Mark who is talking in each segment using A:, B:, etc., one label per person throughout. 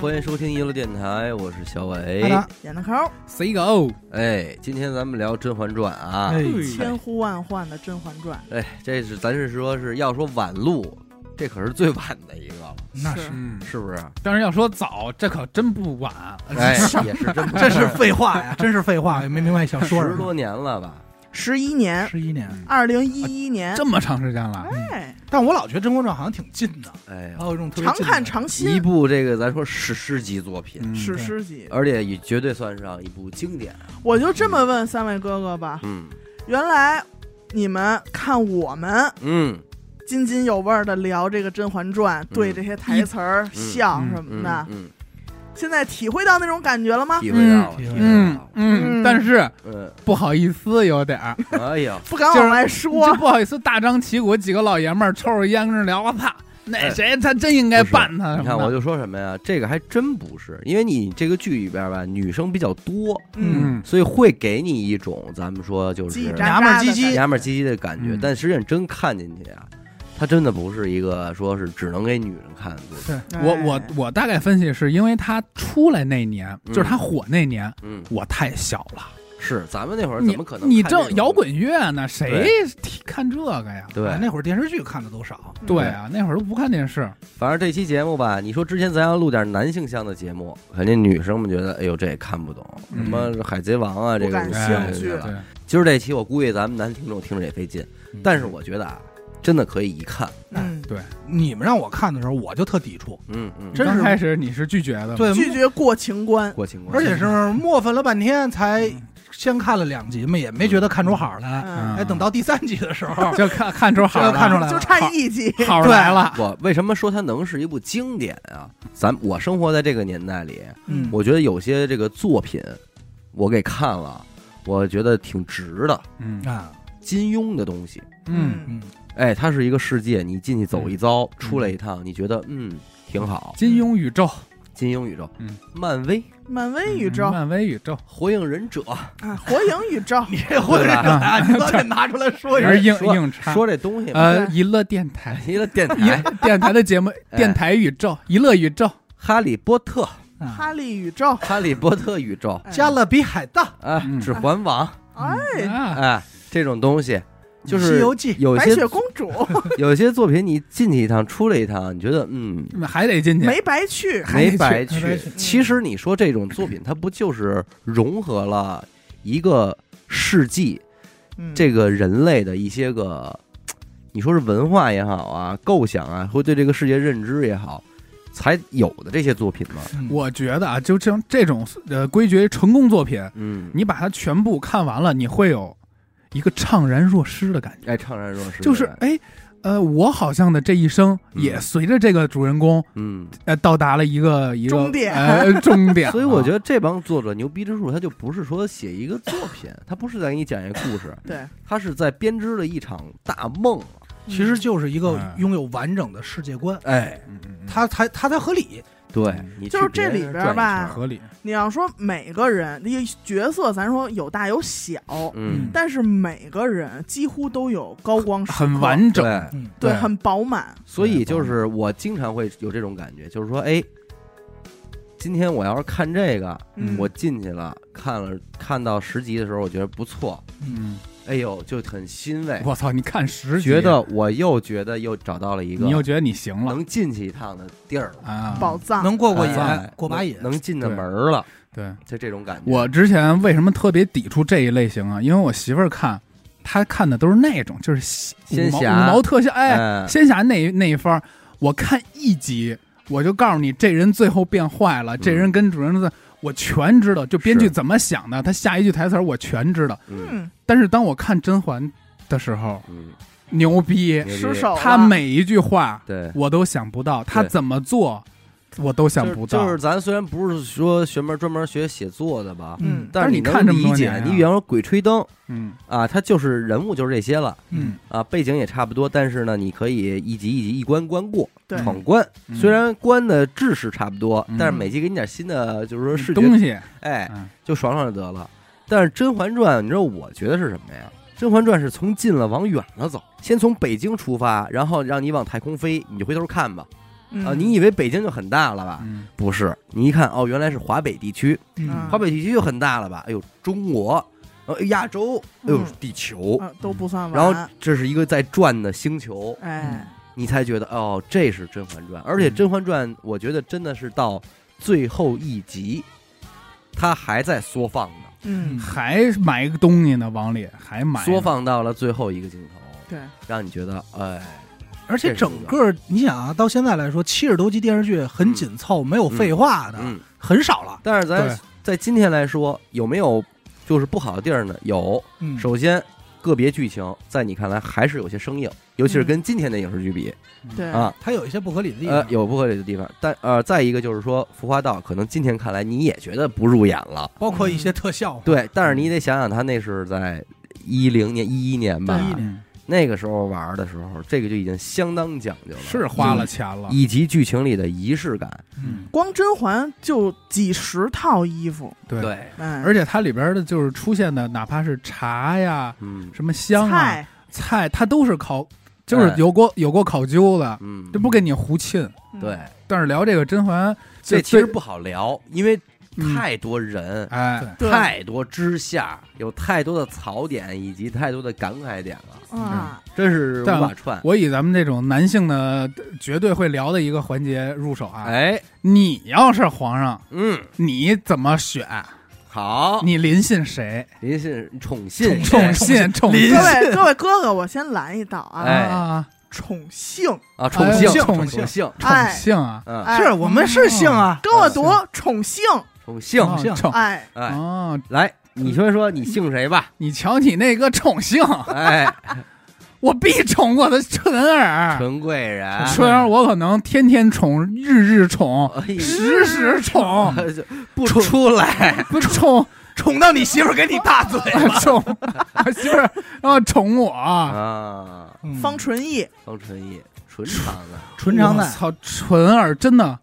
A: 欢迎收听娱乐电台，我是小伟
B: 好。的
C: 演的抠，
B: ，C 个 O，
A: 哎，今天咱们聊《甄嬛传》啊，
B: 哎
C: 千呼万唤的《甄嬛传
A: 哎，这是咱是说是要说晚录，这可是最晚的一个了，
B: 那是
C: 是
D: 嗯，
A: 是不是？
B: 当然要说早，这可真不晚，
A: 哎，也是真
D: 这是废话呀，真是废话，也没明白想说什
A: 十
D: 么。
A: 多年了吧？》，
C: 十一年，
D: 十一年，
C: 二零一一年，
B: 这么长时间了，
C: 哎，
D: 但我老觉得《甄嬛传》好像挺近的，
A: 哎呀，
D: 老有一种特别
C: 常
D: 近的
C: 看常
A: 一
C: 新，
A: 部这个咱说史诗级作品，
D: 嗯
C: 史
D: 对
C: 诗级。
A: 而且也绝对算上一部经典。啊
C: 我就这么问三位哥哥吧，
A: 嗯
C: 原来你们看我们
A: 嗯，
C: 津津有味儿的聊这个《甄嬛传》，对这些台词儿笑什么
A: 嗯
C: 的，
A: 嗯，
C: 现在体会到那种感觉了吗？
A: 体会到了，
D: 嗯
A: 体会
B: 嗯
A: 到了。
B: 嗯，
C: 嗯
B: 但是
A: 嗯，
B: 不好意思，有点儿，
A: 哎 呀，
C: 不敢
B: 就
C: 往
B: 是
C: 外
B: 这
C: 说，
B: 不好意思，大张旗鼓几个老爷们儿抽着烟跟那聊，我操，那谁他真应该办他什
A: 哎你看，我
B: 么的，
A: 就说什么呀？这个还真不是，因为你这个剧里边吧，女生比较多，
C: 嗯，
B: 嗯，
A: 所以会给你一种咱们说就是
C: 叽叽喳
A: 娘
C: 喳
D: 娘们儿
C: 的
D: 唧
C: 感
D: 唧
C: 觉
A: 们儿唧唧的感觉
D: 嗯。
A: 但实际上真看进去啊，它真的不是一个说是只能给女人看的作品。
B: 我
C: 哎
B: 我我大概分析是因为他出来那年，
A: 嗯
B: 就是他火那年，
A: 嗯，
B: 我太小了，
A: 是，咱们那会儿
B: 你
A: 怎么可能
B: 你
A: 看这
B: 正
A: 种
B: 摇？滚乐呢，谁看这个呀？
A: 对
D: 哎，那会儿电视剧看的都少，
C: 嗯
B: 对啊，那会儿都不看电视，
A: 反正这期节目吧，你说之前咱要录点男性向的节目，肯定女生们觉得，哎呦，这也看不懂，
B: 嗯
A: 什么《海贼王》啊，这
C: 不
A: 个
C: 感
A: 哎
C: 兴趣
A: 对
C: 了
A: 对
B: 对，
A: 今儿这期我估计咱们男听众听着也费劲，但是我觉得啊，真的可以一看。
C: 嗯，
D: 你们让我看的时候，我就特抵触，
A: 嗯嗯，
D: 真是
B: 刚开始你是拒绝的，
D: 对，
C: 拒绝过情关，
A: 过情关
D: 嗯而且是磨翻了半天才先看了两集嘛，也没觉得看出好来。
C: 嗯，
D: 哎，等到第三集的时候，
B: 就看看出好
D: 这
B: 了，
D: 就看出来了
C: 就差一集，
D: 嗯
B: 好来了，
A: 我为什么说它能是一部经典啊？咱我生活在这个年代里，
C: 嗯
A: 我觉得有些这个作品，我给看了，我觉得挺值的。
B: 嗯
D: 啊，
A: 金庸的东西，
B: 嗯，
D: 嗯，
A: 哎，它是一个世界，你进去走一遭，出来一趟，你觉得嗯挺好。
B: 金庸宇宙、
A: 金庸宇宙，
B: 嗯
A: 漫威、
C: 漫威宇宙
B: 漫威宇宙，
A: 火影忍者，
C: 啊，火影宇 宙，
D: 你这混着 呢，你倒得拿出来说一
B: 也
D: 下
B: 是。硬
A: 说
B: 硬插。
A: 说这东西吧，
B: 呃，娱乐电台，
A: 一个电 台，
B: 电电台的节目，
A: 哎
B: 电台宇宙，娱乐宇宙，
A: 哈利波特，
D: 啊
C: 哈利宇宙，
A: 哈利波特宇宙，
C: 哎
D: 加勒比海盗、
A: 啊，
B: 嗯
A: 指环王，
C: 哎，
B: 啊，
A: 哎，这种东西。就是
D: 西游记
A: 有
C: 白
A: 些
C: 雪公主
A: 有些作品你进去一趟，出来一趟，你觉得嗯
B: 还得进去，
C: 没 白去，
A: 没
B: 白
A: 去。
D: 没白去
A: 其实你说这种作品，它不就是融合了一个世纪
C: 嗯
A: 这个人类的一些个，你说是文化也好啊，构想啊，或对这个世界认知也好，才有的这些作品吗？
D: 嗯
B: 我觉得啊，就这种这种呃规矩成功作品，
A: 嗯，
B: 你把它全部看完了，你会有一个怅然若失的感觉，
A: 哎，怅然若失，
B: 就是哎，呃，我好像的这一生也
A: 嗯
B: 随着这个主人公
A: 嗯。
B: 呃，到达了一个一个
C: 终点
B: 呃，终点 了。
A: 所以我觉得这帮作者牛逼之处，他就不是说写一个作品，他不是在给你讲一个故事，
C: 对，
A: 他是在编织了一场大梦。
D: 其实就是一个
B: 嗯
D: 拥有完整的世界观，
A: 哎，
B: 嗯嗯嗯
D: 它才它才合理。
A: 对
B: 嗯
A: 你
C: 就是
A: 去别
C: 这里
A: 人
C: 边
A: 转一
C: 吧
A: 圈儿
B: 合理，
C: 你要说每个人一角色，咱说有大有小，
A: 嗯，
C: 但是每个人几乎都有高光时刻，
B: 很完整。
A: 对，嗯
D: 嗯，
C: 对，
B: 对
C: 很饱满。
A: 所以就是我经常会有这种感觉，就是说，哎，今天我要是看这个，
C: 嗯
A: 我进去了，看了看到十集的时候，我觉得不错，
B: 嗯，
A: 哎呦，就很欣慰，
B: 我操，你看十集
A: 觉得我又觉得又找到了一个
B: 你又觉得你行了
A: 能进去一趟的地儿了，
B: 啊？
C: 宝藏，
D: 能过过瘾嗯
A: 哎，
D: 过把瘾。
A: 能能进的门儿了，
B: 对，
A: 就这种感觉。
B: 我之前为什么特别抵触这一类型啊？因为我媳妇儿看，她看的都是那种就是喜
A: 仙
B: 五毛五
A: 侠
B: 毛特效，哎，
A: 哎，
B: 仙侠那一那一番儿，我看一集我就告诉你，这人最后变坏了，这人跟主人公的。我全知道，就编剧
A: 嗯是
B: 怎么想的，他下一句台词儿我全知道。
A: 嗯
C: 嗯，
B: 但是当我看甄嬛的时候，
A: 嗯，
B: 牛逼，
A: 牛逼
C: 失手了
B: 他每一句话
A: 对。
B: 我都想不到，他怎么做我都想不
A: 就
B: 到。
A: 是就是咱虽然不是说学门专门学写作的吧，
C: 嗯
A: 但
B: 但是
A: 你
B: 你
A: 能
B: 看这么
A: 理
B: 多
A: 解，
B: 年啊
A: 你比方说《鬼吹灯》
B: 嗯
A: 啊，它就是人物就是这些了，
B: 嗯，
A: 啊，背景也差不多，但是呢，你可以一集一集一关关过，
C: 对，
A: 闯关。
B: 嗯
A: 虽然关的制式差不多
B: 嗯，
A: 但是每集给你点新的，就是说视觉，
B: 东西，
A: 哎，
B: 嗯
A: 就爽爽就得了。但是《甄嬛传》，你知道我觉得是什么呀？《甄嬛传》是从近了往远了走，先从北京出发，然后让你往太空飞，你就回头看吧。
C: 嗯
A: 啊，你以为北京就很大了吧？
B: 嗯
A: 不是，你一看哦，原来是华北地区，
C: 嗯
A: 华北地区就很大了吧？哎呦，中国，呃，亚洲，哎呦
C: 嗯，
A: 地球，
C: 啊都不算
A: 然
C: 完。
A: 后这是一个在转的星球，
C: 哎，
A: 你才觉得哦，这是《甄嬛传》，而且《甄嬛传》我觉得真的是到最后一集，它还在缩放呢，
C: 嗯，
B: 还买一个东西呢，往里还买呢
A: 缩，放到了最后一个镜头，
C: 对，
A: 让你觉得哎，
D: 而且整个你想啊，到现在来说，七十多集电视剧很紧凑，没有废话的，
A: 嗯。
D: 很少了。
A: 但是咱
B: 对
A: 在今天来说，有没有就是不好的地儿呢？有，
D: 嗯
A: 首先个别剧情在你看来还是有些生硬，尤其是跟今天的影视剧比、
B: 嗯
C: 对
A: 啊，
D: 它有一些不合理的地
A: 呃
D: 方，，
A: 有不合理的地方。但呃，再一个就是说，《浮华道》可能今天看来你也觉得不入眼了，
D: 包括一些特效。
A: 对，但是你得想想，他那是在一零年、一一年吧，
C: 对
B: 嗯
A: 那个时候玩的时候，这个就已经相当讲究了，
B: 是花了钱了，
A: 以及剧情里的仪式感，
B: 嗯，
C: 光甄嬛就几十套衣服，
B: 对。
A: 对，
C: 哎，
B: 而且它里边的就是出现的，哪怕是茶呀、
A: 嗯
B: 什么香啊、
C: 菜
B: 菜，它都是考，就是
A: 哎
B: 有过有过考究的，
A: 嗯，
B: 这不给你胡沁。
C: 嗯
A: 对，
B: 但是聊这个甄嬛，
A: 这
B: 就
A: 其实
B: 最
A: 不好聊，因为
B: 嗯
A: 太多人，
B: 哎，
C: 对
A: 太多支下，有太多的槽点以及太多的感慨点了，
C: 啊，
A: 真是无
B: 但
A: 法串。
B: 我以咱们这种男性的呃绝对会聊的一个环节入手啊，
A: 哎，
B: 你要是皇上，
A: 嗯，
B: 你怎么选？
A: 好，
B: 你临信谁？
A: 您信宠哦信
B: 宠信宠
D: 临
B: 信
C: 各位各位哥哥，我先拦一道啊，
A: 哎
B: 啊，
C: 宠幸，
A: 啊，宠
B: 哎
A: 幸
B: 宠
A: 宠
B: 幸
A: 幸，
B: 宠幸啊，
A: 嗯，
C: 哎
D: 是我们是姓啊，
C: 跟我读宠幸，
A: 宠幸，
D: 啊
B: 啊宠
C: 哎，
A: 哎，
B: 哦，
A: 来，你先说你姓谁 吧，
B: 你瞧你那个宠幸，
A: 哎，
B: 我必宠我的纯儿。
A: 纯贵人，
B: 虽然我可能天天宠，日日宠，
A: 哎呦
B: 时时宠，
A: 就 不出来，
B: 不宠啊
D: 宠到你媳妇儿给你大嘴
B: 宠， 媳妇儿然后宠我，
D: 哦
A: 啊，
C: 方纯义，
A: 方春意，纯常啊，
D: 嗯纯常
B: 我
D: 的，
B: 操，纯儿真的，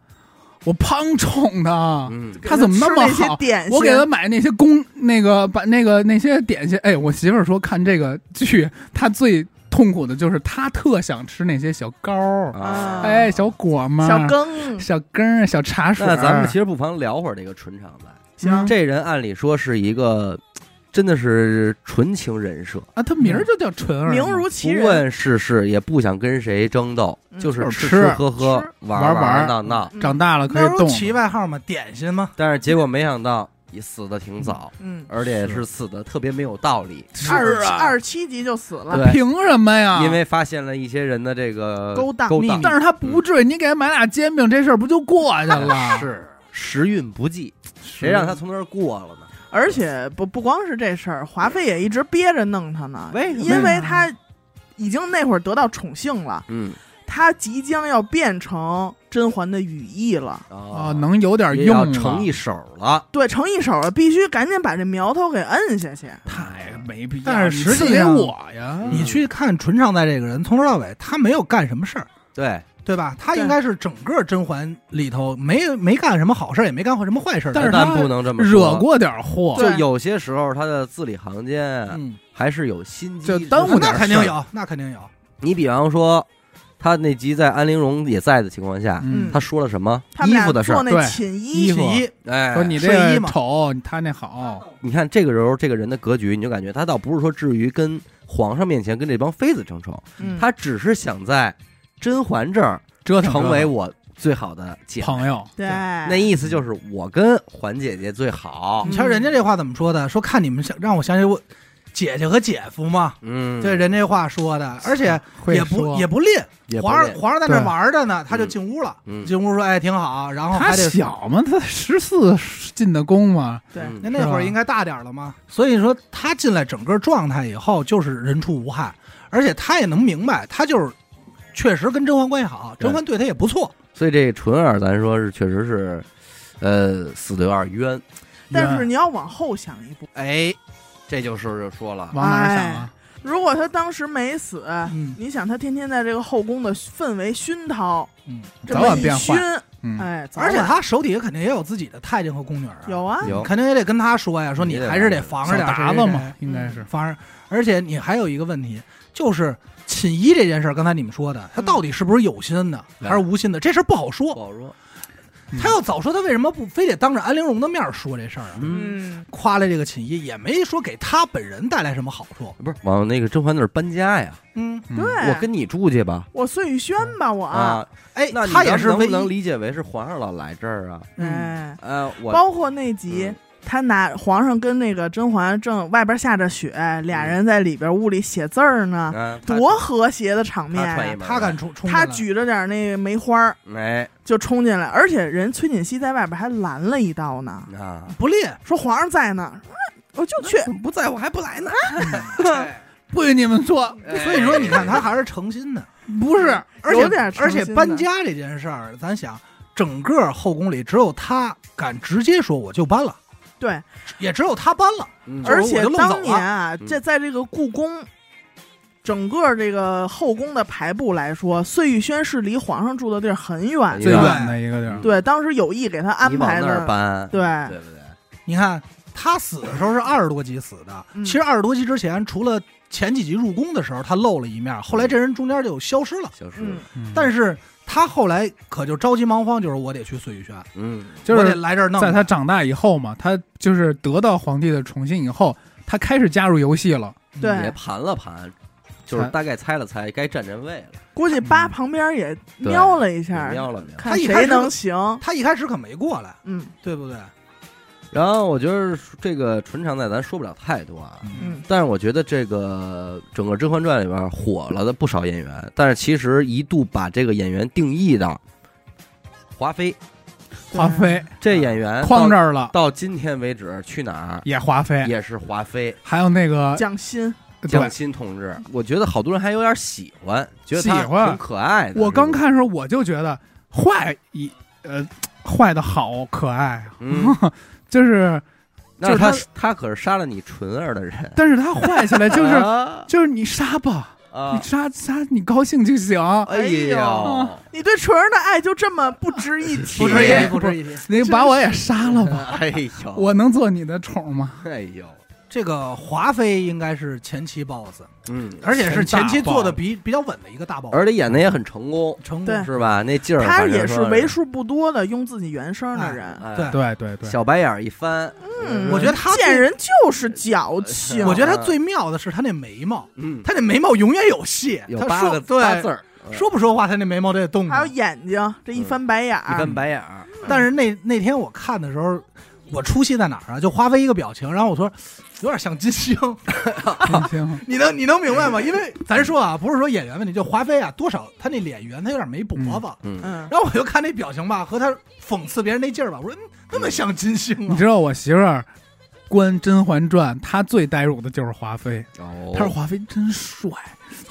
B: 我胖宠他，
A: 嗯，
B: 他怎么那么
C: 给他吃那些
B: 好？
C: 点心
B: 我给他买那些公那个把那个那些点心，哎，我媳妇儿说看这个剧，她最痛苦的就是她特想吃那些小糕儿，
A: 啊，
B: 哎，小果嘛，
C: 小羹，
B: 小羹儿、小茶水
A: 那
B: 儿。
A: 咱们其实不妨聊会儿这个纯常在。
B: 行
A: 这人按理说是一个，真的是纯情人设，
B: 啊，他名儿就叫纯儿嘛，
C: 嗯名如
A: 不
C: 其人，
A: 问世事，也不想跟谁争斗，
C: 嗯
A: 就是
B: 就是
A: 吃
B: 吃
A: 喝喝、玩
B: 玩
A: 玩
B: 玩
A: 闹闹。
C: 嗯
B: 长，大了可
D: 那
B: 以
D: 不
B: 动
D: 是。起外号
A: 嗯
D: 吗？点心吗？
A: 但是结果没想到也死的挺早，
C: 嗯，
A: 而且是死的特别没有道理，
B: 啊
C: 二十二十七集就死了，
A: 对，
B: 凭什么呀？
A: 啊因为发现了一些人的这个
C: 啊勾当
A: 勾
B: 但是他不至于，你给他买俩煎饼，这事儿不就过去了？
A: 是嗯时运不济，谁让他从那儿过了呢？
C: 而且不不光是这事儿，华妃也一直憋着弄他呢，
A: 为什么
C: 因为他已经那会儿得到宠幸了，
A: 嗯
C: 他即将要变成甄嬛的羽翼了。
B: 啊，
A: 啊
B: 能有点
A: 也
B: 用
A: 要
B: 啊
A: 成一手了。
C: 对，成一手了，必须赶紧把这苗头给摁下去。
B: 太没必要。
D: 但是
B: 你
D: 实际
B: 赐给
D: 上
B: 我呀，
A: 嗯
D: 你去看纯常在这个人，从头到尾他没有干什么事儿，
A: 对，
D: 对吧？他应该是整个甄嬛里头没没干什么好事儿，也没干过什么坏事儿。
B: 但是
A: 咱
B: 他
A: 不能这么说
B: 惹。过点祸，
A: 就
C: 对
A: 有些时候，他的字里行间
D: 嗯，
A: 还是有心机
B: 就
A: 的。
B: 耽误
D: 那
B: 点
D: 肯定
B: 事儿
D: 有，那肯定有。
A: 你比方说，他那集在安陵容也在的情况下，
B: 嗯
C: 嗯
A: 他说了什么
C: 他们
A: 衣
C: 俩
A: 服的事
C: 做
A: 儿？
C: 那
B: 对
C: 寝
B: 衣
C: 衣
B: 服
D: 洗衣啊
A: 哎
B: 说，你这
D: 睡衣
B: 个
D: 嘛
B: 丑，你他那好，
A: 你看这个时候这个人的格局，你就感觉他倒不是说至于跟皇上面前跟这帮妃子争宠，
C: 嗯
A: 他只是想在甄嬛这儿
B: 折腾
A: 成
B: 折
A: 为
B: 腾
A: 我最好的姐妹。
B: 朋友，
C: 对，
A: 那意思就是我跟环姐姐最好
C: 嗯。
D: 你瞧人家这话怎么说的？说看你们想让我想起我姐姐和姐夫嘛，
A: 嗯，
D: 这人这话说的，而且
B: 嗯啊会
D: 也不
B: 说
D: 也不吝。
A: 也不
D: 皇上
A: 累
D: 皇上在那
B: 对
D: 玩着呢，他就
A: 嗯
D: 进屋了。
A: 嗯，
D: 进屋说：“哎，挺好。”然后
B: 他
D: 还得
B: 小嘛，他十四进的宫嘛，
C: 对，
A: 嗯
D: 那那会儿应该大点儿了嘛。所以说他进来整个状态以后就是人畜无害，而且他也能明白，他就是确实跟甄嬛关系好，
A: 对
D: 甄嬛对他也不错。
A: 所以这纯儿，咱说是确实是，呃，死的有点冤。
C: 但是
B: 冤
C: 你要往后想一步，
A: 哎，这就是说了，
B: 往哪儿想啊？
C: 如果他当时没死，
B: 啊
D: 嗯
C: 你想他天天在这个后宫的氛围熏陶，
D: 嗯，
C: 哎这
B: 早
C: 么
B: 晚
C: 一
B: 变坏
C: 熏，
B: 嗯
C: 哎，早
D: 而且
C: 晚
D: 他手底下肯定也有自己的太监和宫女儿啊，
C: 有啊，
A: 有
D: 肯定也得跟他说呀，说你还是得防着
B: 小
D: 点
B: 达
D: 谁
B: 子
D: 谁
B: 嘛，应该是
D: 反而，而且你还有一个问题，就是寝衣这件事儿，刚才你们说的，他到底是不是有心的，
A: 嗯
D: 还是无心的？这事儿不好
A: 不
D: 说。
A: 好说，
B: 嗯
D: 他要早说，他为什么不非得当着安陵容的面儿说这事儿啊？
A: 嗯，
C: 嗯，
D: 夸了这个寝衣，也没说给他本人带来什么好处。
A: 不是往那个甄嬛那儿搬家呀，
D: 嗯，
B: 嗯
C: 对，
A: 我跟你住去吧，
C: 我碎玉轩吧，我，
A: 啊，
D: 哎，
A: 那你
D: 他也
A: 当时
D: 是
A: 能
D: 唯
A: 不
D: 一
A: 能理解为是皇上老来这儿啊？
D: 嗯，
C: 哎，
A: 呃，我
C: 包括那集
A: 嗯。
C: 他拿皇上跟那个甄嬛正外边下着雪，俩人在里边屋里写字儿呢，
A: 啊嗯他
C: 多和谐的场面
A: 他
C: 啊、
A: 穿一门，
D: 他敢，冲冲
C: 他
D: 进来
C: 举着点那个梅花儿
A: 哎
C: 就冲进来，而且人崔槿汐在外边还拦了一刀呢，
A: 啊，
D: 不吝，
C: 说皇上在呢，我就去。
A: 不在我还不来呢，
B: 不许你们做，
D: 所以说你看
A: 哎
D: 他还是诚心的。
B: 不是
D: 而
C: 嗯有点
D: 且
C: 诚心的
D: 而且搬家这件事儿，咱想整个后宫里只有他敢直接说我就搬了，
C: 对，
D: 也只有他搬了。
A: 嗯
C: 而
D: 我
C: 且
D: 就愣走
C: 当
D: 了
C: 年啊，
A: 嗯
C: 这在这个故宫，整个这个后宫的排布来说，碎玉轩是离皇上住的地儿很远
B: 最
A: 对
D: 吧
C: 的。
B: 远的一个地儿
A: 嗯，
C: 对，当时有意给他安
A: 你往
C: 排
A: 那儿
C: 的。
A: 搬，
C: 对，
A: 对不对？
D: 你看他死的时候是二十多集死的，
C: 嗯
D: 其实二十多集之前，除了前几集入宫的时候他露了一面，后来这人中间就消失了。
A: 消失
C: 嗯
A: 了，，
B: 嗯
D: 但是他后来可就着急忙慌，就是我得去碎玉轩，
A: 嗯，
B: 就
D: 我得
B: 是
D: 来这儿弄。
B: 在他长大以后嘛，他就是得到皇帝的宠幸以后，他开始加入游戏了，
D: 嗯
C: 对
A: 也盘了盘，就是大概猜了猜该占占位了，
C: 估计八
B: 嗯
C: 旁边也瞄了一下，
A: 瞄了瞄。
C: 看
D: 他一开
C: 谁
D: 始
C: 能行。
D: 他一开始可没过来，
C: 嗯
D: 对不对？
A: 然后我觉得这个纯常在咱说不了太多啊，
C: 嗯，
A: 但是我觉得这个整个《甄嬛传》里边火了的不少演员，但是其实一度把这个演员定义到华妃
B: 华妃
A: 这演员
D: 哎
A: 到
B: 框这儿了
A: 到今天为止去哪
B: 也华
A: 儿
B: 妃，
A: 也是华妃
B: 还有那个
C: 蒋欣，
A: 蒋
B: 对，
A: 欣同志，我觉得好多人还有点喜欢，觉得她
B: 喜欢
A: 挺可爱的。
B: 我刚
A: 看，
B: 看的时候我就觉得坏一呃坏的好可爱啊，
A: 嗯，
B: 就是
A: 那是他
B: 就是
A: 他可是杀了你纯儿的人，
B: 但是他坏起来就 是
A: 啊
B: 就是你杀吧，你
A: 啊，
B: 杀杀你高兴就 行，
A: 哎呦，
C: 你对纯儿的爱就这么不值一提？
A: 不值一提
D: 不值一提。
B: 你把我也杀了 吧，
A: 哎呦，
B: 我能做你的宠吗？
A: 哎呦，
D: 这个华妃应该是前期 BOSS，
A: 嗯，
D: 而且是前期做的比比较稳的一个大 BOSS，
A: 而且演的也很成功，
D: 成功
C: 对
A: 是吧？那劲儿，
C: 他也是为。数不多的用自己原声的人。
A: 哎
D: 对
B: 对对对，
A: 小白眼儿一翻，
C: 嗯，
D: 我觉得他最
C: 见人就是矫
A: 是
C: 情。
D: 我觉得他最妙的是他那眉毛，
A: 嗯，
D: 他那眉毛永远有戏，
A: 有
D: 他
A: 八
D: 说
A: 个
D: 对
A: 八字儿，嗯
D: 说不说话，他那眉毛都得动
C: 还有
D: 着。
C: 眼睛这一翻白眼
A: 一
C: 儿，
A: 翻白眼儿，
D: 嗯但是那那天我看的时候，我出戏在哪儿啊？就花飞一个表情，然后我说有点像金星，
B: 挺清
D: 你能你能明 白吗？因为咱说啊，不是说演员问题，就华妃啊，多少她那脸圆，她有点没脖子。
A: 嗯，
C: 嗯，
D: 然后我就看那表情吧，和她讽刺别人那劲儿吧，我说嗯那么像金星
B: 你
D: 啊，
B: 知道我媳妇儿观《甄嬛传》，她最代入的就是华妃。
A: 哦
B: 她说华妃真帅，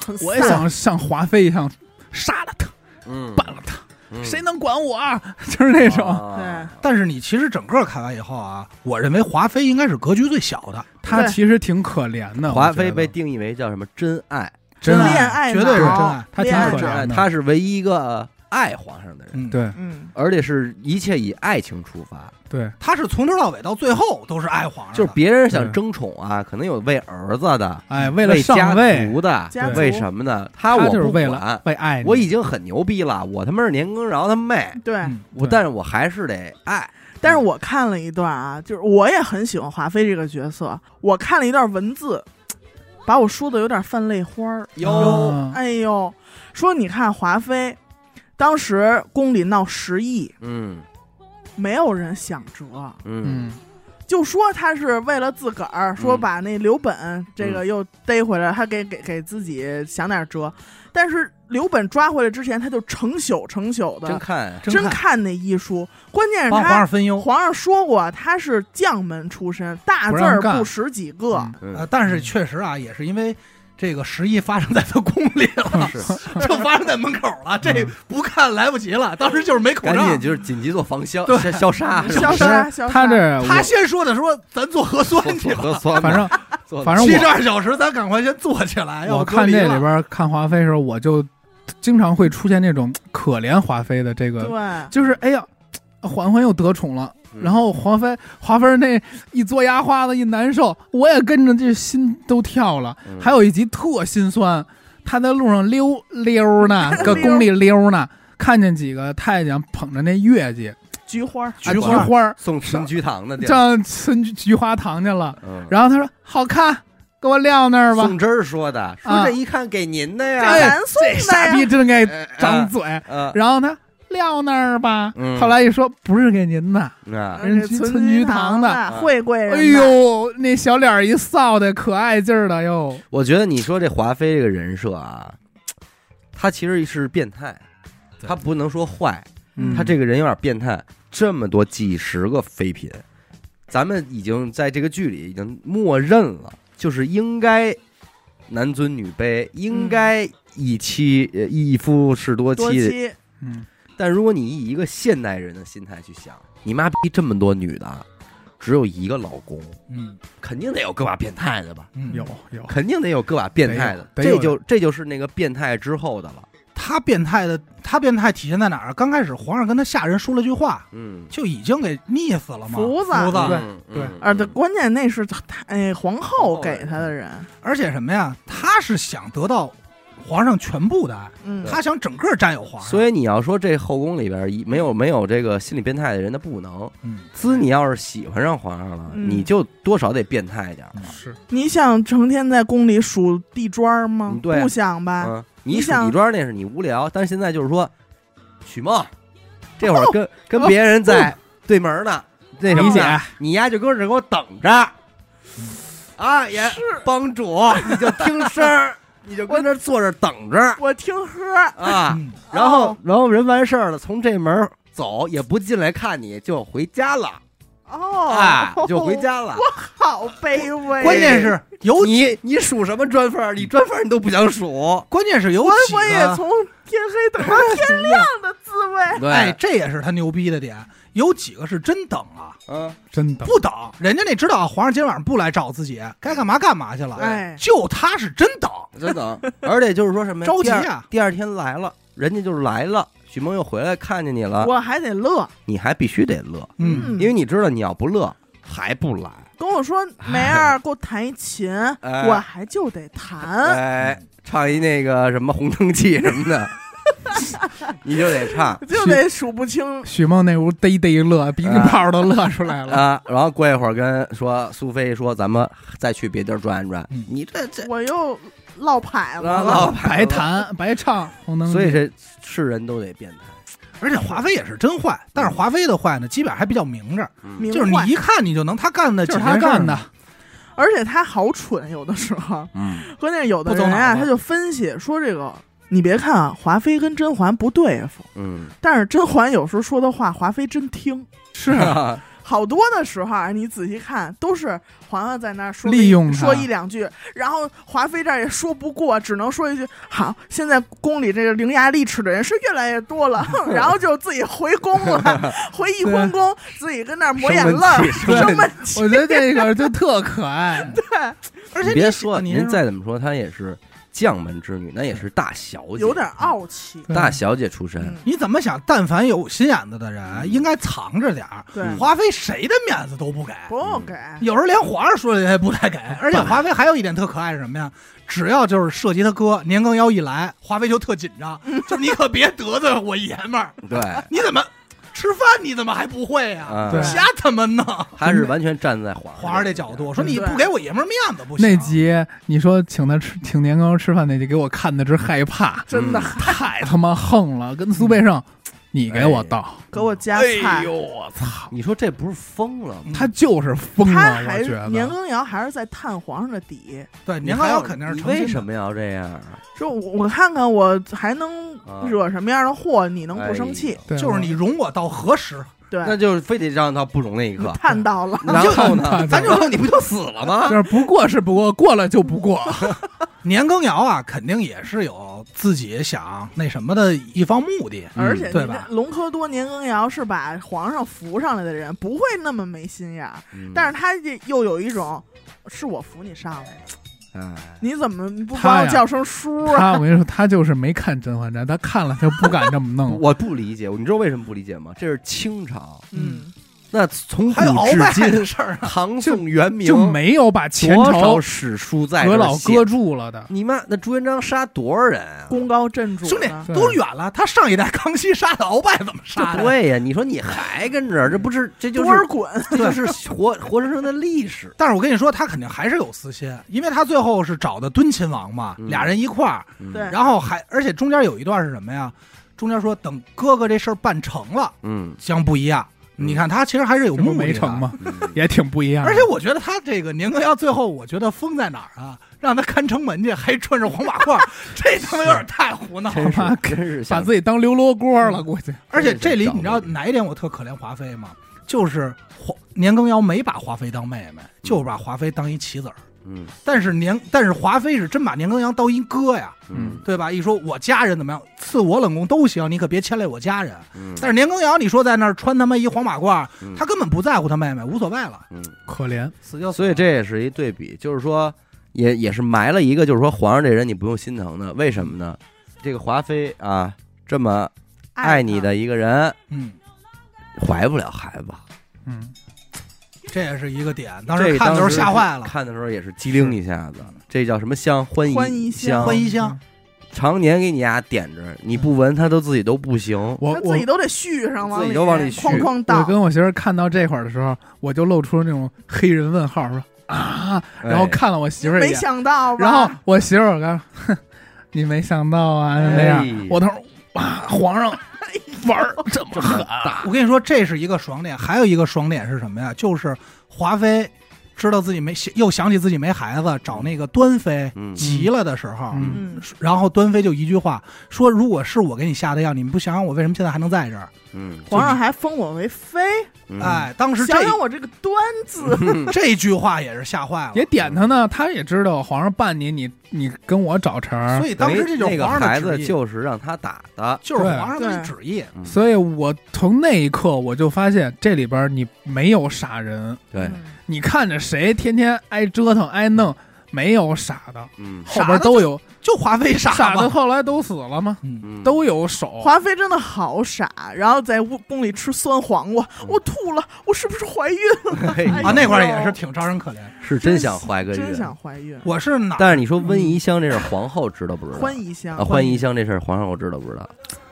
C: 很
B: 我也
C: 飒
B: 想像华妃一样杀了他，
A: 嗯，
B: 办了他，
A: 嗯
B: 谁能管我啊？ 就是那种。
A: 啊
D: 但是你其实整个看完以后啊，我认为华妃应该是格局最小的，
B: 她其实挺可怜的，
A: 华
B: 我觉
A: 妃
B: 得
A: 被定义为叫什么真爱？
B: 真爱
C: 恋爱
D: 绝对是真
C: 脑
D: 爱
B: 她挺
C: 恋爱
B: 可
A: 真
B: 怜
A: 爱，
B: 的
A: 她是唯一一个爱皇上的人，
D: 嗯，，
B: 对
C: 嗯，
A: 而且是一切以爱情出发，
B: 对，
D: 她是从头到尾到最后都是爱皇上的，
A: 就是别人想
B: 对
A: 争宠啊，可能有为儿子的，
B: 哎，为了
A: 嗯家
B: 上位，
A: 族的
C: 家，
B: 族
A: 为什么呢？他
B: 她
A: 我
B: 就是
A: 不
B: 为
A: 管
B: 了，为爱你，
A: 我已经很牛逼了，我他妈是年羹尧他妹，
C: 对。
D: 嗯
A: 我
B: 对
A: 但是我还是得爱，
C: 但是我看了一段啊，就是我也很喜欢华妃这个角色，我看了一段文字，把我说的有点泛泪花儿。
A: 哟，
B: 啊
C: 哎呦，说你看华妃，当时宫里闹十亿，
A: 嗯
C: 没有人想辙。
A: 嗯
B: 嗯，
C: 就说他是为了自个儿，说把那刘本这
B: 嗯
C: 个又逮回来，他给给给自己想点辙。但是刘本抓回来之前，他就成宿成宿
A: 真
C: 的
A: 看，
D: 真看
C: 看那医书，关键是
D: 帮皇上
C: 他
D: 分忧。
C: 皇上说过他是将门出身，大字
B: 不让
C: 儿
B: 干
C: 不识几个。
B: 嗯
D: 呃，但是确实啊，也是因为这个十一发生在他宫里了，
A: 是
D: 就发生在门口了，这不看来不及了。当时就是没口
A: 赶
D: 罩
A: 紧，就是紧急做防消
D: 对
A: 消 消杀，
C: 消
B: 不是
C: 杀消杀
B: 她这
D: 他先说的说咱做核酸
A: 做
D: 去
A: 做核
D: 了，
A: 酸吧，
B: 反正
A: 喝的
B: 反正
D: 七十
B: 我
D: 二小时，咱赶快先坐起来。要
B: 我
D: 不隔
B: 看
D: 离
B: 这
D: 了
B: 里边看华妃的时候，我就经常会出现这种可怜华妃的这个，
C: 对，
B: 就是哎呀，嬛嬛又得宠了。
A: 嗯
B: 然后华妃，华妃那一嘬牙花子一难受，我也跟着这心都跳了。
A: 嗯
B: 还有一集特心酸，他在路上溜溜呢，搁
C: 溜
B: 宫里溜呢，看见几个太监捧着那月季、啊
C: 菊花，
B: 菊
D: 花
B: 花儿
A: 送陈菊堂的地儿，
B: 上春菊花堂去了。
A: 嗯，
B: 然后他说：“好看，给我撂那儿吧。
A: 宋”芝儿说的，说
B: 啊
A: 这一看给您的
C: 这
A: 呀，
B: 哎
C: 咱送
B: 这傻
C: 的
B: 逼
C: 呀，
B: 真该
A: 哎
B: 张，嘴。
A: 呃，
B: 然后呢，撂那儿吧。
A: 嗯
B: 后来一说，不是给您的。
A: 啊，
B: 人
C: 这
B: 家
C: 哎存
B: 存菊堂
C: 堂
B: 的
A: 啊
C: 惠贵人的，
B: 哎呦，那小脸儿一臊的，可爱劲儿的哟。
A: 我觉得你说这华妃这个人设啊，他其实是变态，
D: 对
A: 他不能说坏，
D: 嗯
A: 他这个人有点变态。这么多几十个妃嫔，咱们已经在这个剧里已经默认了，就是应该男尊女卑，应该一妻呃一夫是多
C: 多
A: 妻。
C: 妻，
B: 嗯，
A: 但如果你以一个现代人的心态去想，你妈逼这么多女的，只有一个老公，
D: 嗯
A: 肯定得有个把变态的吧？
D: 嗯
B: 有有，
A: 肯定得有个把变态的，
B: 得
A: 这
B: 有得有
A: 就这就是那个变态之后的了。
D: 他变态的，他变态体现在哪儿？啊刚开始皇上跟他下人说了句话，
A: 嗯，
D: 就已经给溺死了嘛。
C: 福子
D: 福子，
A: 嗯
B: 对
A: 嗯
C: 啊，对，关键那是他哎皇后给他的人，
D: 而且什么呀？他是想得到皇上全部的爱，
C: 嗯，
D: 他想整个占有皇上。
A: 所
D: 以，
A: 以你要说这后宫里边一没有没有这个心理变态的人，他不能。
D: 嗯，
A: 兹，你要是喜欢上皇上了，
C: 嗯
A: 你就多少得变态一点。
B: 是
C: 你想成天在宫里数地砖吗
A: 嗯？对
C: 不想吧？
A: 嗯，你
C: 你
A: 数
C: 想
A: 底妆那是你无聊，但是现在就是说，许梦 这会儿跟跟别人在对门呢，那什
B: 理
A: 么
B: 解
A: 呢，你丫就搁这给我等着啊，也帮主， 你就听声 儿，你就跟这坐着等 着
C: 我听喝，
A: 啊。
D: 嗯
A: 然后
C: 哦，
A: 然后人完事儿了，从这门儿走也不进来看你，就回家了，哎
C: 哦，，
A: 就回，家了。
C: 好卑微。
D: 关键是有
A: 你你数什么专分儿？你专分儿你都不想数。
D: 关键是有
C: 我
D: 几
C: 我也
D: 个，
C: 从天黑等到天亮的滋味。
D: 哎，，这也是他牛逼的点。有几个是真等啊，
A: 嗯，
B: 真的。
D: 不等，人家那知道啊皇上今天晚上不来找自己，该干嘛干嘛去了。
C: 哎，
D: 就他是真等，
A: 真等。而且就是说什么呀
D: 着急啊
A: 第二
D: 呀
A: 第二天来了，人家就是来了，许梦又回来看见你了，
C: 我还得乐。
A: 你还必须得乐，
D: 嗯，
A: 因为你知道你要不乐还不来。
C: 跟我说梅儿，给我弹一琴，
A: 哎
C: 我还就得
D: 啊
C: 弹。
A: 哎，唱一那个什么红灯记什么的， 你就得 唱
C: 就得数不清，
B: 许梦那屋嘚嘚乐，鼻涕泡都乐出来了。
A: 啊。然后过一会儿跟说苏菲说，咱们再去别地儿转一转
D: 嗯。
A: 你这这
C: 我又落牌子
A: 啊
C: 了
A: 落。
B: 白弹白唱，红
D: 嗯
B: 灯记
A: 所以这是人都得变态。
D: 而且华妃也是真坏，但是华妃的坏呢，基本上还比较明着，
C: 明
D: 就是你
C: 白
D: 一看你就能他干的，
B: 就是他干的，，
C: 而且他好蠢，有的时候，
A: 嗯，
C: 关键有的
D: 不走
C: 人
D: 脑
C: 啊，
D: 子
C: 他就分析说这个，你别看啊，华妃跟甄嬛不对啊付，
A: 嗯，
C: 但是甄嬛有时候说的话，华妃真听。
B: 是
A: 啊，
C: 好多的时候啊，你仔细看，都是嬛嬛在那儿说
B: 利用她
C: 说一两句，然后华妃这儿也说不过，只能说一句好。现在宫里这个伶牙俐齿的人是越来越多 了，哼然后就自己回宫了，回翊坤宫，自己跟那儿抹眼泪儿，
A: 生
C: 生闷气。
B: 我觉得这个就特可爱。
D: 而且
A: 你
D: 你啊
A: 别说，
D: 你
A: 您再怎么说，她也是将门之女，那也是大小姐，啊
C: 有点傲气。
A: 大小姐出身
C: 嗯。，
D: 你怎么想？但凡有心眼子的
A: 嗯
D: 人，应该藏着点儿。
C: 对，
D: 华妃谁的面子都不给，
C: 不给。
B: 嗯
D: 有时候连皇上说的也不太给。而且华妃还有一点特可爱是什么呀？只要就是涉及他哥年羹尧一来，华妃就特紧张，
A: 嗯
D: 就是你可别得罪我爷们儿，
A: 对，
D: 你怎么吃饭你怎么还不会呀、
A: 啊
B: 对，
D: 瞎他妈弄！
A: 她是完全站在皇
D: 皇上这角度，说你
C: 对
D: 不给我爷们儿面子不行。
B: 那集你说请他吃，请年糕吃饭那集，给我看的直害怕，
C: 真的
B: 太他妈横了。跟苏贝胜，你给我倒，
C: 给我加
B: 哎
C: 菜，
B: 呦我操，
A: 你说这不是疯了吗？
B: 他就是疯
C: 他
B: 了，
C: 还
B: 我觉
C: 是年
B: 得。
C: 羹尧还是在探皇上的底，
D: 对
A: 你
D: 年
A: 还
D: 羹
A: 有
D: 尧肯定是
A: 你
D: 诚心
A: 为
D: 的
A: 什么要这样？
C: 说我我看看我还能
A: 啊
C: 惹什么样的祸，你能不生
A: 哎
C: 气？
B: 对
D: 就是你容我到何时？
A: 那
C: 对，
A: 就是非得让她不容那一刻。
C: 探到了，
A: 然后呢，
B: 就
A: 咱就说你不就死了吗
B: 就？是不过是不过，过了就不过。
D: 年羹尧啊，肯定也是有自己想那什么的一方目的。
A: 嗯
C: 而且
D: 对
C: 你
D: 吧
C: 这隆科多年羹尧是
A: 嗯
C: 把皇上扶上来的人，不会那么没心眼儿，但
A: 是
C: 是他这又有一种是我扶你上来的，
A: 哎，
C: 你怎么不
B: 他
C: 帮我
B: 呀
C: 叫声叔啊？
B: 他我跟你说，他就是没看《甄嬛传》，他看了他不敢这么弄。
A: 我不理解，你知道为什么不理解吗？这是清朝，
C: 嗯，
A: 那从古
D: 还有鳌拜
A: 至
D: 的
A: 今，
D: 事儿呢，
A: 唐宋元明
B: 就没有把前
A: 多
B: 朝
A: 少史书在这
B: 阁
A: 儿
B: 老
A: 写
B: 搁住了的，
A: 你妈那朱元璋杀多少人啊？
C: 功高震主
D: 兄弟
C: 呢，
B: 对
D: 都远了，他上一代康熙杀的鳌拜怎么杀
A: 这
D: 的？
A: 对呀、你说你还跟着，这不是这就
C: 多尔
A: 是
C: 衮，
A: 这就是活活生生的历史。
D: 但是我跟你说，他肯定还是有私心，因为他最后是找的敦亲王嘛，
A: 嗯
D: 俩人一块儿，
A: 嗯
C: 对
D: 然后还而且中间有一段是什么呀？中间说等哥哥这事儿办成了，
A: 嗯，
D: 将不一样。
A: 嗯
D: 你看他其实还是有
B: 这不
D: 目的
B: 没
D: 的
B: 成。吗？
A: 嗯
B: 也挺不一样的。
D: 而且我觉得他这个年羹尧最后，我觉得疯在哪儿啊？让他看城门去，还穿着黄马褂， 这他妈有点太胡闹
A: 真
D: 了。
A: 是真是
B: 把
A: 想
B: 自己当刘罗锅了，估计
D: 而且这里你知道哪一点我特可怜华妃吗？就是华年羹尧没把华妃当妹妹，就是把华妃当一棋子儿。
A: 嗯
D: 但是年，但是华妃是真把年羹尧当一哥呀，
A: 嗯
D: 对吧？一说我家人怎么样，赐我冷宫都行，你可别牵累我家人。
A: 嗯，
D: 但是年羹尧，你说在那儿穿他妈一黄马褂，
A: 嗯
D: 他根本不在乎他妹妹，无所谓了，
A: 嗯，
B: 可怜。
D: 死就死
A: 所以这也是一对比，就是说也也是埋了一个，就是说皇上这人你不用心疼的，为什么呢？这个华妃啊，这么爱你
C: 他，
A: 的一个人，
D: 嗯，
A: 怀不了孩子，
B: 嗯，
D: 这也是一个点。当
A: 这
D: 时
A: 个
D: 看的时候
A: 当时
D: 吓坏了，
A: 看的时候也是机灵一下子。这叫什么香？欢
C: 欢
A: 宜
C: 宜
A: 香，
C: 香
D: 欢宜
B: 嗯
D: 香，
A: 常年给你丫点着，你不闻它都自己都不行。
B: 我
C: 他自
B: 我
C: 己都得续上，
A: 自己都往里续
C: 哐哐
B: 我
C: 倒。
B: 跟我媳妇儿看到这块儿的时候，我就露出那种黑人问号，说啊，然后
A: 哎
B: 看了我媳妇儿一
C: 没
B: 眼，
C: 想到吧？
B: 然后我媳妇儿我刚，哼，你没想到啊，就那
A: 哎
B: 样，我当时哇，皇上玩儿这么狠啊，
D: 我跟你说，这是一个爽点，还有一个爽点是什么呀？就是华妃知道自己没，又想起自己没孩子，找那个端妃
A: 嗯
D: 急了的时候，
B: 嗯
C: 嗯，
D: 然后端妃就一句话说：“如果是我给你下的药，你们不想想我为什么现在还能在这儿？”
A: 嗯
C: 皇上还封我为妃，
A: 嗯
D: 哎，当时这
C: 想想我这个端字，
D: 这句话也是吓坏了。
B: 也点他呢，他也知道皇上办你，你你跟我找茬儿
D: 所，以当时这就
A: 那
D: 是
A: 个
D: 皇上
A: 孩
D: 的
A: 子
D: 旨意，
A: 就是让他打的，
D: 就是
B: 对
D: 皇上的旨意。
A: 嗯
B: 所以我从那一刻我就发现这里边儿你没有傻人，
A: 对，
B: 你看着谁天天挨折腾挨弄，没有傻的，
A: 嗯
B: 后边都有
D: 就华妃傻
B: 傻的，
D: 嘛，
B: 后来都死了吗？
D: 嗯，
A: 嗯
B: 都有手，
C: 华妃真的好傻，然后在屋宫里吃酸黄瓜，我吐了，我是不是怀孕？
A: 嘿
C: 哎呦
D: 啊，那块儿也是挺招人可怜。
A: 是真想怀个
C: 真
A: 孕。
C: 想怀孕。
D: 我是哪
A: 但是你说温宜香这事儿，皇后知道不知道？
C: 欢宜香
A: 啊，，欢宜香这事儿，皇后知道不知道？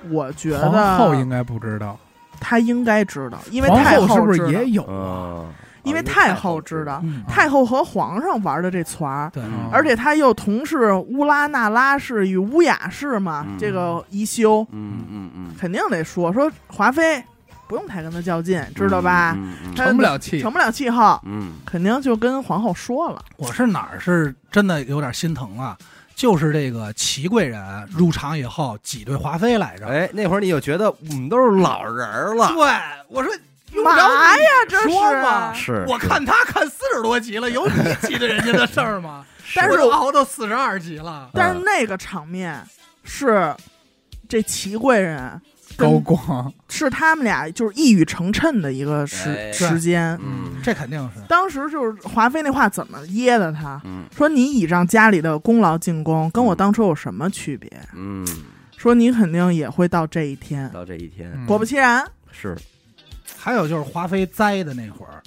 C: 我觉
B: 皇后应
C: 得
B: 该不知道，
C: 她应该知道，啊因为
B: 皇
C: 太
B: 后是
C: 后
B: 不
C: 知
B: 是
C: 道
B: 也有啊？
A: 嗯，
C: 因为太
A: 太
C: 后知道，
D: 嗯，
C: 太后和皇上玩的这团儿，
D: 对，
A: 嗯
C: 而且他又同是乌拉那拉氏与乌雅氏嘛，
A: 嗯
C: 这个宜修
A: 嗯嗯嗯，
C: 肯定得说说华妃，不用太跟他较劲，知道吧？
A: 嗯？嗯
C: 她
B: 成不了气
C: 成，不了气候，
A: 嗯
C: 肯定就跟皇后说了。
D: 我是哪儿是真的有点心疼啊，就是这个祺贵人入场以后挤兑华妃来
A: 嗯，
D: 着。
A: 哎，那会儿你就觉得我们都是老人儿了，
D: 对，我说用
C: 嘛
D: 不着
C: 呀，
D: 你
C: 这是
D: 说嘛。
A: 是
D: 啊我看他看四十多集了，有你挤兑人家的事儿吗？
C: 但是哦
D: 我都嗯熬到四十二集了，
C: 但是那个场面是这祺贵人
B: 高
C: 跟
B: 光
C: 是他们俩就是一语成谶的一个时、
A: 哎
C: 时间。
A: 嗯
D: 这肯定是
C: 当时就是华妃那话怎么噎的他？
A: 嗯
C: 说你倚仗家里的功劳进宫，跟我当初有什么区别？
A: 嗯，
C: 说你肯定也会到这一天。
A: 到这一天
B: 嗯
C: 果不其然，
A: 是
D: 还有就是华妃栽的那会儿，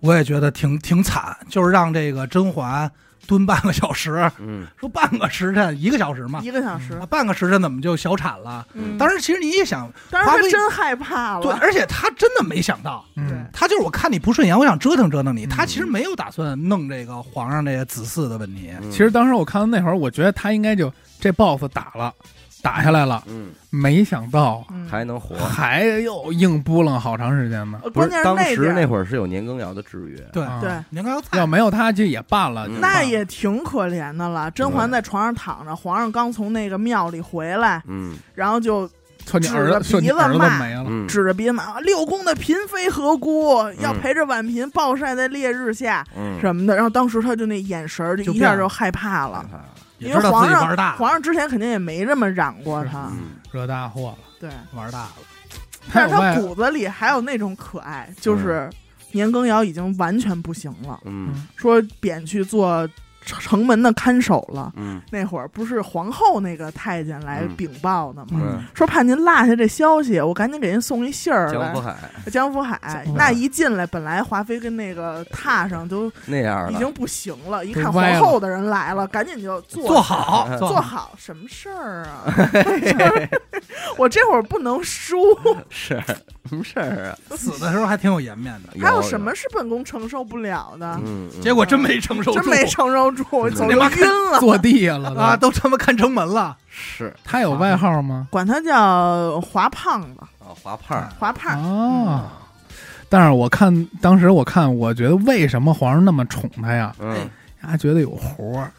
D: 我也觉得挺挺惨，就是让这个甄嬛蹲半个小时，
A: 嗯
D: 说半个时辰，一个小时嘛，
C: 一个小时
D: 啊，半个时辰怎么就小产了？
A: 嗯
D: 当时其实你一想，
C: 当
D: 华
C: 时他
D: 妃
C: 真害怕
D: 对，
C: 了。
D: 而且他真的没想到，
B: 嗯
D: 他就是我看你不顺眼，我想折腾折腾你，
B: 嗯
D: 他其实没有打算弄这个皇上这个子嗣的问题。
A: 嗯
B: 其实当时我看到那会儿，我觉得他应该就这 boss 打了，打下来了，
A: 嗯
B: 没想到
C: 嗯
A: 还能活。
B: 还又硬扑棱好长时间呢。
C: 呃
A: 不是
C: 关键，是
A: 当时
C: 点
A: 那
C: 儿
A: 会儿是有年羹尧的制约，
D: 对，
B: 啊
C: 对，
D: 年羹尧在
B: 要没有他就也罢了，
A: 嗯
B: 就罢了
C: 那也挺可怜的了。甄嬛在床上躺着，皇上刚从那个庙里回来，
A: 嗯
C: 然后就
B: 说你儿
C: 指着
B: 子，说
C: 鼻
B: 你
C: 子
B: 儿子
C: 骂
B: 没了，
A: 嗯
C: 指着鼻子骂：“六宫的嫔妃何辜？要陪着婉嫔暴晒在烈日下
A: 嗯，
C: 什么的。”然后当时他就那眼神儿就
D: 就
C: 一下
D: 变了
C: 就害怕了，
D: 也
C: 因
D: 知
C: 为
D: 道自
C: 皇
D: 己玩
C: 上
D: 大了，
C: 皇上之前肯定也没这么嚷过他。
A: 嗯
B: 惹大祸了。
C: 对，
D: 玩大了。
B: 他
C: 但是
B: 有
C: 他
B: 外
C: 骨子里还有那种可爱，就是年羹尧已经完全不行了，
A: 嗯
C: 说贬去做城城门的看守了。
A: 嗯
C: 那会儿不是皇后那个太监来
A: 嗯
C: 禀报呢吗？
A: 嗯，
C: 说怕您落下这消息，我赶紧给您送一信儿
A: 江
C: 来
A: 福。海
C: 江福海
B: 福海
C: 那一进来，本来华妃跟那个榻上都
A: 那样
C: 已
A: 的，
C: 经不行了，一
B: 都
C: 看皇
B: 歪了
C: 后的人来了，赶紧就坐
D: 做好
A: 嗯
C: 坐
D: 做好，
C: 好什么事儿啊？我这会儿不能输，
A: 是什么事儿啊？
D: 死的时候还挺有颜面的，
C: 还有什么是啊本宫承受不了的？
A: 嗯，
D: 结果真没承受住，
C: 真没承受住，我走
A: 嗯
C: 就晕了。
B: 坐地下了
D: 啊，
B: 都。
D: 都他妈看城门了，
A: 是
B: 他有外号吗？
C: 管他叫华胖子，
A: 啊，华胖
C: 华胖，
B: 啊。但是我看当时我看，我觉得为什么皇上那么宠他呀？
A: 嗯，
B: 他觉得有活儿，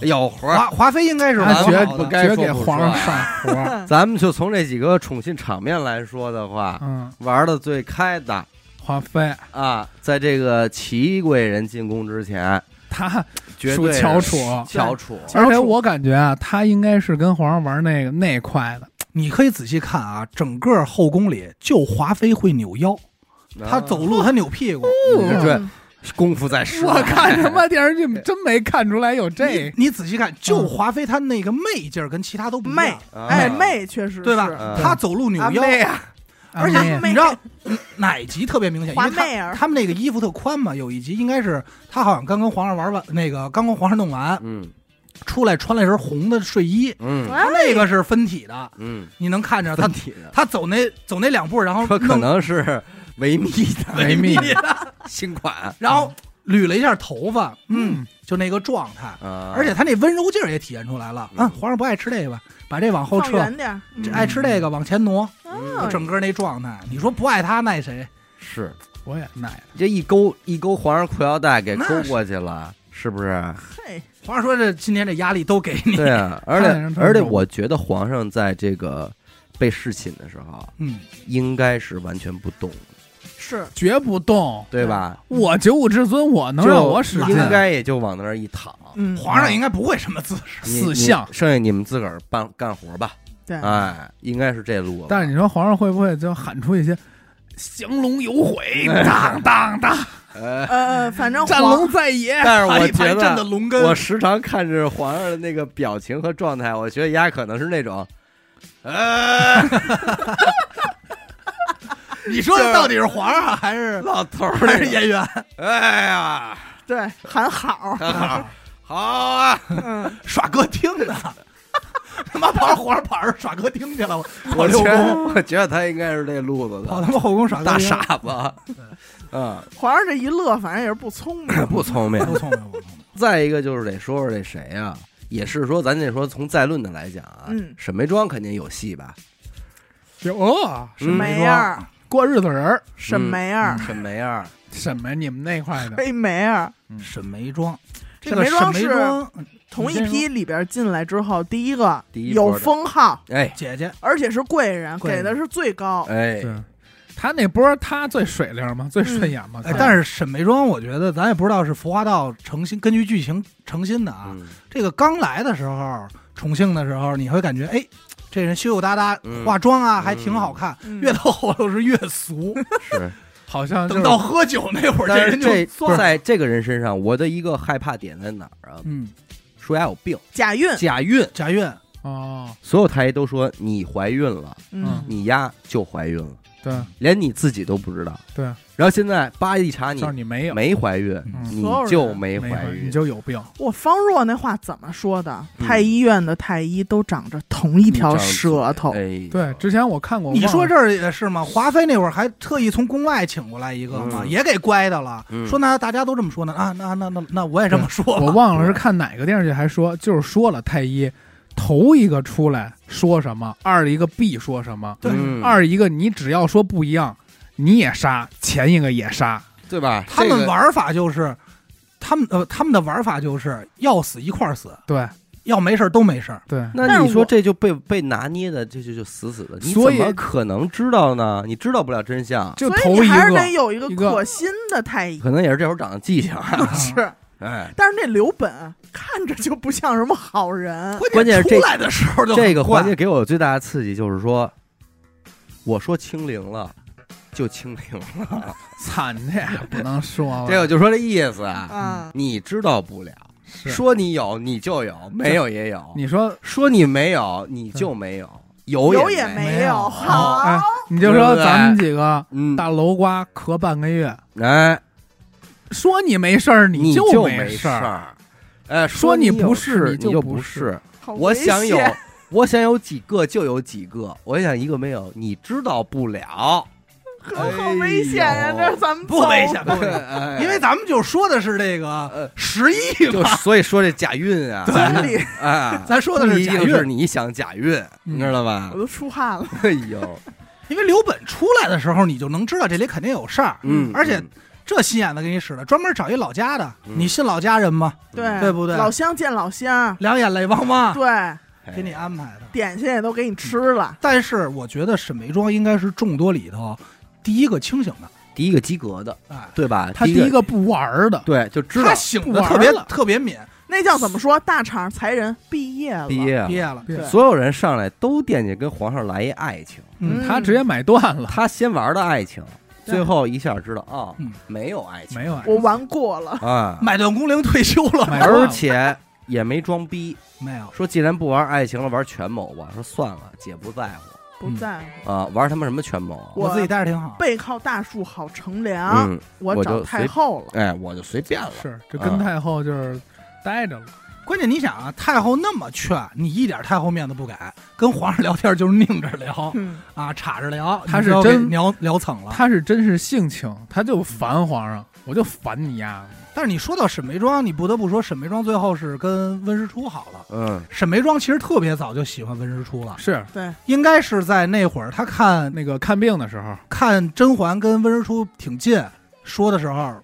A: 有活儿，
D: 哎华华妃应该是
B: 他
D: 完
A: 哎绝
B: 觉得
D: 好
A: 不
D: 的，
A: 该
B: 觉
A: 说
B: 得给
A: 不
B: 皇上
A: 说啊
B: 上活儿。
C: 嗯
A: 咱们就从这几个宠信场面来说的话，
B: 嗯，
A: 玩的最开的
B: 华妃
A: 啊，在这个祺贵人进宫之前，
B: 他，
A: 绝
B: 属
A: 对是
B: 翘楚
A: 翘楚，
C: 乔
B: 而且
C: 楚
B: 我感觉啊，他应该是跟皇上玩那个那块的。
D: 你可以仔细看啊，整个后宫里就华妃会扭腰，
C: 啊
D: 她走路她扭屁 股，
A: 你这
C: 嗯
A: 功夫在手，
B: 我看他妈电视剧真没看出来有这
D: 你你仔细看，就华妃她那个媚劲儿跟其他都不一样
C: 嗯媚，哎，
A: 啊
C: 媚确实
D: 对吧
C: 是
A: 嗯
D: 她走路扭
A: 啊
D: 腰，
A: 妹啊，
D: 而
B: 啊
D: 且
B: 妹啊
D: 你知道哪集特别明显？因
C: 华
D: 为
C: 媚
D: 她
C: 儿
D: 他们那个衣服特宽嘛，有一集应该是她好像刚跟皇上玩完，那个刚跟皇上弄完
A: 嗯
D: 出来穿了一身红的睡衣，
A: 嗯
C: 哎
D: 那个是分体的，
A: 嗯，
D: 你能看着她
A: 体的，
D: 她走那走那两步，然后
A: 说可
D: 弄
A: 能是维密的
B: 维密
A: 新款
D: 然后捋了一下头发，嗯，
B: 嗯，
D: 就那个状态。
A: 啊，
D: 而且他那温柔劲儿也体现出来了
A: 嗯
D: 啊！皇上不爱吃这个吧，把这往后
C: 放
D: 撤，
C: 远点儿，
D: 这
C: 嗯
D: 爱吃这个往前挪，
C: 嗯
D: 整个那状态，你说不爱他奈谁？
A: 是
B: 我也耐了。
A: 这一勾一勾皇上裤腰带给勾过去了，是不是？
C: 哦嘿，
D: 皇上说这今天这压力都给你，
A: 对啊，而
B: 看着
A: 且
B: 这么
A: 而且
B: 猛
A: 我觉得皇上在这个被侍寝的时候，
D: 嗯，
A: 应该是完全不动，
C: 是
B: 绝不动。
A: 对吧？
B: 我九五至尊，我能
A: 就
B: 让我使劲
A: 应。该也就往那儿一躺。
C: 嗯，
D: 皇上应该不会什么姿势，
A: 你
B: 四项
A: 你剩下你们自个儿办干活吧。
C: 对
A: 哎，应该是这路了。
B: 但是你说皇上会不会就喊出一些降龙有悔，当当
D: 嗯
B: 当，
A: 呃，
C: 呃，反正
B: 战
C: 皇
B: 龙在野？
A: 但是
D: 哈
A: 我
D: 利
A: 觉
D: 盘阵的
A: 得，
D: 龙
A: 我
D: 根，
A: 时常看着皇上的那个表情和状态，我觉得丫可能是那种，呃，
D: 你说这到底是皇上还是
A: 老头儿
D: 还
A: 那
D: 是
A: 种，
D: 演员？
A: 哎呀，
C: 对喊好，
A: 好好啊，
C: 嗯，
D: 耍歌厅呢？ 他妈跑皇上跑着耍歌厅去了， 跑
A: 我
D: 六
A: 觉得
D: 宫，
A: 我觉得他应该是这路子
D: 跑
A: 的
D: 他妈后宫耍歌
A: 大
D: 厅，
A: 傻子， 嗯，
C: 皇上这一乐，反正也是不聪明，
A: 不聪 明。
D: 不聪明，不聪明
A: 再一个就是得说说这谁啊，也是说咱得说从再论的来讲啊，
C: 嗯
A: 沈眉庄肯定有戏吧？
B: 有啊，
A: 嗯
C: 沈眉儿，
B: 过日子人儿，
C: 沈眉儿，
A: 沈眉儿，
B: 什么你们那块的
C: 黑眉儿，
D: 沈眉庄，这
C: 沈
D: 个
C: 眉
D: 沈
C: 庄
D: 眉
C: 是
D: 庄
C: 同一批里边进来之后，第一个
A: 第一波
C: 有
A: 的
C: 封号，
A: 哎
D: 姐姐，
C: 而且是贵人，
D: 贵
C: 给
D: 人
C: 的是最高。
A: 哎，
B: 对，他那波儿他最水灵嘛，最顺眼嘛。
D: 哎，
B: 他
D: 但是沈眉庄，我觉得咱也不知道是浮华道诚心根据剧情诚心的啊。
A: 嗯
D: 这个刚来的时候，重庆的时候，你会感觉哎，这人羞羞答答
A: 嗯，
D: 化妆啊、还
A: 嗯
D: 挺好看。
C: 嗯
D: 越到后头是越俗，
A: 是。
B: 好像就
D: 等
B: 是
D: 到喝酒那会 儿，
A: 但是
D: 人就
A: 这
D: 算了。
A: 在这个人身上，我的一个害怕点在哪儿啊？
D: 嗯，
A: 说丫有病，
C: 贾韵，
A: 假孕。
D: 贾跃
B: 哦，
A: 所有太医都说你怀孕了，
B: 嗯
C: 嗯，
A: 你丫就怀孕了，
B: 对
A: 连你自己都不知道。
B: 对，
A: 然后现在叭一查你
B: 就是你没有
A: 没怀孕，
B: 嗯
A: 你就没怀
B: 你
A: 孕。
B: 就有病。
C: 我方若那话怎么说的？
A: 嗯
C: 太医院的太医都长着同一条
A: 一张嘴
C: 舌头，
A: 哎，
B: 对，之前我看过，
D: 你
B: 忘
D: 说
B: 了
D: 这儿也是吗？华妃那会儿还特意从宫外请过来一个嘛，
A: 嗯
D: 也给乖的了。
A: 嗯
D: 说那大家都这么说呢啊，那那那那我也这么说吧。
B: 我忘了是看哪个电视剧，还说就是说了太医，头一个出来说什么，二一个必说什么，
D: 对
A: 嗯
B: 二一个你只要说不一样，你也杀，前一个也杀。
A: 对吧？
D: 他
A: 这
D: 们
A: 个
D: 玩法就是，他们呃，他们的玩法就是要死一块儿死，
B: 对
D: 要没事儿都没事儿。
B: 对，
A: 那
C: 但
A: 你
C: 是
A: 说
C: 我
A: 这就被被拿捏的，这就就死死的，你
B: 所
A: 怎
B: 以
A: 么可能知道呢？你知道不了真相，
B: 就
C: 所以
B: 头
C: 你
B: 一
C: 还是得有一
B: 一
C: 个
B: 个
C: 可心的太医。
A: 可能也是这会儿长的记性啊。
C: 是，
A: 哎，
C: 但是那刘本看着就不像什么好人。
A: 关键是这
D: 出来的时候就很
A: 这个
D: 怪
A: 环节给我最大的刺激就是说，我说清零了，就清零 了。
B: 惨这不能说吧，
A: 这我就说这意思啊，
C: 啊，
A: 你知道不了，
B: 是
A: 说你有你就有，没有也有；
B: 你说
A: 说你嗯没有你就没有，有
C: 有
A: 哦也
C: 也
A: 没。
C: 没有，
B: 好哎
C: 好，
B: 你就
A: 对
B: 说
A: 不对
B: 咱们几个
A: 嗯，
B: 大楼瓜咳半个月，
A: 哎，
B: 说你没事儿
A: 你
B: 就
A: 没
B: 事儿，
A: 儿。哎，
B: 说
A: 你
B: 你不
A: 是
B: 是
A: 你
B: 你就
A: 不
B: 不
A: 是。
C: 好
A: 我
C: 危
A: 想有
C: 险，
A: 我想有几个就有几个，我想一个没有，你知道不了。
C: 可好危险呀！
A: 哎呦
C: 这咱们
D: 不
C: 走
D: 危险，不危险，
A: 哎
D: 因为咱们就说的是这
A: 呃
D: 个十 亿
A: 就
D: 嘛，
A: 所以说这假运啊，
C: 经理，
A: 哎，
D: 咱说的
A: 不
D: 是
A: 一
D: 假
A: 定
D: 运
A: 是，你想假运，
B: 嗯
A: 你知道吧
C: 我？都出汗了。
A: 哎呦，
D: 因为刘本出来的时候，你就能知道这里肯定有事儿。
A: 嗯，
D: 而且这心眼子给你使的，专门找一老家的，
A: 嗯
D: 你信老家人吗？
C: 对
D: 对不对啊
C: 老乡见老乡，
D: 两眼泪汪汪，
C: 对，
D: 给你安排的。
C: 点心也都给你吃了，
D: 但是我觉得沈眉庄应该是众多里头第一个清醒的，
A: 第一个及格的，
D: 哎，
A: 对吧？
B: 他第
A: 一
B: 一个不玩儿的，
A: 对，就知道
D: 他醒的特别特别敏，
A: 啊
C: 那叫怎么说？大厂裁人毕业了，嗯
A: 毕业了
D: 毕业了，
B: 对
A: 啊所有人上来都惦记跟皇上来一爱情，
C: 嗯
B: 他直接买断了，
A: 他先玩的爱情，
D: 对
A: 最后一下知道啊
D: 嗯，
A: 没有爱情
B: 没有啊，
C: 我玩过了，
A: 啊，
D: 买断工龄退休了，
B: 买断了
A: 而且也没装逼，
D: 没有，
A: 说既然不玩爱情了，玩权谋吧。说算了，姐不在乎
C: 不在乎。
A: 啊，玩他妈什么权谋啊？
C: 我啊
D: 自己待着挺好。
C: 背靠大树好乘凉，
A: 嗯，我就
C: 我找
A: 随
C: 太后了。
A: 哎，我就随便了。
B: 是这
A: 啊
B: 跟太后就是待着了，
D: 关键你想啊，太后那么劝你，一点太后面子不给，跟皇上聊天就是拧着聊
C: 嗯，
D: 啊，岔着聊，
B: 他是
D: 你就给
B: 真
D: 聊聊蹭了。
B: 他是真是性情，他就烦皇上，我就烦你呀，
D: 但是你说到沈眉庄，你不得不说沈眉庄最后是跟温实初好了。
A: 嗯，
D: 沈眉庄其实特别早就喜欢温实初了，
B: 是
C: 对，
D: 应该是在那会儿他看
B: 那个看病的时候，
D: 看甄嬛跟温实初挺近，说的时候，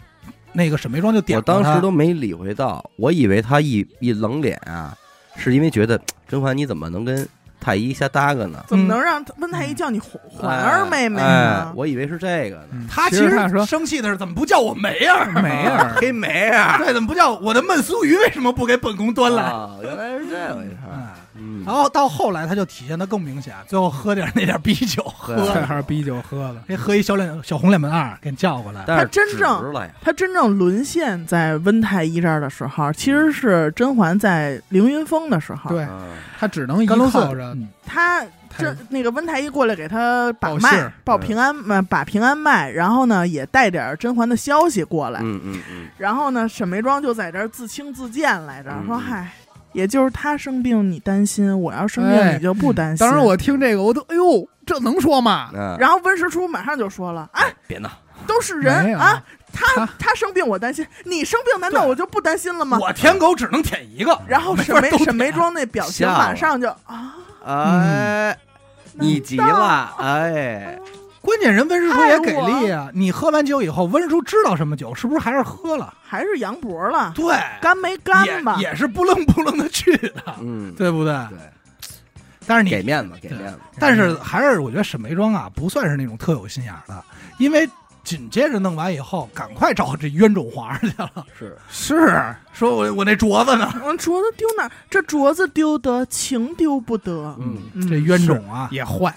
D: 那个沈眉庄就点
A: 我
D: 了他
A: 当时都没理会到，我以为他一一冷脸啊，是因为觉得甄嬛你怎么能跟太医瞎搭个呢？
C: 怎么能让温太医叫你环环儿妹妹
A: 哎
C: 呢？
A: 哎我以为是这个呢。
D: 他
B: 其
D: 嗯其实
B: 他说
D: 生气的是怎么不叫我梅儿？
B: 没 儿，
A: 黑莓啊，
D: 对，怎么不叫我的焖酥鱼？为什么不给本宫端来？
A: 啊原来是这回事儿。
D: 哎
A: 嗯
D: 然，后到后来他就体现的更明显，最后喝点那点啤酒，喝
A: 对
B: 这还是啤酒喝的，
D: 哎喝一小脸小红脸门二给你叫过来，
A: 但是
C: 他真正
A: 值了呀，
C: 他真正沦陷在温太医这儿的时候，其实是甄嬛在凌云峰的时候。，
B: 对
A: 嗯
B: 他只能依
D: 甘露寺
B: 靠着
D: 嗯
C: 他
B: 太
C: 这那个温太医过来给他把
B: 报信
C: 脉
B: 儿，
C: 报
A: 嗯
C: 平安，呃把平安脉，然后呢也带点儿甄嬛的消息过来。
A: 嗯嗯嗯，
C: 然后呢，沈眉庄就在这儿自轻自贱来着，
A: 嗯
C: 说：“
A: 嗯
C: 嗨，也就是他生病你担心，我要生病
B: 哎
C: 你就不担心。
B: 当时我听这个，我都哎呦，这能说吗？
A: 那
C: 然后温实初马上就说了：“哎，
A: 别闹，
C: 都是
B: 没
C: 人
B: 有
C: 啊，他
B: 他
C: 他生病我担心，你生病难道
D: 对
C: 我就不担心了吗？”
D: 我舔狗只能舔一个。
C: 然后沈眉
D: 都
C: 沈眉庄那表情
A: 吓
C: 马
A: 我
C: 上就啊，嗯
A: 哎，你急
C: 难道
A: 了，哎，
D: 关键人温实初也给
C: 爱我
D: 力啊！你喝完酒以后，温实初知道什么酒，是不是还是喝了？
C: 还是杨博了，
D: 对，
C: 干没干吧？
D: 也也是不愣不愣的去的，
A: 嗯，
D: 对不对？
A: 对，
D: 但是你
A: 给面子，给面子，
D: 但是还是我觉得沈眉庄啊，不算是那种特有心眼儿的，因为紧接着弄完以后，赶快找这冤种皇上去了，
A: 是
D: 是说我我那镯子呢？
C: 嗯，镯子丢哪儿？这镯子丢得情丢不得。
A: 嗯
C: 嗯
D: 这冤种啊，
B: 也坏，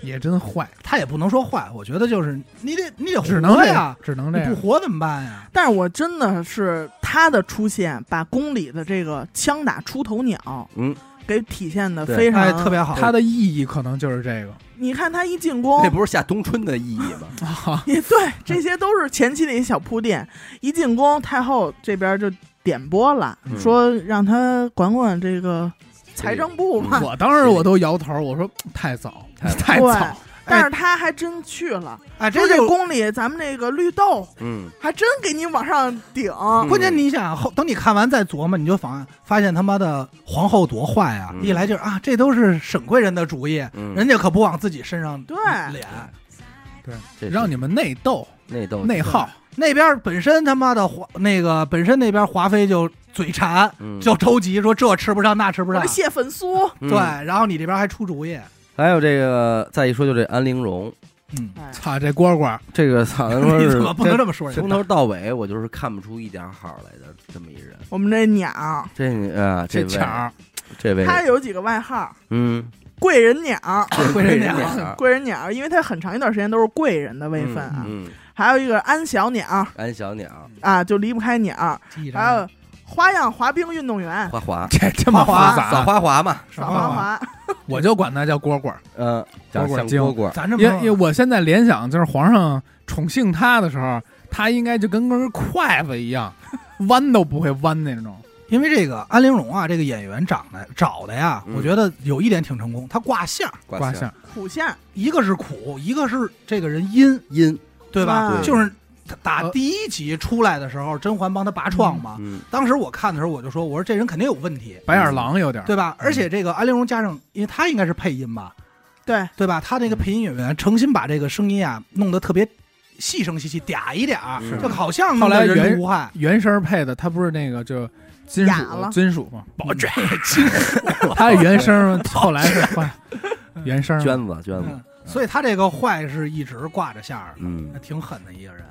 B: 也真坏，
D: 他也不能说坏，我觉得就是你得你得
B: 只能
D: 活
B: 这
D: 呀
B: 样，，只能这
D: 你不
B: 样。
D: 活怎么办呀？
C: 但是我真的是他的出现，把宫里的这个枪打出头鸟，
A: 嗯，
C: 给体现的
A: 对
C: 非常、
D: 哎，特别好，
B: 它的意义可能就是这个，
C: 你看他一进宫
A: 那，不是下冬春的意义吗？
C: 也对，这些都是前期的一小铺垫。一进宫，太后这边就点拨了，
A: 嗯
C: 说让他管管这个财政部嘛。
D: 啊
B: 嗯我当时我都摇头，我说太早，
A: 太
B: 太
C: 早
B: 早，
C: 但是他还真去了，
D: 哎，
C: 说
D: 这
C: 这
D: 就
C: 宫里咱们这个绿豆
A: 嗯，
C: 还真给你往上顶。
D: 关键你想啊后等你看完再琢磨，你就发发现他妈的皇后多坏啊！
A: 嗯
D: 一来就是啊，这都是沈贵人的主意，
A: 嗯
D: 人家可不往自己身上
C: 对
D: 脸。
A: 这是
B: 让你们内斗
A: 内
D: 哦
A: 斗
B: 内耗，
D: 那边本身他妈的华那个本身那边华妃就嘴馋，
A: 嗯
D: 就着急说这吃不上那吃不啊
C: 我
D: 上
C: 这，蟹粉酥，
A: 嗯
D: 对，然后你这边还出主意，
A: 还有这个，再一说就这安陵容，
D: 嗯，
C: 哎
B: 操这蝈蝈，
A: 这个操，
D: 你怎么不能这么说
A: 从
D: 人家？
A: 头到尾我就是看不出一点好来的这么一人。
C: 我们这鸟，
A: 这啊，
B: 这
A: 位
B: 巧儿，
A: 这位，
C: 他有几个外号，
A: 嗯，
C: 贵人鸟，
D: 贵人鸟
A: 鸟，
C: 贵人鸟，因为它很长一段时间都是贵人的位分啊。
A: 嗯，
C: 还有一个安小鸟
A: 安小鸟，
C: 啊，就离不开鸟。
D: 记着
B: 啊
C: 还有花样滑冰运动员，
A: 花滑，
B: 这这么复
D: 花
A: 扫
B: 杂，
A: 花滑嘛，
D: 什
C: 耍
D: 么
C: 滑
D: 玩意儿
C: 滑，
B: 我就管它叫蝈蝈。
A: 嗯，长得像
B: 蝈
A: 蝈
B: 蝈
A: 蝈，
D: 咱这么
B: 因
D: 说
B: 因为我现在联想就是皇上宠幸他的时候，他应该就跟根筷子一样，弯都不会弯那种。
D: 因为这个安陵容啊，这个演员长得找的呀，
A: 嗯
D: 我觉得有一点挺成功，他挂相儿，
B: 挂
A: 相
B: 相，
C: 苦相，
D: 一个是苦，一个是这个人阴，
A: 音，
D: 对吧？
A: 对
D: 就是他打第一集出来的时候，甄嬛帮他拔创嘛，
A: 嗯，
D: 当时我看的时候我就说，我说这人肯定有问题，
B: 白眼狼有点儿。
D: 对吧？
A: 嗯
D: 而且这个安陵容加上，因为他应该是配音吧，
C: 对，
D: 对吧？他
A: 嗯
D: 那个配音演员诚心把这个声音啊弄得特别细声细气，嗲一点儿，
A: 是
D: 就好像
B: 后来
D: 那个人
B: 原
D: 无害。
B: 原声配的，他不是那个就金
C: 哑
B: 属
C: 了
B: 金属嘛，
D: 保证
B: 金属，他是原声， 后来是换原声嘛。
A: 娟子，娟子，
D: 嗯，所以他这个坏是一直挂着线儿的，
A: 嗯
D: 那，挺狠的一个人。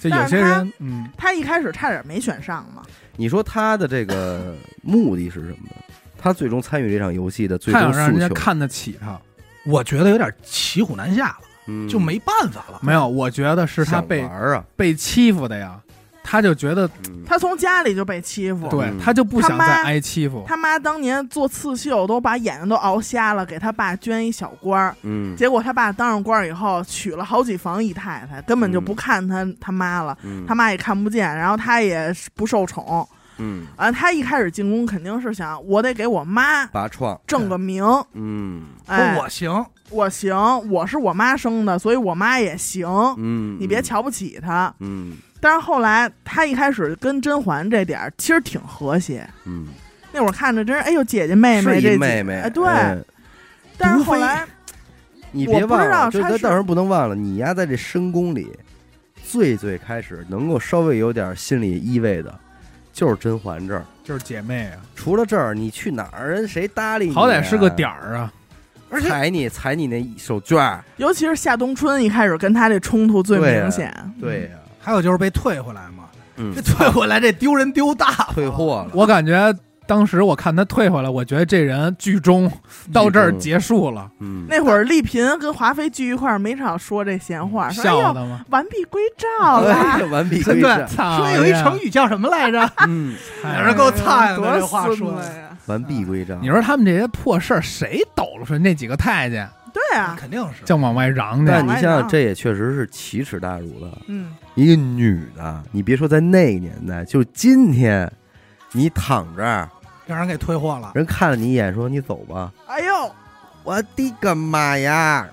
B: 就有些人，嗯，
C: 他一开始差点没选上嘛。
A: 你说他的这个目的是什么呢？他最终参与这场游戏的最
B: 太
A: 终
B: 想让人
A: 诉
B: 家
A: 求，
B: 看得起他。
D: 我觉得有点骑虎难下了，
A: 嗯
D: 就没办法了。
B: 没有，我觉得是他
A: 想
B: 被
A: 玩儿啊，
B: 被欺负的呀，他就觉得
A: 嗯
C: 他从家里就被欺负，
B: 对
A: 嗯
B: 他就不想
C: 他妈
B: 再挨欺负。
C: 他妈当年做刺绣都把眼睛都熬瞎了，给他爸捐一小官儿。
A: 嗯
C: 结果他爸当上官儿以后，娶了好几房姨太太，根本就不看他、他妈了，
A: 嗯，
C: 他妈也看不见，然后他也是不受宠。
A: 嗯
C: 啊，他一开始进宫肯定是想，我得给我妈
A: 拔创，
C: 挣个名，
A: 嗯
C: 哎，
D: 说我行，
C: 我行，我是我妈生的，所以我妈也行。
A: 嗯，
C: 你别瞧不起他，
A: 嗯，
C: 但是后来他一开始跟甄嬛这点儿其实挺和谐，
A: 嗯
C: 那会儿看着真是，哎呦姐姐妹
A: 嗯，是
C: 妹这
A: 一
C: 几
A: 妹妹
C: 哎，对，
A: 哎
C: 但是
D: 毒
C: 后
D: 妃
C: 来
A: 你
C: 我
A: 别
C: 不
A: 忘
C: 知道
A: 了，就是
C: 他
A: 咱
C: 是
A: 到时候不能忘了，你丫在这深宫里，最最开始能够稍微有点心理依偎的，就是甄嬛这儿。
B: 就是姐妹啊，
A: 除了这儿，你去哪儿人谁搭理你、啊
B: 好歹是个点，儿啊，
D: 而且
A: 踩你踩你那手绢儿。
C: 尤其是夏冬春一开始跟他这冲突最
A: 对啊
C: 明显，
A: 对呀、
D: 还有就是被退回来嘛。
A: 嗯
D: 这退回来这丢人丢大了
A: 退货 了。
B: 我感觉。当时我看他退回来，我觉得这人剧终到这儿结束了，
A: 嗯，
C: 那会儿丽嫔跟华妃聚一块儿，没少说这闲话，说哎
B: 笑
C: 呦
B: 的吗？
C: 完璧归赵啦，
A: 哎完璧
D: 真
A: 归
D: 的
A: 赵。
B: 操
D: 说
B: 呀！
D: 有一成语啊叫什么来着？
A: 嗯，
B: 哎呀，
D: 俩人够惨的，
C: 多
D: 这话说
C: 孙子
D: 的，
C: 呀！
A: 完璧归赵。
B: 你说他们这些破事儿谁抖搂出来？那几个太监
C: 对啊，
D: 肯定是。
B: 就往外嚷去
C: 哎
A: 但，你想想，这也确实是奇耻大辱的。
C: 嗯，
A: 一个女的，你别说在那个年代，就今天，你躺这儿，
D: 让人给退货了。
A: 人看了你一眼，说你走 吧。
C: 哎呦，
A: 我的个妈哎呀！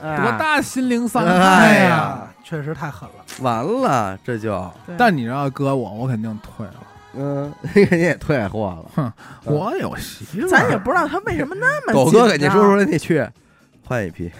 B: 多
A: 多？
B: 大心灵伤害
A: 哎
D: 哎
B: 呀！
A: 呀
D: 呀，确实太狠了。
A: 完了，这就
C: 对
B: 但你要搁我，我肯定退了。
A: 嗯， 人家也退货了。嗯
B: 我有媳妇儿，
C: 咱也不知道他为什么那么
A: 狗哥给您
C: 紧张
A: 说出来，你去换一批。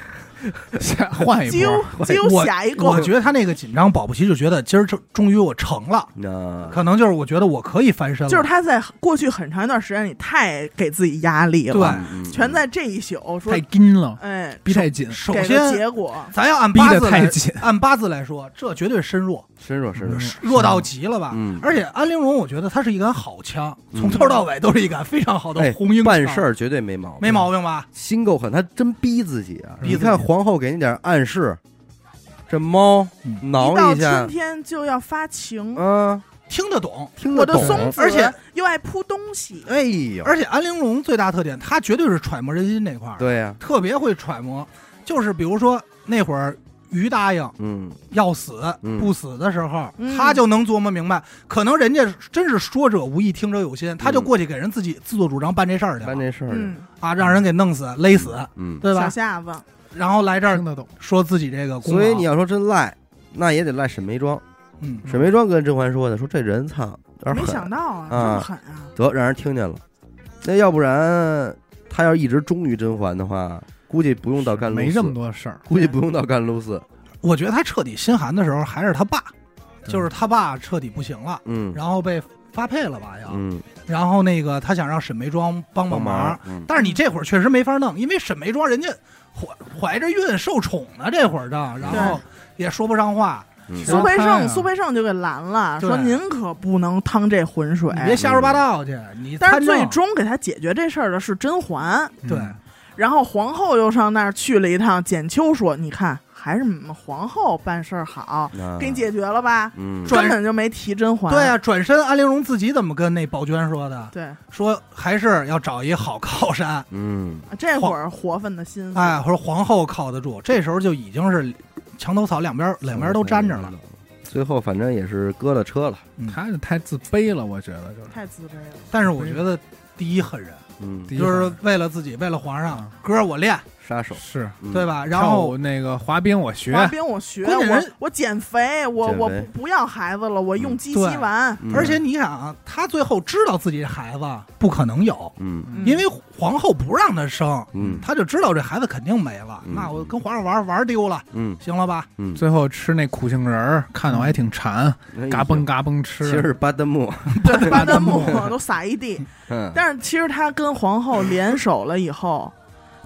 B: 先换一波
C: 揪。揪
D: 我
C: 下
A: 哎
C: 一
D: 我
C: 个，
D: 觉得他那个紧张，保不齐就觉得今儿终终于我成了，
A: 那
D: 可能就是我觉得我可以翻身了。
C: 就是他在过去很长一段时间里太给自己压力了，
A: 嗯
C: 全在这一宿说
B: 太，紧了，
C: 哎，
B: 逼太紧，
D: 首
C: 给个
D: 先，
C: 结果，
D: 咱要按
B: 逼
D: 八
B: 得
D: 字
B: 太
D: 来，
B: 紧。
D: 按八字来说，这绝对身弱，
A: 身弱身弱
B: 嗯。
D: 弱到极了吧？
A: 嗯
D: 而且安陵容，我觉得她是一杆好枪，
A: 嗯
D: 从头到尾都是一杆非常好
A: 哎
D: 的红缨枪，
A: 办事儿绝对没毛病，
D: 没毛病吧？
A: 心够狠，他真逼自己啊！
D: 逼
A: 你
D: 自己
A: 看皇后给你点暗示，这猫
B: 嗯
A: 挠
C: 到
A: 下
C: 春，天就要发情，
A: 嗯，
D: 听得嗯懂。
A: 听
C: 我
A: 得
C: 的
A: 懂。啊
C: 松子，
D: 而且
C: 又爱扑东西，
A: 哎呦，
D: 而且安陵容最大特点，她绝对是揣摩人心这块儿，
A: 对呀，
D: 特别会揣摩。就是比如说那会儿于答应
A: 嗯
D: 要死
A: 嗯
D: 不死的时候，
C: 嗯
D: 他就能琢磨明白。可能人家真是说者无意，听者有心，他就过去给人自己自作主张办这事儿去了
A: 嗯办这事儿去，
C: 嗯，
D: 啊，让人给弄死、勒死，
A: 嗯，
D: 对
C: 小
D: 吧？
C: 下巴，
D: 然后来这儿
B: 听得懂，
D: 说自己这个功劳，
A: 所以你要说真赖，那也得赖沈眉庄。
D: 嗯，
A: 沈眉庄跟甄嬛说的，说这人操，有
C: 没
A: 点
C: 想
A: 狠，
C: 到啊，这
A: 啊
D: 嗯
C: 么狠啊！
A: 得让人听见了。那要不然他要一直忠于甄嬛的话，估计不用到甘露寺，
B: 没这么，多事儿。
A: 估计不用到甘露寺。
D: 我觉得他彻底心寒的时候还是他爸，
B: 对
D: 就是他爸彻底不行了，
A: 嗯
D: 然后被发配了吧要，
A: 嗯，
D: 然后那个他想让沈眉庄帮帮
A: 帮
D: 忙，
A: 忙，嗯
D: 但是你这会儿确实没法弄，因为沈眉庄人家怀怀着孕受宠呢，这会儿正，然后也说不上话，
A: 嗯
C: 苏培
B: 让他
C: 盛，
B: 呀
C: 苏培盛就给拦了，
D: 啊对
C: 说您可不能趟这浑水
D: 你。别瞎说八道去，你
C: 但
D: 参
C: 是
D: 政
C: 最终给他解决这事儿的是甄嬛，
D: 对
B: 嗯
C: 然后皇后又上那儿去了一趟，简秋说：“你看，还是我们皇后办事儿好，
A: 啊
C: 给你解决了吧？
A: 嗯，
D: 转
C: 根本就没提甄嬛。”
D: 对啊呀、转身安陵容自己怎么跟那宝娟说的？
C: 对，啊
D: 说还是要找一好靠山，
A: 嗯，
C: 这会儿活分的心思，
D: 哎，或者皇后靠得住。这时候就已经是墙头草两边两边都沾着
A: 嗯
D: 了。。
A: 最后反正也是割了车了，
B: 他是太自卑了，我觉得就是
C: 太自卑了。
D: 但是我觉得第一狠人，
A: 嗯，
B: 第一
D: 就是为了自己，为了皇上
B: 嗯，
D: 歌我练，
A: 杀手，
B: 是
A: 嗯
D: 对？吧？然
B: 然后
D: 后
B: 那个滑冰我学，
C: 滑冰我学，
D: 关键
C: 我
D: 人
C: 我减肥，我
A: 减
C: 我
A: 肥
C: 不不要孩子了，我用
A: 嗯
C: 鸡
D: 对
C: 吸丸。
A: 嗯
D: 而且，你想啊，他最后知道自己孩子不可能有，
A: 嗯
B: 嗯
D: 因为皇后不让他生，
A: 嗯
D: 他就知道这孩子肯定没了。
A: 嗯
D: 那我跟皇上玩玩丢了，
A: 嗯
D: 行了吧？
A: 嗯，
B: 最后吃那苦杏仁儿，看得我还挺馋，
A: 哎
B: 嘎嘣嘎嘣
A: 其实
B: 吃。
A: 是巴登木，
C: 对，巴
B: 丹
C: 丹
B: 木
C: 木都撒一地。
A: 嗯
C: 但是其实他跟皇后联手了以后，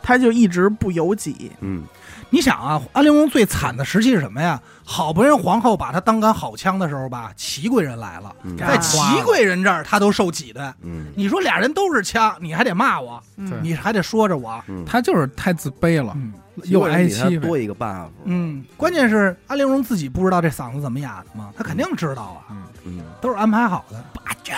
C: 他就一直不由己。
A: 嗯，
D: 你想啊，安陵容最惨的时期是什么呀？好不容易皇后把她当杆好枪的时候吧，祺贵人来了，
A: 嗯
D: 在
C: 哎
D: 祺贵人这儿她都受挤兑。
A: 嗯
D: 你说俩人都是枪，你还得骂我，
B: 对
C: 嗯，
D: 你还得说着我。
A: 嗯，
B: 他就是太自卑了，
D: 嗯
A: 奇
B: 又
A: 怪
B: 挨
A: 人比他
B: 欺负。
A: 多一个 buff，
D: 嗯，关键是安陵容自己不知道这嗓子怎么哑的吗？她肯定知道啊，
B: 嗯，
A: 嗯。
D: 都是安排好的。八扎，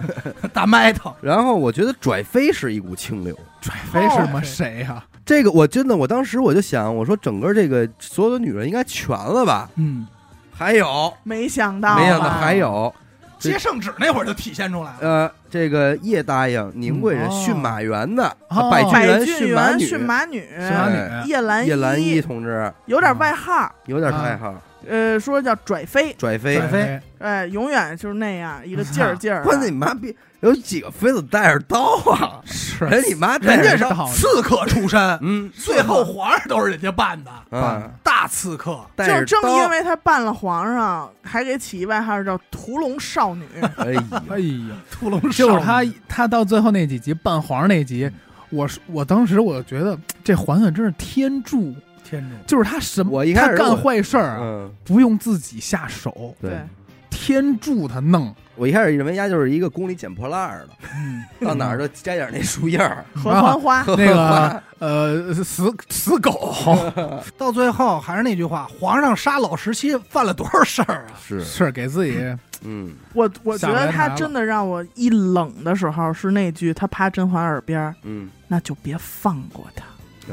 D: 大麦头。
A: 然后我觉得拽飞是一股清流，
B: 拽飞是吗？谁啊呀？
A: 这个我真的，我当时我就想，我说整个这个所有的女人应该全了吧？
D: 嗯，
A: 还有，
C: 没想到吧，
A: 没想到还有，
D: 接圣旨那会儿就体现出来了。
A: 呃，这个叶答应宁贵人
B: 嗯哦
A: 驯马员的，啊
B: 哦
A: 百
C: 百
A: 员
C: 俊
A: 马
C: 园
A: 女，
C: 驯马女，
B: 是吧
A: 哎
B: 你？啊
C: 叶澜
A: 叶澜依同志
C: 有点外号，
A: 有点太好，
C: 呃，说叫拽飞，
A: 拽飞
D: 拽
B: 拽
D: 飞
B: 飞
C: 哎，永远就是那样一个劲儿劲儿的。
A: 关键你妈逼，有几个妃子带着刀 啊？
B: 是
A: 人你妈带着
D: 人家
B: 是
D: 是刺客出身，
A: 嗯
D: 最后皇上都是人家办的，
A: 啊，
D: 大刺客。
A: 带着
C: 就正
A: 刀
C: 因为他办了皇上，还给起一外号叫屠龙少女。
A: 哎
B: 哎
A: 呀，
B: 呀，
D: 屠龙
B: 就
D: 少
B: 是
D: 女
B: 他，他到最后那几集扮皇上那集，我是我当时我就觉得这嬛嬛真是天助，
D: 天助。
B: 就是他什么
A: 我一开
B: 他
A: 始
B: 干
A: 我
B: 坏事儿 啊，
A: 嗯，
B: 不用自己下手，
A: 对。
B: 天助他弄，
A: 我一开始认为丫就是一个宫里捡破烂儿的，
D: 嗯，
A: 到哪儿就摘点那树叶儿，
C: 合 欢花，
B: 那个呃死死狗，
D: 到最后还是那句话，皇上杀老十七犯了多少事儿啊？
A: 是
B: 是给 自己
A: 嗯，
C: 我我觉
B: 下
C: 得
B: 不来台
C: 他
B: 了
C: 真的让我一冷的时候是那句他趴甄嬛耳边儿，
A: 嗯，
C: 那就别放过他。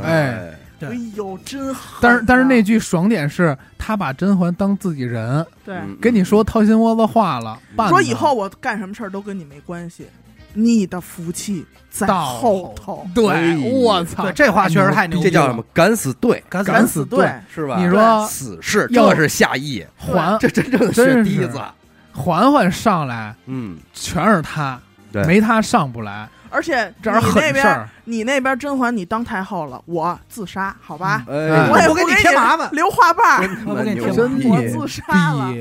B: 哎，
D: 对
C: 哎呦，真好。啊
B: 但是但是那句爽点是他把甄嬛当自己人，
C: 对
A: 嗯
B: 跟你说掏心窝子话了，
D: 嗯
B: 办
C: 说
B: 他
C: 以后我干什么事儿都跟你没关系，你的福气在
B: 到
C: 后头。
A: 哎
B: 对，我操哎
D: 对，，这话确实太牛逼
A: 这
D: 了。
A: 叫什么？敢死队
D: 敢死
B: 敢
D: 敢
B: 死
D: 死
B: 队
C: 队，
A: 是吧？
B: 你说
A: 死士，
B: 要
A: 这是下意，
B: 环
A: 这真正的
B: 真
A: 血
B: 是
A: 滴子，
B: 嬛嬛上来
A: 嗯，
B: 全是他
A: 对。
B: 没他上不来，
C: 而且
B: 这是
C: 你那
B: 狠事
C: 边
B: 儿。
C: 你那边甄嬛，你当太后了，我自杀，好吧？
A: 哎，
C: 我也
D: 我
C: 不
D: 给你
C: 给
D: 添麻烦
C: 留话瓣儿，
A: 真他妈牛逼
D: 真
C: 我
B: 也
C: 自杀了。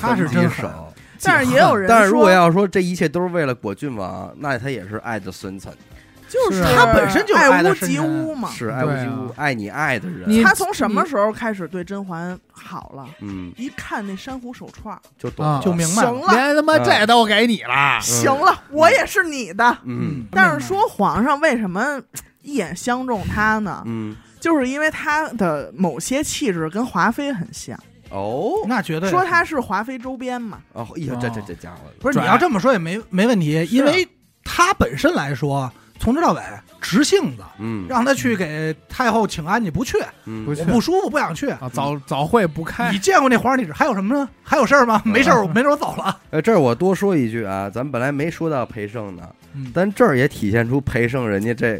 D: 他是真狠。
A: 少。
C: 但是也有人
A: 但是如果
C: 说，
A: 要说这一切都是为了果郡王，那他也是爱的深沉，
C: 就是是
B: 他
D: 本身就爱
C: 爱
D: 的
C: 屋
D: 深
C: 及
D: 沉
C: 乌嘛。
A: 是爱屋及乌
B: 对啊，
A: 爱你爱的人。
B: 你
C: 他从什么时候开始对甄嬛好了？
A: 嗯，
C: 一看那珊瑚手串儿，
A: 就懂
B: 啊
A: 了嗯
D: 就明白了
C: 行了，
B: 连他妈这都给你
D: 哎
B: 了，
C: 行了，我也是你的。
A: 嗯
C: 但是说皇上为什么一眼相中他呢？
A: 嗯
C: 就是因为他的某些气质跟华妃很像，
A: 哦
D: 那绝对
C: 说他是华妃周边嘛。
A: 哦，哎呀，这这这家伙，
D: 不是
B: 拽
D: 你要这么说也没没问题，
B: 是
D: 因为他本身来说，从头到尾直性子，
A: 嗯
D: 让他去给太后请安，你不去，
A: 嗯
B: 不
D: 我
B: 去
D: 不舒服，不想去。
B: 啊，早早会不开
D: 你，见过那皇上那纸还有什么呢？还有事儿吗？没事儿，我没事儿，我走了。
A: 呃，这儿我多说一句啊，咱本来没说到裴胜呢，
D: 嗯
A: 但这儿也体现出裴胜人家这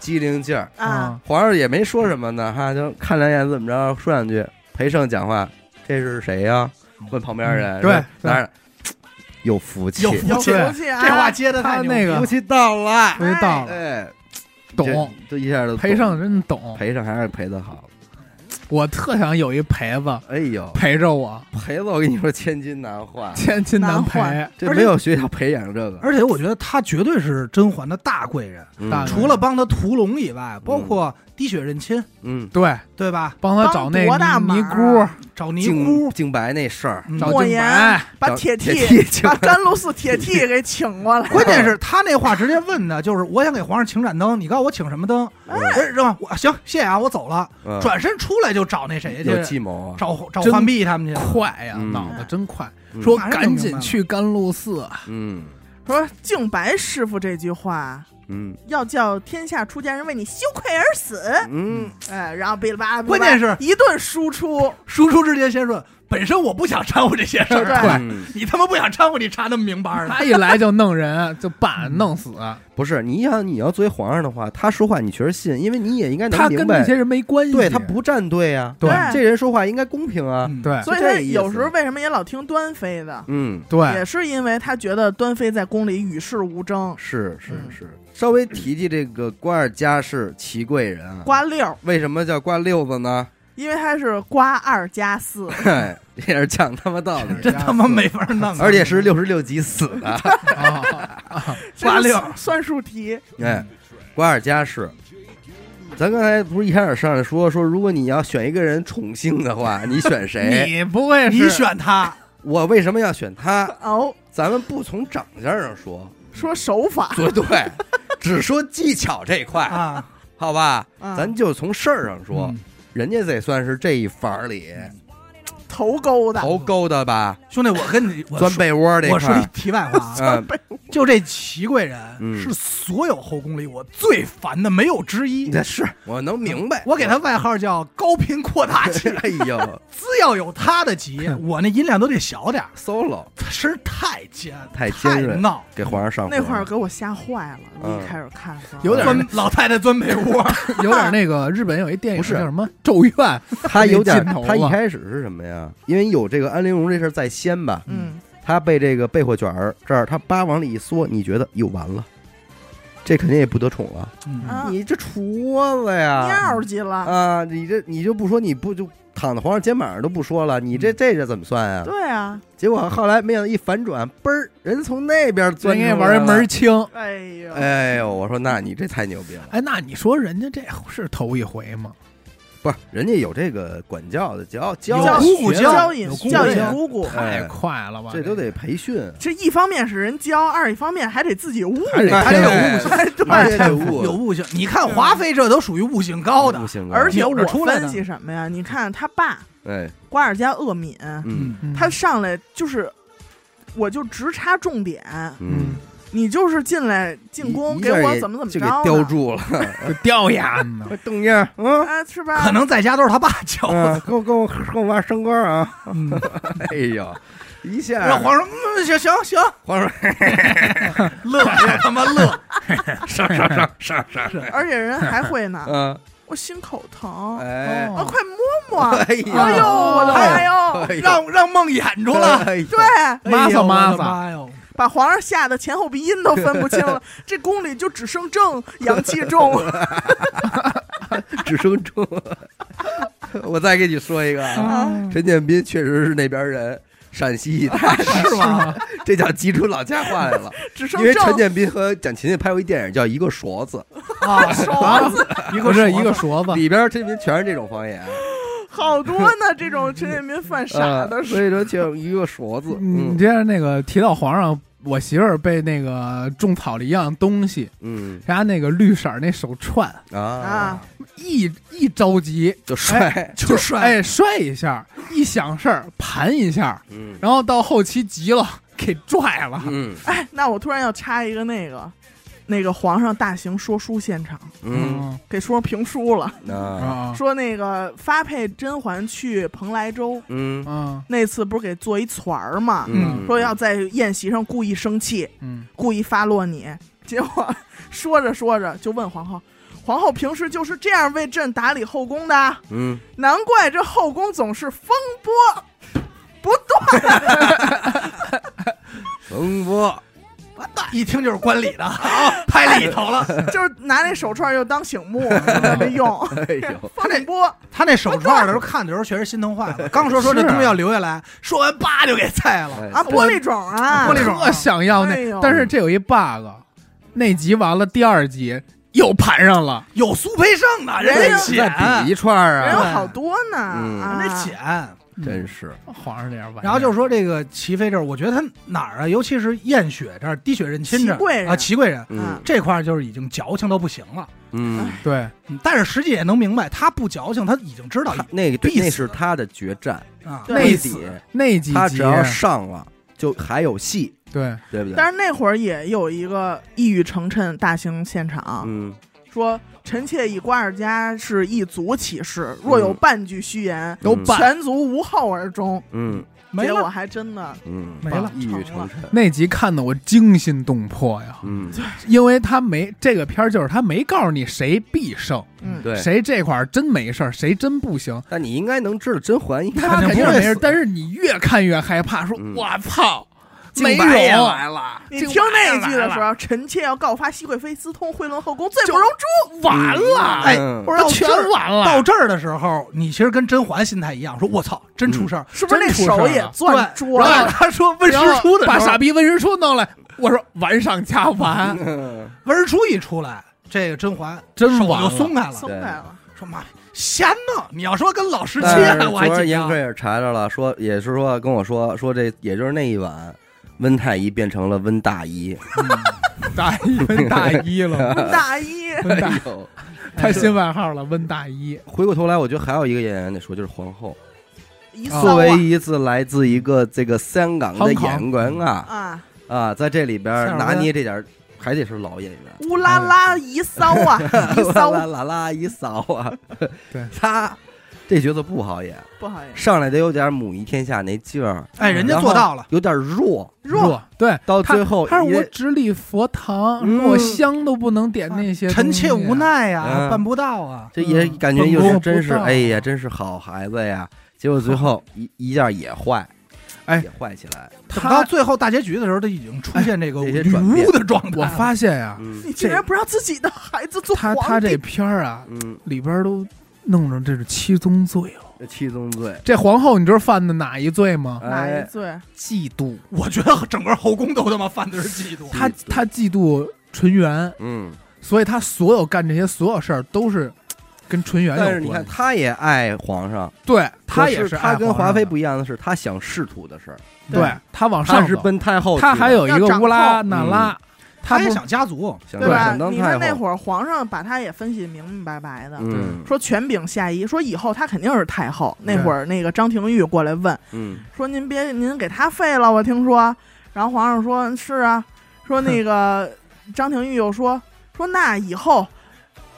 A: 机灵劲儿。
C: 啊，
A: 皇上也没说什么呢，哈，就看两眼怎么着，说两句。裴胜讲话，这是谁呀、问旁边人，
B: 嗯对
A: 说哪儿有福气，
D: 有福
C: 有
D: 气啊
C: 福气啊！
D: 这话接的太
B: 他
D: 牛
B: 那
D: 逼
B: 个
A: 福气到了，
B: 不知道了，
A: 哎，
B: 懂。
A: 这，这一下就懂
B: 裴胜，真懂，
A: 裴胜还是裴的好。
B: 我特想有一陪子
A: 哎呦，
B: 陪着我，
A: 裴子，我跟你说，千金难 换，
B: 千金难陪。
C: 难
A: 这没有学校培养这个。
D: 而且我觉得他绝对是甄嬛的大贵人，
A: 嗯
B: 大
D: 嗯除了帮他屠龙以外，包括滴血认亲，
A: 嗯，
B: 对，
D: 对吧？
B: 帮他找那
C: 帮多大
B: 尼
C: 忙
B: 尼
C: 啊
B: 姑，
D: 找尼
A: 净
D: 姑，
A: 净白那事儿，
D: 嗯
B: 找
C: 莫
B: 静
C: 言
B: 白，哎
C: 把
A: 找
C: 铁
A: 铁
C: 剃，
A: 请
C: 把甘露寺铁剃给请过来。
D: 关键是他那话直接问的就是，我想给皇上请盏灯，你告诉我请什么灯？ 哎，是吧？我行，谢谢啊，我走了。
A: 嗯
D: 转身出来就找那谁去
A: 有，计谋啊，
D: 找找
B: 真
D: 浣碧他们去。
B: 快呀，
A: 嗯
B: 脑子真快，
A: 嗯
B: 说
D: 马上就
B: 赶
D: 明白
B: 紧
D: 了
B: 去甘露寺，
A: 嗯
C: 说净白师傅这句话
A: 嗯
C: 要叫天下出家人为你羞愧而死。
A: 嗯，
C: 哎，然后哔哩吧啦，哔哩吧啦
D: 关键是
C: 一顿输出，
D: 输出之前先说，本身我不想掺和这些事儿，啊
C: 对
A: 嗯
D: 你他妈不想掺和，你查那么明白了。
B: 他一来就弄人，就把
A: 嗯
B: 弄死，
A: 不是，你想你要作为皇上的话，他说话你确实信，因为你也应该
B: 他
A: 能明
B: 跟那
A: 白
B: 些，人没关系，
A: 对他不站队啊，
B: 对
A: 这人说话应该公平啊，
D: 嗯，
B: 对
C: 所以
A: 是
C: 他
A: 这意思
C: 有时候为什么也老听端妃的，
A: 嗯，
B: 对
C: 也是因为他觉得端妃在宫里与世无争，
A: 是是
C: 嗯
A: 是，稍微提提这个瓜尔佳氏齐贵人啊，
C: 瓜六，
A: 为什么叫瓜六子呢？
C: 因为他是瓜二加四，
A: 嘿，也是讲他妈道 理，
D: 真他妈没法弄啊，
A: 而且是六十六级死的。
B: 啊，
D: 瓜六
C: 这是算术题，
A: 哎，瓜尔佳氏，咱刚才不是一开始上来说说，如果你要选一个人宠幸的 话，你选谁？
B: 你不会是
D: 你选他，
A: 我为什么要选他？
C: 哦，
A: 咱们不从长相上 说，
C: 说手法，
A: 对对，只说技巧这块，
D: 啊，嗯
A: 好吧？
C: 啊
A: 咱就从事儿上说，人家得算是这一法儿里
C: 头勾的，
A: 头勾的吧，
D: 兄弟，我跟你我
A: 钻
D: 说
A: 被窝这
D: 我
A: 块
D: 说一
A: 儿。
D: 题外话啊，
A: 嗯，
D: 就这齐贵
A: 嗯
D: 人是所有后宫里我最烦的，没有之一。
A: 那是我能明白。
D: 我给他外号叫高频扩大器，
A: 哎呦
D: 只要有他的急，我那音量都得小点儿。
A: ，solo
D: 他声儿太尖，
A: 太尖锐
D: 闹，
A: 给皇上上
C: 那会儿
A: 火
C: 给我吓坏了，
A: 嗯
C: 一开始看的时候
B: 有点
D: 钻老太太钻被窝，
B: 有点那个日本有一电
A: 不
B: 影
A: 是
B: 叫什么《咒怨》，
A: 他有点
B: 那劲头，啊
A: 他一开始是什么呀？因为有这个安陵容这事儿在先吧，
C: 嗯，
A: 他被这个被货卷儿这儿，他叭往里一缩，你觉得哟完了，这肯定也不得宠了，
D: 嗯
C: 啊
A: 你这厨子呀，
C: 尿急了，
A: 啊，你这你就不说你不就躺在皇上肩膀上都不说了，你这
B: 嗯
A: 这这怎么算呀？
C: 对啊，
A: 结果后来没想到一反转，嘣儿，人从那边钻
B: 人
A: 出来
B: 家玩一门儿
A: 了。
B: 清。
C: 哎呦，
A: 哎呦，我说那你这太牛逼了，
B: 哎，那你说人家这是头一回吗？
A: 不是人家有这个管教的教教
B: 有
C: 教
A: 育，
B: 姑姑教
C: 教引
B: 有姑姑
C: 教引
B: 教
C: 姑姑。
A: 哎
B: 太快了吧！
A: 这都得培训，
C: 这一方面是人教，二一方面还得自 己悟，
B: 还得
A: 还
B: 天
A: 得有
B: 赋
A: 悟性
C: 哎对
A: 还得有
D: 有
A: 悟，
D: 悟性。你看华妃这都属于悟性高的
A: 不，行啊，
C: 而且
D: 扭
C: 我
D: 着出来的
C: 分析什么呀？你看他爸
A: 哎，
C: 瓜尔佳鄂敏，
A: 嗯
B: 嗯
C: 他上来就是，我就直插重点，
A: 嗯，
C: 你就是进来进宫
A: 一
C: 给
A: 一下
C: 我
A: 也
C: 怎么怎么
A: 就
C: 着
A: 给
C: 呢
A: 叼住了，
B: 就掉牙呢。
A: 邓燕儿， 嗯
C: 啊，是吧？
D: 可能在家都是他爸教
A: 嗯
D: 的。，
A: 跟我跟我跟我妈升官 啊，
D: 嗯
A: 哎呦，一下
D: 让皇上，嗯行行行，
A: 皇上
D: 乐让他妈乐，
A: 上上上上上，
C: 而且人还会 呢，
A: 嗯，
C: 我心口疼，啊，
A: 哎，
B: 哦
C: 快摸摸，
A: 哎呦，
C: 哎呦，我的妈哟！
A: 哎呦，
D: 让让梦演出来。
A: 哎呦，
C: 对，
B: 妈
D: 哎
B: 撒
D: 呦我
B: 妈
D: 的
B: 撒，
D: 妈哟！
C: 把皇上吓得前后鼻音都分不清 了。这宫里就只剩正阳气重，
A: 只生中，我再给你说一个啊，
C: 啊
A: 陈建斌确实是那边人。陕西一带是吗？ 这叫急出老家话来了，
C: 只
A: 因
C: 剩
A: 为陈
C: 正。
A: 建斌和蒋勤勤拍过一电影叫《一个勺子
D: 啊，
B: 啊
D: 一
B: 不
D: 个
B: 是
D: 是
B: 一个勺子》，，
A: 里边陈建斌全是这种方言，啊
C: 好多呢，这种陈建斌犯傻的
A: 呃
C: 事。
A: 所以说叫一个勺 子。
B: 你
A: 嗯
B: 接着那个提到皇上，我媳妇儿被那个种草了一样东西，
A: 嗯
B: 人家那个绿色儿那手串，
A: 啊
C: 啊，
B: 一一着急
A: 就帅，
D: 就摔，
B: 哎摔一下，一想事儿盘一下，
A: 嗯
B: 然后到后期急了给拽了，
A: 嗯
C: 哎，那我突然要插一个那个，那个皇上大型说书现场，
A: 嗯
C: 给说评书了，
A: 啊
B: 啊
C: 说那个发配甄嬛去蓬莱州
A: 嗯
B: 啊
C: 那次，不是给做一团儿嘛，
A: 嗯，
C: 说要在宴席上故意生气，
B: 嗯
C: 故意发落你。结果说着说着就问皇后，皇后平时就是这样为朕打理后宫的，
A: 嗯
C: 难怪这后宫总是风波不断。
A: 风波，
D: 一听就是观礼的，啊，拍里头了。
C: 就是拿那手串又当醒目，就在 那用。
A: 哎 呦，
C: 风波，
D: 他那手串儿的时候看的时候确实心疼坏 了。刚说说这
B: 是啊
D: 东西要留下来，说完叭就给菜了。
C: 啊，
A: 哎
C: 玻璃种啊，
D: 玻璃种
B: 特想要
C: 哎
B: 那
C: 呦，
B: 但是这有一 bug，那集完了第二集又盘上了。
D: 有苏培盛呢，
C: 人
D: 家
C: 家
A: 再比
D: 浅，
A: 一串儿
C: 人有
A: 啊，
C: 好多呢
A: 嗯
C: 啊，
D: 人家浅。
B: 嗯
A: 真是
B: 皇上这样吧。
D: 然后就说这个齐飞这儿，我觉得他哪儿啊，尤其是验血这儿、滴血认亲这
C: 齐贵
D: 儿
C: 人
D: 啊，齐贵人
A: 嗯
D: 这块儿就是已经矫情到不行了。
A: 嗯，
B: 对，
D: 嗯但是实际也能明白，他不矫情，他已经知道
A: 他那个对
D: 必死
A: 那是他的决战，
D: 啊。
C: 对
A: 内
B: 必
A: 底
B: 死那几
A: 他
B: 集
A: 只要上了就还有戏，
B: 对
A: 对不对？
C: 但是那会儿也有一个一语成谶大型现场，
A: 嗯，
C: 说臣妾以瓜尔佳是一族起事，若有半句虚言，
A: 都
B: 办
C: 全族无后而终。
A: 嗯
D: 没
C: 结果
D: 了，
C: 还真的
A: 嗯
D: 没了
A: 一语成谶，
B: 那集看的我惊心动魄呀，
A: 嗯，
B: 因为他没这个片儿，就是他没告诉你谁必胜，
C: 嗯，
A: 对。
B: 谁这块儿真没事儿，谁真不行。
A: 但你应该能知道甄嬛应该
B: 他肯定
D: 不会
B: 没事
A: 死，
B: 但是你越看越害怕，说
A: 嗯
B: 我操，
A: 敬
B: 没有
A: 白也
B: 来了，
C: 你
B: 敬
C: 听
B: 白也
C: 那一句的
B: 来
C: 时
B: 了，
C: 候，臣妾要告发熹贵妃私通惠伦后宫，罪
B: 就
C: 不容
B: 完了，
D: 哎
A: 嗯
D: 不是到
B: 全
D: 这儿
B: 完
A: 啊
B: 了，
D: 到这儿的时候，你其实跟甄嬛心态
A: 嗯
D: 一样，说我操，真出事儿。
C: 诛，是不是那
B: 真出
C: 手
B: 事儿
C: 也
B: 了
C: 攥
D: 对
C: 桌
D: 然后
C: 了？
D: 他说温实
B: 然
D: 初
B: 后
D: 的时
B: 把
D: 候
B: 傻逼温实初弄来，我说完上加完，
D: 温实初一出来，这个甄嬛
B: 真
D: 手
B: 完
D: 就
B: 了
D: 松开了，
C: 松开了，
D: 说妈闲呢，你要说跟老师
A: 但是
D: 见，我
A: 昨
D: 还
A: 儿
D: 紧
A: 严
D: 张
A: 哥。也查着了，说也是说跟我说说这，也就是那一晚，温太医变成了温大姨，
B: 大一温大一了，
C: 大一
B: 温大
A: 呦，
D: 哎
B: 他新外号了温大一，
A: 回过头来，我觉得还有一个演员得说，就是皇后，
C: 一
B: 啊
A: 作
C: 骚
A: 为一次来自一个这个香港的演员啊
C: 啊，
A: 啊，在这里边
D: 香港
A: 拿
D: 人
A: 捏这点儿还得是老演员，
C: 乌拉拉一骚啊，一
A: 啦
C: 骚
A: 啦啦啦一扫啊，
B: 对
A: 他这角色不好演，
C: 不好意思，
A: 上来得有点母仪天下那劲儿，
D: 哎，人家
A: 然后
D: 做到了，
A: 有点弱，
C: 弱
B: 对。
A: 到
B: 他
A: 哦最后
B: 他说
A: 也
B: 我只理佛堂，
A: 嗯
B: 我香都不能点那些东西。啊
D: 臣妾无奈呀，
A: 嗯
D: 办不到啊。
A: 这也
B: 嗯
A: 感觉
B: 本
A: 就
B: 宫
A: 是
B: 不
A: 真是，
B: 到
A: 哎呀，真是好孩子呀！结果最后一一下也坏，
B: 哎
A: 也坏起来。
D: 等到
B: 他，
D: 最后大结局的时候，他已经出现这个
A: 哎这些
D: 女
A: 转变
D: 巫的状态
B: 我
D: 了。
B: 发现呀，
A: 嗯
C: 你竟然不让自己的孩子做
B: 他他
C: 皇
B: 这
C: 帝，
B: 片儿啊，
A: 嗯，
B: 里边都弄成这是七宗罪了。
A: 这七宗罪，
B: 这皇后，你知道犯的哪一罪吗？
C: 哪一
A: 哎，
C: 罪？
B: 嫉妒。
D: 我觉得整个后宫都他妈犯的是 嫉妒。
B: 她
A: 妒
B: 她嫉妒纯元，
A: 嗯，
B: 所以她所有干这些所有事儿都是跟纯元
A: 但是你
B: 有
A: 看，
B: 关系。
A: 他也爱皇上，
B: 对她也
A: 可是
B: 是爱
A: 他跟
B: 皇上
A: 华妃
B: 的
A: 不一样的是，他想仕途的事儿，
B: 对
D: 对，
B: 她往上
A: 他是
B: 走
A: 奔太后去的，
B: 她还有一
C: 要
B: 个
C: 掌
B: 乌拉
A: 控嗯
B: 那拉，她
D: 他也
B: 不
D: 想家族，
A: 想
C: 对吧
A: 想？当
C: 你看那
A: 太后，
C: 会儿皇上把他也分析明明白白的，
A: 嗯
C: 说权柄下移，说以后他肯定是太后。
B: 对
C: 那会儿那个张廷玉过来问
A: 嗯，
C: 说：“您别您给他废了，我听说。”然后皇上说：“是啊。”说 那个张廷玉又说：“说那以后。”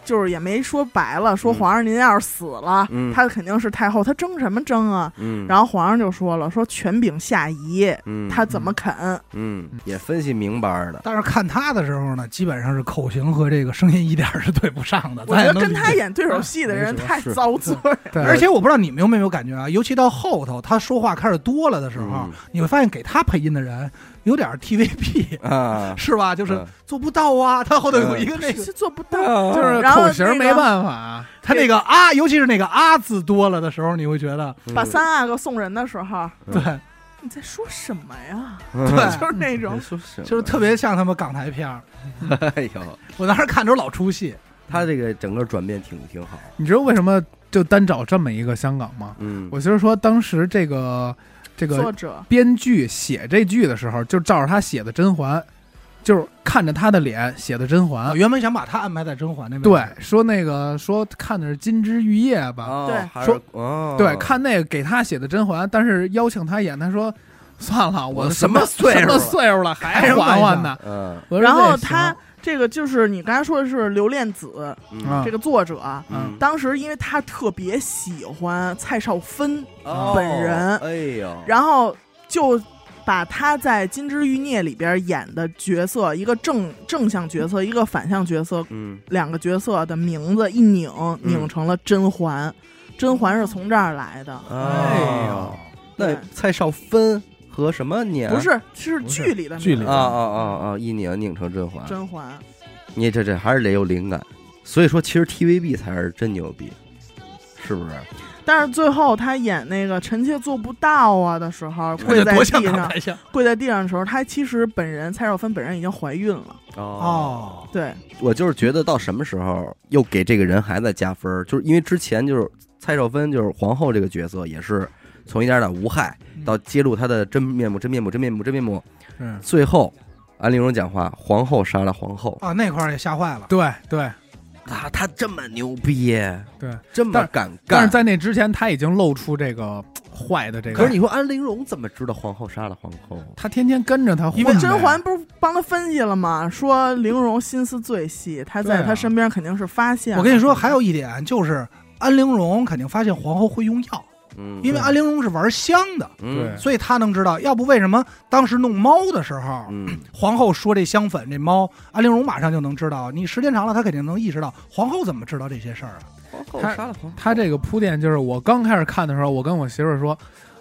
C: 就是也没说白了，说
A: 嗯
C: 皇上您要是死了，
A: 嗯
C: 他肯定是太后，他争什么争啊？
A: 嗯，
C: 然后皇上就说了，说权柄下移，
A: 嗯
C: 他怎么肯？
A: 嗯也分析明白了，
D: 但是看他的时候呢，基本上是口型和这个声音一点儿是对不上的。
C: 我
D: 咱
C: 觉
D: 也
C: 得
D: 能
C: 跟他
D: 理解，啊
C: 演对手戏的人
A: 没什么
C: 太
A: 是
C: 遭罪。
B: 对
D: 而且我不知道你们有没有感觉啊，尤其到后头他说话开始多了的时候
A: 嗯，
D: 你会发现给他配音的人有点儿 TVB，
A: 啊，
D: 是吧？就是
A: 嗯
D: 做不到啊。他后头有一个那个
C: 是做不到，
B: 就是
C: 啊然后
B: 口型
C: 那
B: 儿
C: 个
B: 没办法，
D: 他那个啊，尤其是那个啊字多了的时候，你会觉得
C: 把三阿哥送人的时候，
D: 对，
C: 你在说什么呀？
B: 哎
D: 对
C: 就是那种
A: 嗯，说什么
D: 就是特别像他们港台片儿。
A: 哎呦，
D: 我当时看着老出戏，
A: 他这个整个转变挺挺好，
B: 你知道为什么就单找这么一个香港吗？
A: 嗯，
B: 我就是说，当时这个这
C: 作
B: 个
C: 者
B: 编剧写这剧的时候，就照着他写的甄嬛，就是看着他的脸写的甄
D: 我
B: 嬛。
D: 啊原本想把他安排在甄嬛那边，
B: 对，说那个说看的是《金枝玉叶》吧，
A: 哦
C: 对
A: 还是
B: 说
A: 哦，
B: 对，看那个给他写的甄嬛，但是邀请他演，他说算了，
A: 我
B: 我
A: 什么
B: 么
A: 岁数
B: 什
A: 了
B: 么岁数了还
D: 开什么
B: 嬛
D: 玩
B: 嬛
D: 笑
B: 呢？
A: 嗯
B: 我说
C: 然后
B: 这行
C: 他这个就是你刚才说的是《留恋子
A: 嗯
B: 啊》
C: 这个作者啊，
A: 嗯
C: 当时因为他特别喜欢蔡少芬，
A: 哦
C: 本人
A: 哎呦，
C: 然后就把他在《金枝欲孽》里边演的角色，一个正正向角色，一个反向角色，
A: 嗯
C: 两个角色的名字一拧，
B: 嗯
C: 拧成了甄嬛。甄嬛是从这儿来的，
D: 哎
A: 哦
D: 呦，
A: 那蔡少芬和什么年
C: 不是是
B: 不是
C: 剧里的名字
B: 剧里
A: 啊啊啊啊！一拧拧成甄嬛，
C: 甄嬛。
A: 你这这还是得有灵感，所以说其实 TVB 才是真牛逼，是不是？
C: 但是最后他演那个臣妾做不到啊的时候，跪
D: 这
C: 在
D: 多像
C: 地
D: 大
C: 上，
D: 白象
C: 跪在地上的时候，他其实本人蔡少芬本人已经怀孕了。
A: 哦，
D: 哦，
C: 对，
A: 我就是觉得到什么时候又给这个人还在加分儿，就是因为之前就是蔡少芬就是皇后这个角色也是从一点点无害
B: 嗯
A: 到揭露她的真面目、真面目、真面目、真面目，
D: 嗯
A: 最后安陵容讲话，皇后杀了皇后，
D: 啊，那块儿也吓坏了。
B: 对对，
A: 她她这么牛逼，
B: 对，
A: 这么敢干，
B: 但是在那之前，他已经露出这个坏的这个。
A: 可是你说安陵容怎么知道皇后杀了皇后？
B: 他天天跟着他混
D: 因
B: 呗，
D: 为
C: 甄嬛不是帮他分析了吗？说玲珑心思最细，她在
B: 对啊
C: 她身边肯定是发现了。
D: 我跟你说，还有一点就是安陵容肯定发现皇后会用药，
A: 嗯，
D: 因为安陵容是玩香的，
A: 嗯
D: 所以她能知道。要不为什么当时弄猫的时候，
A: 嗯
D: 皇后说这香粉这猫，安陵容马上就能知道。你时间长了，她肯定能意识到。皇后怎么知道这些事儿啊？
A: 皇后
B: 她
A: 杀了皇后，
B: 他这个铺垫就是我刚开始看的时候，我跟我媳妇儿说，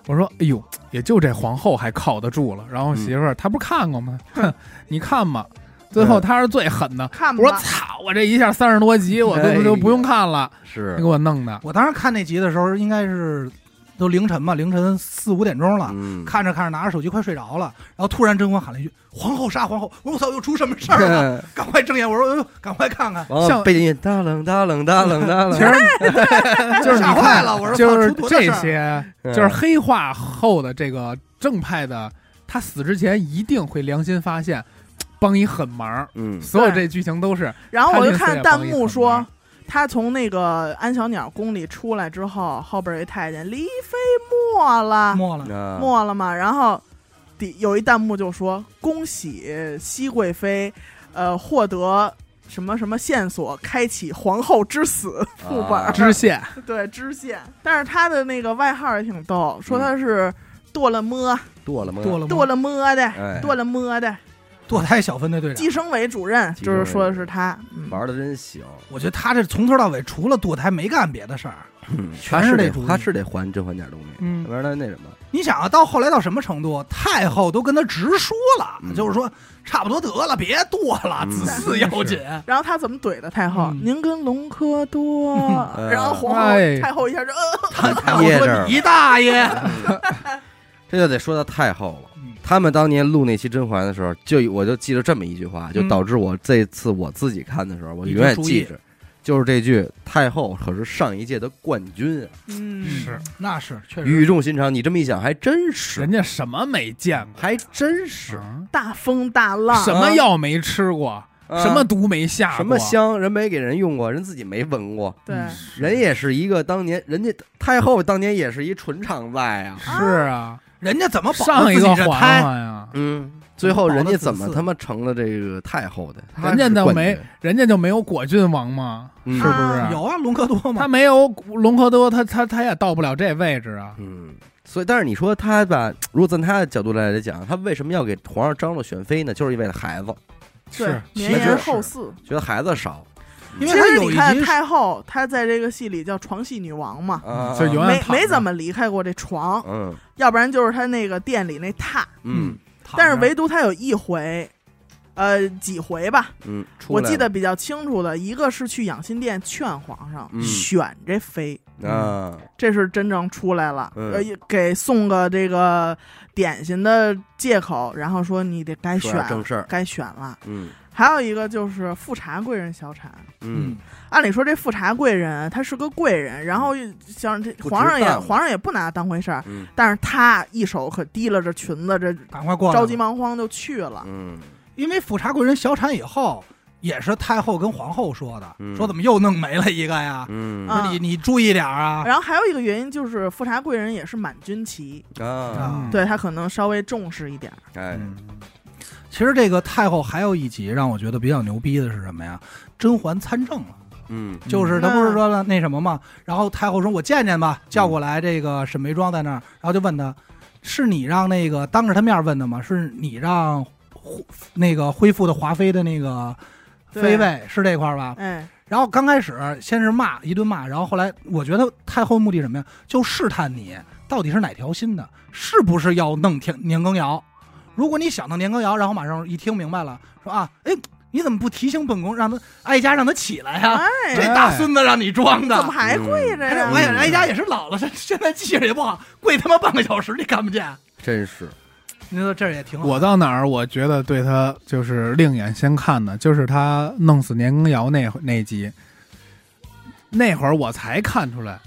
B: 我说哎呦，也就这皇后还靠得住了。然后
D: 嗯
B: 媳妇儿她不是看过吗？哼， 你看吧，最后她是最狠的。
C: 看
B: 我说
C: 吧，
B: 操，我这一下三十多集，我
A: 哎
B: 都
A: 呀
B: 都不用看了，
A: 是嗯
B: 你给我弄的。
D: 我当时看那集的时候，应该是都凌晨吧，凌晨四五点钟了。
A: 嗯，
D: 看着看着，拿着手机快睡着了，然后突然甄嬛喊了一句：“皇后杀皇后！”我说：“我操，又出什么事儿
B: 嗯
D: 了？赶快睁眼！”我说：“哎呦，赶快看看！”
A: 王
B: 像
A: 背景音乐哒楞哒楞哒楞哒
B: 其
A: 楞，
B: 实 就是你
D: 吓坏
B: 看
D: 了！我说：“
B: 就是
D: 操出多大
B: 这
D: 事儿嗯
B: 些，就是黑化后的这个正派的，他死之前一定会良心发现，帮一狠忙。
A: 嗯
B: 所有这剧情都是
C: 然后我就
B: 看这
C: 看
B: 次
C: 弹
B: 也
C: 幕
B: 帮一
C: 说
B: 忙，
C: 他从那个安小鸟宫里出来之后，后边有一太监离妃没了，
D: 没了。
A: 啊
C: 没了嘛。然后底有一弹幕就说：“恭喜熹贵妃，呃，获得什么什么线索，开启皇后之死副本
A: 啊
C: 儿，
B: 支线，
C: 对支线。”但是他的那个外号也挺逗，说
A: 嗯
C: 他是剁了摸，
A: 剁了吗？
D: 剁了
C: 剁
D: 了
C: 了摸的，
A: 哎，
C: 剁了摸的，
D: 堕胎小分队队长
C: 计，生委主任，
A: 计
C: 就
A: 生委
C: 是说的是他，嗯，
A: 玩的真行，
D: 我觉得他这从头到尾除了堕胎没干别的事儿。全
A: 他
D: 是
A: 是
D: 这
A: 得
D: 主意
A: 他是得还甄嬛点东西，要
B: 嗯
A: 不，然他那什么，
D: 你想啊，到后来到什么程度？太后都跟他直说了，
A: 嗯
D: 就是说差不多得了，别剁了，
A: 嗯
D: 子嗣要紧。
C: 然后他怎么怼的太后？
D: 嗯
C: 您跟隆科多，
A: 嗯
C: 然后皇后、
B: 哎
C: 太后一下就呃，
D: 他太后
A: 噎
D: 哎说
A: 着：“
D: 你大爷
A: 嗯这就得说到太后了
D: 嗯。
A: 他们当年录那期甄嬛的时候，就我就记着这么一句话，就
D: 嗯
A: 导致我这次我自己看的时候，我
D: 你
A: 永远
D: 就注意
A: 记着，就是这句“太后可是上一届的冠军啊
C: 嗯，！”
D: 那是确实。
A: 语重心长。你这么一想，还真是
B: 人，家什么没见过，
A: 还真是
B: 啊
C: 大风大浪，
B: 什么药没吃过，
A: 啊
B: 什么毒没下过，
A: 什么香，人没给人用过，人自己没闻过。
C: 对，
D: 嗯
A: 人也是一个当年，人家太后当年也是一纯常在啊。
B: 是啊，
D: 人家怎么保
B: 上
D: 证
B: 一
D: 自
B: 个
D: 己这
B: 皇
D: 胎？
B: 上呀，
A: 嗯，最后人家
D: 保得
A: 怎
D: 死
A: 么
D: 死
A: 他妈成了这个太后的？她
B: 人家
A: 是
B: 倒
A: 冠
B: 没
A: 军，
B: 人家就没有果郡王嘛，
A: 嗯
B: 是不
C: 啊
B: 是？
D: 有啊，隆科多
B: 他
D: 嘛，
B: 没有隆科多，他他他也到不了这位置啊。
A: 嗯，所以但是你说他吧，如果站他的角度来来讲，他为什么要给皇上张罗选妃呢？就是因为孩子，
C: 对
B: 是，
C: 绵
A: 其实
C: 延
A: 是
C: 后嗣。
A: 觉得孩子少
D: 因为
C: 其
D: 他
C: 实
D: 有
C: 你
D: 一
C: 看
D: 集是
C: 太后，她在这个戏里叫床戏女王嘛，
A: 啊，
B: 就永远
C: 没
B: 躺着
C: 没怎么离开过这床，
A: 嗯
C: 要不然就是她那个店里那榻，
A: 嗯
C: 但是
D: 唯
C: 唯独她有一回。呃，几回吧，
A: 嗯，出
C: 我
A: 来
C: 记得
A: 了
C: 比较清楚的，一个是去养心殿劝皇上、
A: 嗯
C: 选这妃，
A: 啊，
C: 这是真正出来了，
A: 嗯
C: 呃，给送个这个点心的借口，然后说你得该
A: 说
C: 选，
A: 点正事儿，
C: 该选了。
A: 嗯
C: 还有一个就是富察贵人小产，
A: 嗯，
C: 按理说这富察贵人她是个贵人，然后像这
A: 不值
C: 皇上也
A: 当
C: 皇上也不拿她当回事儿，
A: 嗯
C: 但是她一手可提拉着裙子，这
D: 赶快过来吧
C: 着急忙慌就去了。
A: 嗯
D: 因为富察贵人小产以后，也是太后跟皇后说的，
A: 嗯
D: 说怎么又弄没了一个呀？
A: 嗯
C: 啊
D: 说你你注意点儿啊！
C: 然后还有一个原因就是富察贵人也是满军旗，
A: 啊，
B: 嗯
D: 啊
C: 对她可能稍微重视一点儿。
A: 哎，
D: 嗯其实这个太后还有一集让我觉得比较牛逼的是什么呀？甄嬛参政了，
A: 嗯
D: 就是她
C: 嗯
D: 不是说了那什么嘛，然后太后说：“我见见吧。”叫过来这个沈眉庄在那儿，然后就问她：“是你让那个当着她面问的吗？是你让恢那个恢复的华妃的那个
C: 对
D: 妃位是这块儿吧？”
C: 哎，
D: 然后刚开始先是骂一顿骂，然后后来我觉得太后目的什么呀？就试探你到底是哪条心的，是不是要弄天年羹尧？如果你想弄年羹尧，然后马上一听明白了，说啊，哎，你怎么不提醒本宫让他哀家让他起来呀、
C: 哎，
D: 这大孙子让你装啊的
C: 怎么，还跪着
D: 哎
C: 呀
D: 我？也哀家也是老了，现 现在记性也不好，跪他妈半个小时你看不见。
A: 真是
D: 你说这儿也挺好。
B: 我到哪儿，我觉得对他就是另眼先看的，就是他弄死年羹尧那那集，那会儿我才看出来，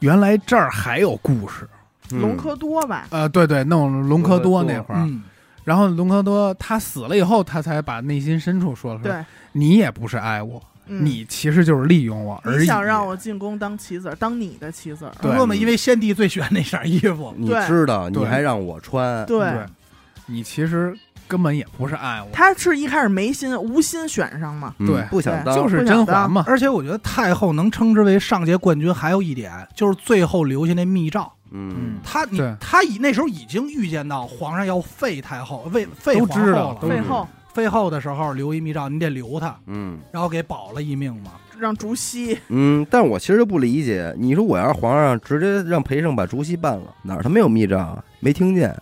B: 原来这儿还有故事。
A: 嗯
C: 隆科多吧？
B: 呃，对对，弄隆科多那会儿，
D: 嗯，
B: 然后隆科多他死了以后，他才把内心深处说了出来。
C: 对，
B: 你也不是爱我，
C: 嗯
B: 嗯你其实就是利用我而已。
C: 你想让我进宫当棋子儿，当你的棋子儿？
B: 对
D: 我们因为先帝最喜欢那身衣服，
A: 你
C: 对
A: 知道，你
B: 对
A: 还让我穿，
C: 对
B: 对，你其实根本也不是爱我，
C: 他是一开始没心无心选上嘛，
A: 嗯
B: 对
A: 不想当，
B: 就是甄嬛嘛。
D: 而且我觉得太后能称之为上届冠军，还有一点就是最后留下那密诏，
A: 嗯
B: 嗯，
D: 她你
B: 对
D: 她已那时候已经预见到皇上要废太后，废废
B: 都
D: 皇后
B: 知道
D: 了
B: 都
C: 废后
D: 废后的时候留一密诏，你得留她，
A: 嗯
D: 然后给保了一命嘛。
C: 让竹溪
A: 嗯，但我其实就不理解，你说我要是皇上，直接让裴胜把竹溪办了，哪儿他没有密诏啊？没听见，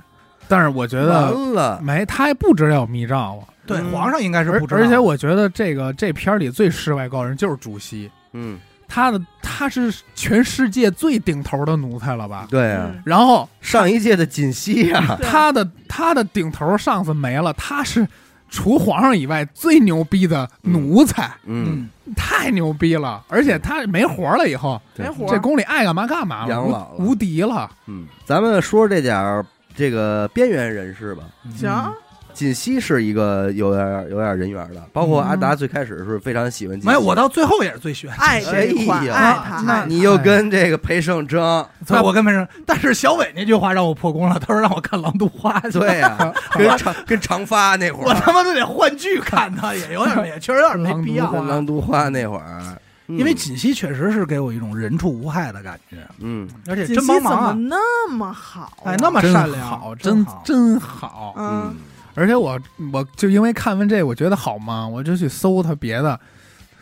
B: 但是我觉
A: 完
B: 得
A: 了，
B: 没，他也不知道有密诏啊。
D: 对，
A: 嗯
D: 皇上应该是
B: 而
D: 不知道。
B: 而且我觉得这个这片儿里最世外高人就是主席，
A: 嗯，
B: 他的他是全世界最顶头的奴才了吧？
A: 对啊，
C: 嗯
B: 然后
A: 上一届的锦溪啊，
C: 对
B: 他的他的顶头上司没了，他是除皇上以外最牛逼的奴才，
A: 嗯，
D: 嗯，
B: 太牛逼了！而且他没活了以后，
A: 对
C: 没活
B: 这
C: 儿，
B: 宫里爱干嘛干嘛
A: 养
B: 无
A: 老了
B: 无敌了。
A: 嗯，咱们说这点儿这个边缘人士吧。
D: 嗯
C: 行，
A: 锦溪是一个有点儿有点儿人缘的，包括阿达最开始是非常喜欢锦溪。
D: 没有，我到最后也是最 喜欢。
C: 爱这一块，
A: 哎呀
C: 爱他，
D: 那
A: 你又跟这个裴胜争，
D: 所以我跟没人，但是小伟那句话让我破功了，他说让我看《狼图花》去，
A: 对呀、跟长跟长发那会
D: 我
A: 儿，
D: 他妈都得换剧看他，也有点，也确实有点没必要
A: 跟
D: 啊。
A: 狼毒花那会儿，嗯
D: 因为锦溪确实是给我一种人畜无害的感觉，
A: 嗯，
D: 而且
C: 锦
D: 真
C: 溪
D: 帮
C: 怎么
D: 忙啊，
C: 那么好啊？
D: 哎，那么
B: 真
D: 善良，
B: 好，
D: 真
B: 真
D: 好
B: 真好。
C: 嗯，
B: 而且我我就因为看完这，我觉得好嘛，我就去搜他别的，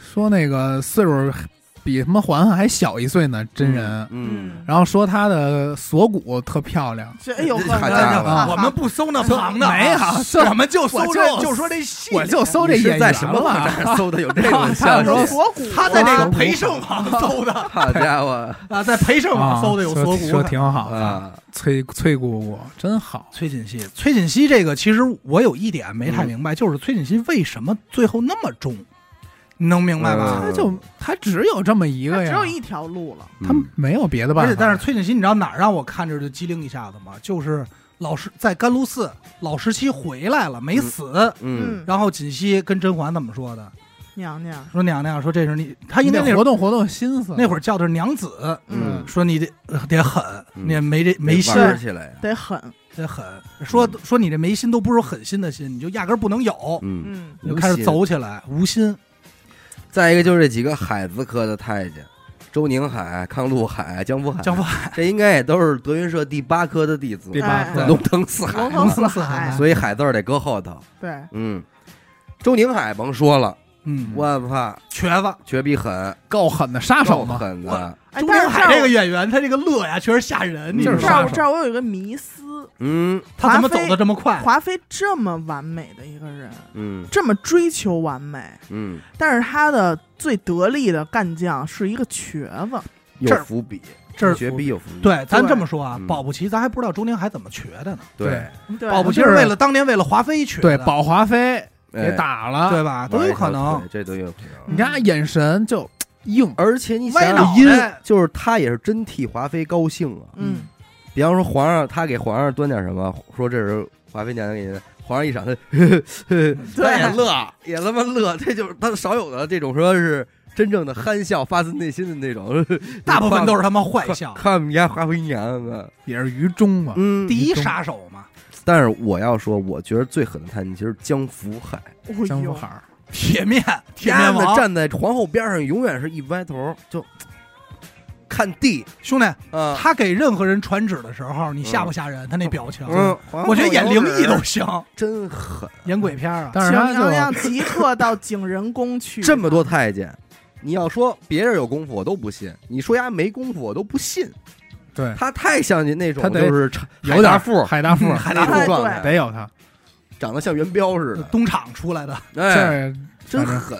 B: 说那个岁数比他妈嬛嬛还小一岁呢，真人。
A: 嗯，
B: 然后说他的锁骨特漂亮，
C: 这哎呦
A: 这
C: 呵，
A: 太
D: 哎
A: 大了
D: 我们不搜那旁的，
B: 没有就
D: 我们就搜
B: 我
D: 这，
B: 就
D: 就说这戏，
B: 我就搜这
A: 你
B: 演
A: 是
B: 员
A: 在什么网
B: 了。
A: 站搜的有这种消
B: 他
A: 息
B: 说
C: 有？锁骨，
D: 他在那个培盛网搜的
A: 好家 伙
D: 啊，在培盛网搜的有锁
B: 说
D: 骨
B: 说，挺好的，
A: 啊！
B: 崔崔姑姑真好。
D: 崔槿汐，崔槿汐这个其实我有一点
B: 嗯
D: 没太明白，就是崔槿汐为什么最后那么重，你能明白
A: 嗯
D: 吧？
B: 他就他只有这么一
C: 他
B: 个
C: 只
B: 呀，
C: 有一条路了。
B: 嗯他
A: 嗯
B: 没有别的办
D: 而
B: 法
D: 且，。但是崔槿汐，你知道哪儿让我看着就机灵一下子吗？就是老师在甘露寺，老时期回来了，没死。
A: 嗯，
D: 然后槿汐跟甄嬛怎么说的？
C: 娘娘，
D: 说娘娘，说这是你，她应
B: 你
D: 该那
B: 得
D: 会
B: 活
D: 儿
B: 动活动心思。
D: 那会儿叫的是娘子，
A: 嗯
D: 说你得呃得狠，
A: 嗯
D: 你没这没心
A: 得玩起来呀，
C: 得狠，
D: 得狠，说说你这没心都不是狠心的心，你就压根儿不能有，
A: 嗯，
C: 嗯，
D: 你就开始
A: 无心
D: 走起来，无心。
A: 再一个就是这几个海字科的太监，周宁海、康禄海、江福海，
D: 江华
A: 这应该也都是德云社第八科的弟子，
B: 第八
C: 哎
B: 对
A: 龙腾四海
C: 龙
A: 嘛，
C: 腾四
D: 四海
C: 海，
A: 所以海字儿得搁后头。
C: 对，
A: 嗯，周宁海甭说了，
D: 嗯，
A: 哎我操，
D: 瘸子。
A: 绝逼狠，
B: 够狠的杀手
A: 够
B: 嘛，
A: 狠的
D: 我，
C: 哎，
D: 周
C: 但
D: 宁
C: 是
D: 海这
C: 这
D: 个
C: 儿
D: 演员，他这个乐呀，确实吓人。你
B: 就
D: 知
B: 是
C: 这
D: 道
C: 儿
B: 杀
D: 吗
B: 手
C: 这儿我有一个迷思，
A: 嗯
D: 他怎么走的这么快？
C: 华妃这么完美的一个人，
A: 嗯
C: 这么追求完美，
A: 嗯，
C: 但是他的最得力的干将是一个瘸子，
A: 有
D: 这儿
A: 伏笔，
D: 这儿
A: 绝逼有伏笔，
D: 对，咱
C: 对
D: 这么说啊
A: 嗯，
D: 保不齐咱还不知道周宁海怎么瘸的呢。
A: 对，
C: 对
D: 保不齐
B: 就是是
D: 为了当年为了华妃瘸
B: 对，
D: 的，
B: 保华妃
A: 哎
B: 给打了，
D: 对吧？都有可
A: 往一条
D: 能
A: 腿。这都有可能。
B: 你看他眼神就硬，
A: 而且你想
D: 歪
A: 想
D: 脑，
A: 因
D: 袋
A: 就是他也是真替华妃高兴啊。
C: 嗯，
A: 比方说皇上，他给皇上端点什么，说这是华妃娘娘给您的，皇上一 赏他，他也
C: 对，
A: 乐，也他妈乐，这就是他少有的这种说是真正的憨笑，发自内心的那 种。
D: 大部分都是他妈坏笑。
A: 看我们家华妃娘娘，
B: 也是愚忠嘛。
A: 嗯
D: 第一
B: 中
D: 杀手嘛，
A: 但是我要说，我觉得最狠的太监其实是江福海，
B: 江
C: 哎
B: 福
C: 呦，
B: 海，
D: 铁面铁
A: 家
D: 面
A: 的
D: 王
A: 站在皇后边上，永远是一歪头就看地
D: 兄弟，
A: 啊，
D: 他给任何人传旨的时候，你吓不吓人？他那表情，
A: 嗯，
D: 我觉得演灵异都行，
A: 真狠，
D: 演鬼片啊。
B: 但
C: 请
B: 是
C: 娘
B: 他
C: 娘
B: 就
C: 即刻到景仁宫去。
A: 这么多太监。你要说别人有功夫，我都不信；你说丫没功夫，我都不信。
B: 对
A: 他太像那种
B: 他得
A: 就是
B: 有点
A: 富，嗯
B: 海大富，
A: 海大富
C: 哎
A: 状态，
B: 得有他。
A: 长得像元彪似的，
D: 东厂出来的，
A: 哎，
B: 这
A: 真
B: 反正
A: 狠，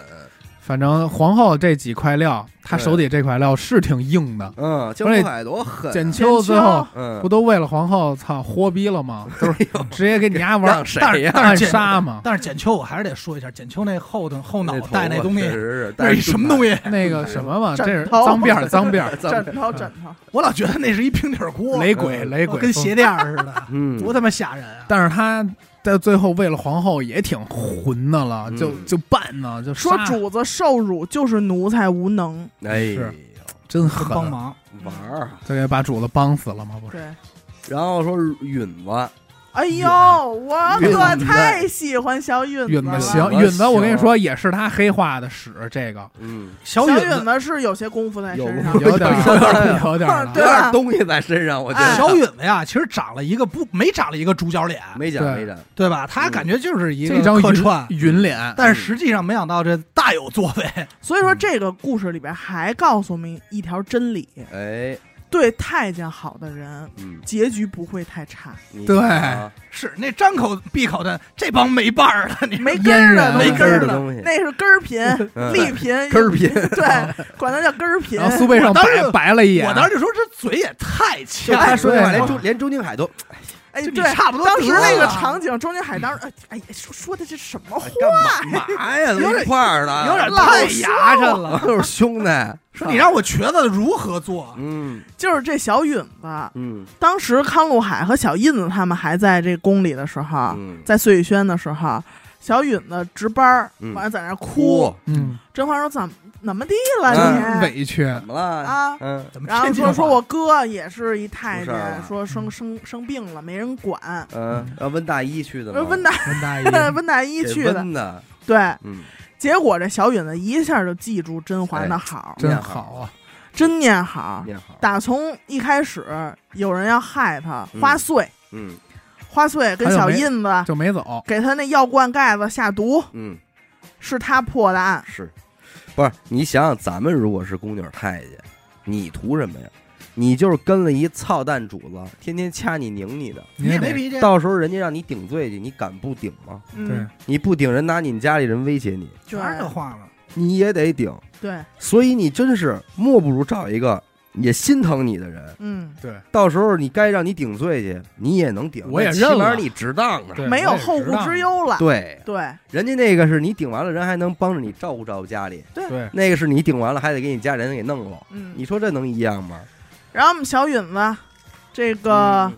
B: 反正皇后这几块料，她
A: 对
B: 手底这块料是挺硬的。
A: 嗯，江
B: 而
A: 湖
B: 且
A: 海多狠啊，
B: 简秋最后
A: 嗯
B: 不，都为了皇后操豁逼了吗？就是直接给你丫玩
A: 哎让谁
B: 蛋
A: 呀
B: 蛋 杀嘛。
D: 但是简秋我还是得说一下，简秋那后头后脑
A: 头
D: 袋那
A: 发
D: 东西
A: 确，实是
D: 那
A: 但
D: 是一什么东西？
B: 那个什么嘛，这
C: 枕
B: 是
C: 头
B: 脏辫儿，脏辫儿，
A: 咱们
C: 枕头枕头，
D: 我老觉得那是一平底儿锅，
B: 雷鬼，
A: 嗯
B: 雷鬼，
D: 跟鞋垫儿似的，
A: 嗯，
D: 多他妈吓人啊！
B: 但是他在最后为了皇后也挺混的了，
A: 嗯
B: 就就办呢，就
C: 说
B: 杀
C: 主子受辱就是奴才无能，
A: 哎呦
B: 是真
D: 得
B: 狠，
D: 帮忙，
A: 玩儿啊，
B: 这也把主子帮死了吗？不是，
C: 对。
A: 然后说允子，
C: 哎呦，我
A: 允
C: 可
A: 子
C: 太喜欢小允
B: 允
C: 了。
B: 子啊行，
A: 行
B: 允子我跟你说也是他黑化的屎，这个
A: 嗯，
D: 小
C: 小
D: 允
C: 允子是有些功夫在
A: 有
C: 身
A: 功
C: 上
A: 夫，
B: 有点儿有点儿了
A: 有
C: 对
A: 点
C: 吧
A: 儿东西在身上，我觉得
C: 哎
D: 小允子呀，其实长了一个不没长了一个主角脸，
A: 没讲
B: 对
A: 没讲，
D: 对吧？他
A: 嗯
D: 感觉就是一
B: 这
D: 个
B: 张
D: 客
B: 云
D: 串，
B: 云脸，
D: 但是实际上没想到这大有作为。
C: 所以说这个故事里边还告诉我们一条真理：
A: 哎，
C: 对太监好的人，
A: 嗯，
C: 结局不会太差。
A: 你
B: 对
A: 看啊
D: 是那张口闭口的这帮没伴儿的，你
C: 没根儿
B: 阉人
C: 的，
B: 没
C: 根儿
A: 根儿的东西
C: 那是根儿贫、
A: 嗯
C: 利贫、
A: 根儿 贫
C: 对，管它叫根儿贫
B: 然。后苏背上
D: 我当
B: 白
D: 时
B: 白了一眼，
D: 我当时就说这嘴也太
A: 就
D: 欠了，
A: 他说的话，连
B: 对
A: 周连周宁海 都
C: 哎，
D: 就你
C: 对，
D: 差不多
C: 当时那
D: 得
C: 个
D: 了
C: 场景，周宁海当时，哎哎呀，说说的这什么话？
A: 干 嘛嘛哎呀？都一块儿的，
D: 有点
C: 老
D: 太
C: 说
D: 牙碜了。
A: 都是兄弟，
D: 说你让我瘸子如何做？
A: 嗯
C: 就是这小允子，
A: 嗯
C: 当时康禄海和小印子他们还在这宫里的时候，
A: 嗯，
C: 在碎玉轩的时候，小允子值班儿，
A: 嗯
C: 完了在那儿哭。
B: 嗯，
C: 甄嬛说：“怎么怎么地了
A: 嗯
C: 你？”
B: 委屈，
A: 怎么了？
C: 啊，
A: 嗯，
D: 怎么
C: 然后
D: 天津
C: 说
D: 话
C: 说我哥也是一
A: 出
C: 太
A: 事儿了
C: 监，说
A: 嗯
C: 生生生病了，没人管。
A: 呃，让温大衣去的吗
C: 说？呃温大
B: 温大
C: 温大衣
A: 嗯给
C: 去的，
A: 温的，
C: 对，
A: 嗯，
C: 结果这小允子一下就记住甄嬛的好，
A: 嗯
B: 真好啊，
C: 真念好。
A: 念好，
C: 打从一开始有人要害他，
A: 嗯
C: 花穗，
A: 嗯
C: 花穗跟小印子
B: 就没走，
C: 给他那药罐盖子下毒，
A: 嗯
C: 是他破的案。
A: 是，不是？你想想，咱们如果是宫女太监，你图什么呀？你就是跟了一操蛋主子，天天掐你拧你的，
D: 你也
B: 也
D: 没
B: 得
D: 脾气，
A: 到时候人家让你顶罪去，你敢不顶吗？
B: 对
C: 嗯，，
A: 你不顶，人拿你们家里人威胁你，
D: 全是这话了。
A: 你也得顶。
C: 对，
A: 所以你真是莫不如找一个也心疼你的人，
C: 嗯，
B: 对，
A: 到时候你该让你顶罪去，你也能顶，
B: 我也
A: 那
B: 认
A: 起码
B: 了
A: 你值当啊。
B: 对
C: 没有
B: 我也
C: 后
B: 知
C: 顾
B: 道
C: 之忧了。
A: 对，
C: 对，
A: 人家那个是你顶完了，人还能帮着你照顾照顾家里；
B: 对，
A: 那个是你顶完了，还得给你家人给弄了。
C: 嗯。
A: 你说这能一样吗？
C: 然后我们小允子，这个
A: 嗯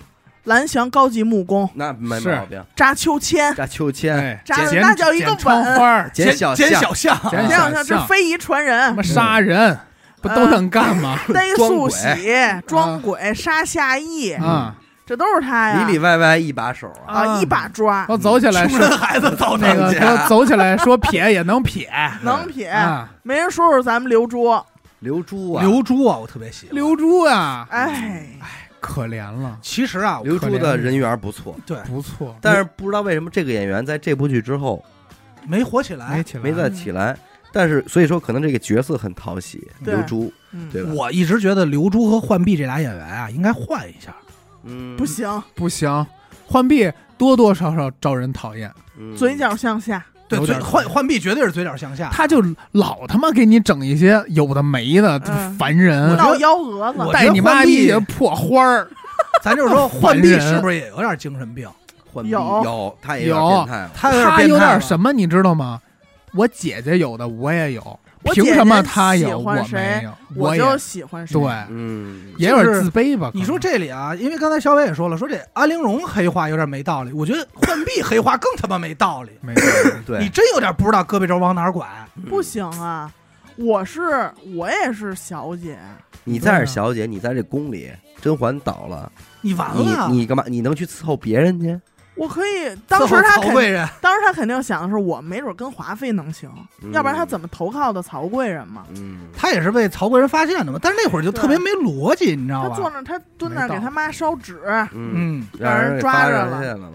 C: 蓝翔高级木工
A: 那没
B: 是
A: 毛病。
C: 扎秋千，
A: 扎秋千，
B: 哎，
C: 扎的
B: 剪
C: 那叫一个
B: 剪窗
C: 稳
B: 花儿，
A: 剪小
D: 剪
A: 巷
D: 小巷，
C: 这
B: 剪小
C: 两天这
B: 巷，
C: 非遗传人
B: 什么，杀人，不都能干吗？
C: 逮
A: 装
C: 速
A: 鬼
C: 喜、装鬼、杀下役，
B: 啊，
C: 这都是他呀。
A: 里里外外一把手啊！
C: 啊，一把抓，
B: 我走起来
D: 穷
B: 说
D: 人孩子遭
B: 那
D: 那
B: 个
D: 个，
B: 说走起来说撇也能撇
C: 能撇。
B: 啊，
C: 没人说说咱们刘珠，
A: 刘珠啊，
D: 刘珠啊，我特别喜欢。
B: 刘珠啊，
C: 哎，
B: 可怜了，
D: 其实啊，
A: 刘珠
B: 可怜
A: 的
B: 了
A: 人缘不错，
D: 对
B: 不错，
A: 但是不知道为什么这个演员在这部剧之后
D: 哎没火起
B: 没
D: 来。
B: 起来，
A: 没再起来。但是所以说，可能这个角色很讨喜，
C: 对
A: 刘珠
C: 嗯
A: 对吧？
D: 我一直觉得刘珠和浣碧这俩演员啊，应该换一下。
A: 嗯，
C: 不行，
B: 不行，浣碧多多少少招人讨厌，
A: 嗯
C: 嘴角向下，
D: 对，
B: 有
D: 嘴
B: 点
D: 浣浣碧绝对是嘴角向下。
B: 他就老他妈给你整一些有的没的，
C: 嗯
B: 烦人。
C: 到幺蛾子
D: 我，
B: 带你妈逼
D: 觉得浣碧
B: 破花儿，
D: 咱就是说，
B: 烦
D: 浣碧
B: 人
D: 是不是也有点精神病？
A: 浣碧
C: 有
A: 有，他也有点
B: 有
A: 变态了。
D: 他
B: 他有
D: 变态
B: 点
D: 了
B: 什么你知道吗？我姐姐有的我也有，
C: 我
B: 凭
C: 姐
B: 什么
C: 姐
B: 她
C: 喜
B: 有我
C: 欢
B: 没
C: 谁
B: 有？
C: 我
B: 我也
C: 就喜欢谁。
B: 对，
A: 嗯，
B: 也有点自卑吧。
D: 你说这里啊，因为刚才小伟也说了，说这安陵容黑化有点没道理，我觉得浣碧黑化更他妈没道理。
B: 没有
A: 对，
D: 你真有点不知道胳膊肘往哪儿拐，
C: 不行啊，我是我也是小姐，
A: 嗯你再是小姐，你在这宫里，甄嬛倒了，
D: 你完
A: 你
D: 了。
A: 你干嘛？你能去伺候别人去？
C: 我可以。
D: 伺
C: 当时
D: 候
C: 他
D: 曹
C: 肯，
D: 贵人，
C: 当时他肯定想的是，我没准跟华妃能行，
A: 嗯
C: 要不然他怎么投靠的曹贵人嘛？
A: 嗯，
D: 他也是被曹贵人发现的嘛，但是那会儿就特别没啊逻辑，你知道
C: 他坐
D: 吧？
C: 那，他蹲那
B: 没
C: 儿
B: 道
C: 给
B: 理
D: 啊
C: 他妈烧纸，
A: 嗯，
B: 嗯，
A: 让人给
C: 抓
A: 发
C: 着
A: 上
C: 了
A: 去了嘛。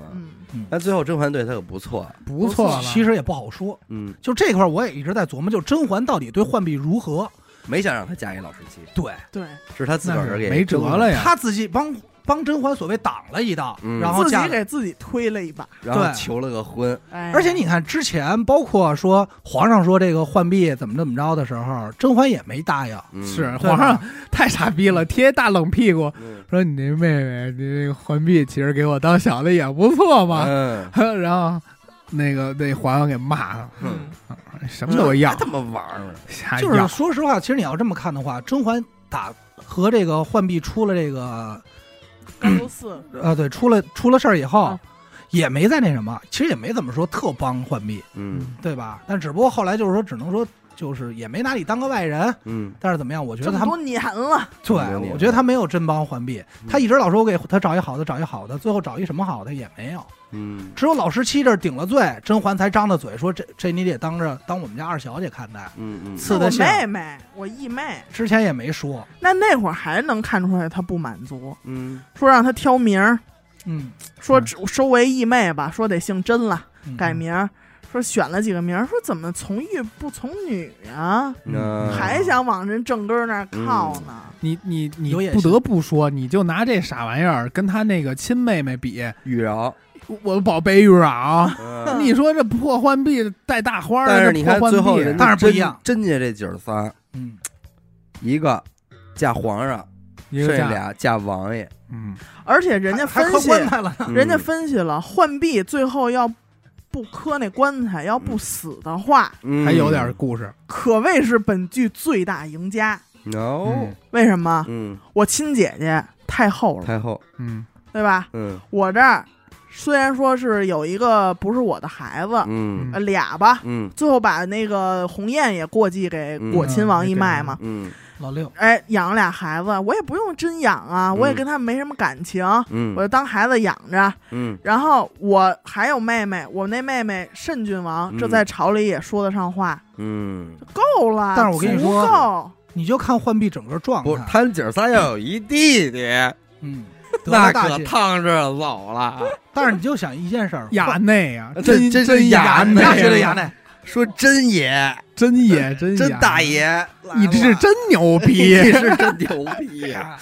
C: 嗯，
A: 但最后甄嬛对他可不错，
B: 不错了。
D: 其实也不好说。
A: 嗯，
D: 就这块儿我也一直在琢磨，就甄嬛到底对浣碧如何？
A: 没想让他嫁给老十七，
D: 对
C: 对，
A: 是他自个
B: 那
A: 儿
B: 是
A: 给
B: 没辙了
A: 呀。
B: 呀。
D: 她自己帮帮甄嬛所谓挡了一道，
A: 嗯
D: 然后
C: 自
D: 嫁
C: 己
D: 给。
C: 给自己推了一把。
A: 然后
D: 对
A: 求了个婚，
C: 哎
D: 而且你看之前，包括说皇上说这个浣碧怎么怎么着的时候，甄嬛也没答应。
A: 嗯
B: 是
D: 对吧
B: 皇上 太傻逼了，贴大冷屁股，
A: 嗯
B: 说你这妹妹，你这个浣碧其实给我当小的也不错嘛。
A: 嗯，
B: 然后那个那皇上给骂了，
C: 嗯
A: 哼
B: 什么都要
A: 还，他妈玩儿呢，
B: 瞎
D: 就
B: 要
D: 是说实话，其实你哎要这么看的话，甄嬛打和这个浣碧出了这个
C: 高中四，
D: 呃，对，出了出了事儿以后，
C: 嗯
D: 也没在那什么，其实也没怎么说特帮浣碧，
A: 嗯
D: 对吧？但只不过后来就是说，只能说就是也没拿你当个外人，
A: 嗯，
D: 但是怎么样？我觉
C: 这
D: 得
C: 么
D: 他
C: 多年了，
D: 对
A: 这么多年，
D: 我觉得他没有真帮浣碧，
A: 嗯
D: 他一直老说我给他找一好的，找一好的，最后找一什么好的也没有。
A: 嗯
D: 只有老十七这儿顶了罪，甄嬛才张着嘴说这这你得当着当我们家二小姐看待。
A: 嗯嗯，
D: 刺嗯
C: 我
D: 的性儿
C: 妹妹，我义妹。
D: 之前也没说，
C: 那那会儿还能看出来他不满足，
A: 嗯
C: 说让他挑名儿，
D: 嗯，
C: 说
D: 嗯
C: 只收为义妹吧，说得姓甄了，
D: 嗯
C: 改名儿。说选了几个名儿，说怎么从玉不从女啊？
A: 那
C: 还想往人正根儿那儿靠呢？
B: 你你
D: 有
B: 你
D: 野
B: 不
D: 心
B: 得不说，你就拿这傻玩意儿跟他那个亲妹妹比，
A: 玉娆，
B: 我宝贝玉啊，
A: 嗯
B: 你说这破浣碧带大花儿，
A: 但是
B: 这
A: 你
B: 破啊
A: 看
B: 浣
A: 最后
B: 碧
A: 人家
D: 当然不一
A: 甄
D: 样，
A: 甄家这姐儿仨，
D: 嗯，
A: 一个嫁皇上，
B: 一
A: 剩
B: 个
A: 下
B: 价，
A: 俩嫁王爷，
B: 嗯，
C: 而且人家
D: 还
C: 分
D: 还磕
C: 析，
D: 棺材了，
C: 人家
A: 嗯
C: 分析了，浣碧最后要不磕那棺材，要不死的话，
A: 嗯
B: 嗯还有点故事，
C: 可谓是本剧最大赢家。
A: no，
B: 嗯
C: 为什么？
A: 嗯，
C: 我亲姐姐太后了，
A: 太后，
B: 嗯
C: 对吧？
A: 嗯
C: 我这儿虽然说是有一个不是我的孩子，
A: 嗯
C: 呃，俩吧，
A: 嗯
C: 最后把那个鸿雁也过继给果亲王一脉嘛。
A: 嗯
D: 老六，
C: 哎，养了俩孩子，我也不用真养啊，我也
A: 嗯
C: 跟他们没什么感情，
A: 嗯
C: 我就当孩子养着。
A: 嗯
C: 然后我还有妹妹，我那妹妹慎郡王，
A: 嗯
C: 这在朝里也说得上话，
A: 嗯，
C: 够了。
D: 但是我跟你说
C: 足够
D: 你就看浣碧整个状
A: 不是，
D: 态，
A: 他们姐儿仨要有一弟弟，
D: 嗯，得
A: 那
D: 了大
A: 可
D: 姐。
A: 烫着走了。
D: 但是你就想一 件事儿，
B: 衙内啊，
A: 这这是
B: 真
A: 衙内
B: 内
A: 啊
B: 啊，
D: 那绝对衙内，
A: 说真爷，
B: 真野真
A: 真
B: 衙
A: 大
B: 内，
A: 爷，
B: 你这是真牛逼，
A: 你是真牛逼呀！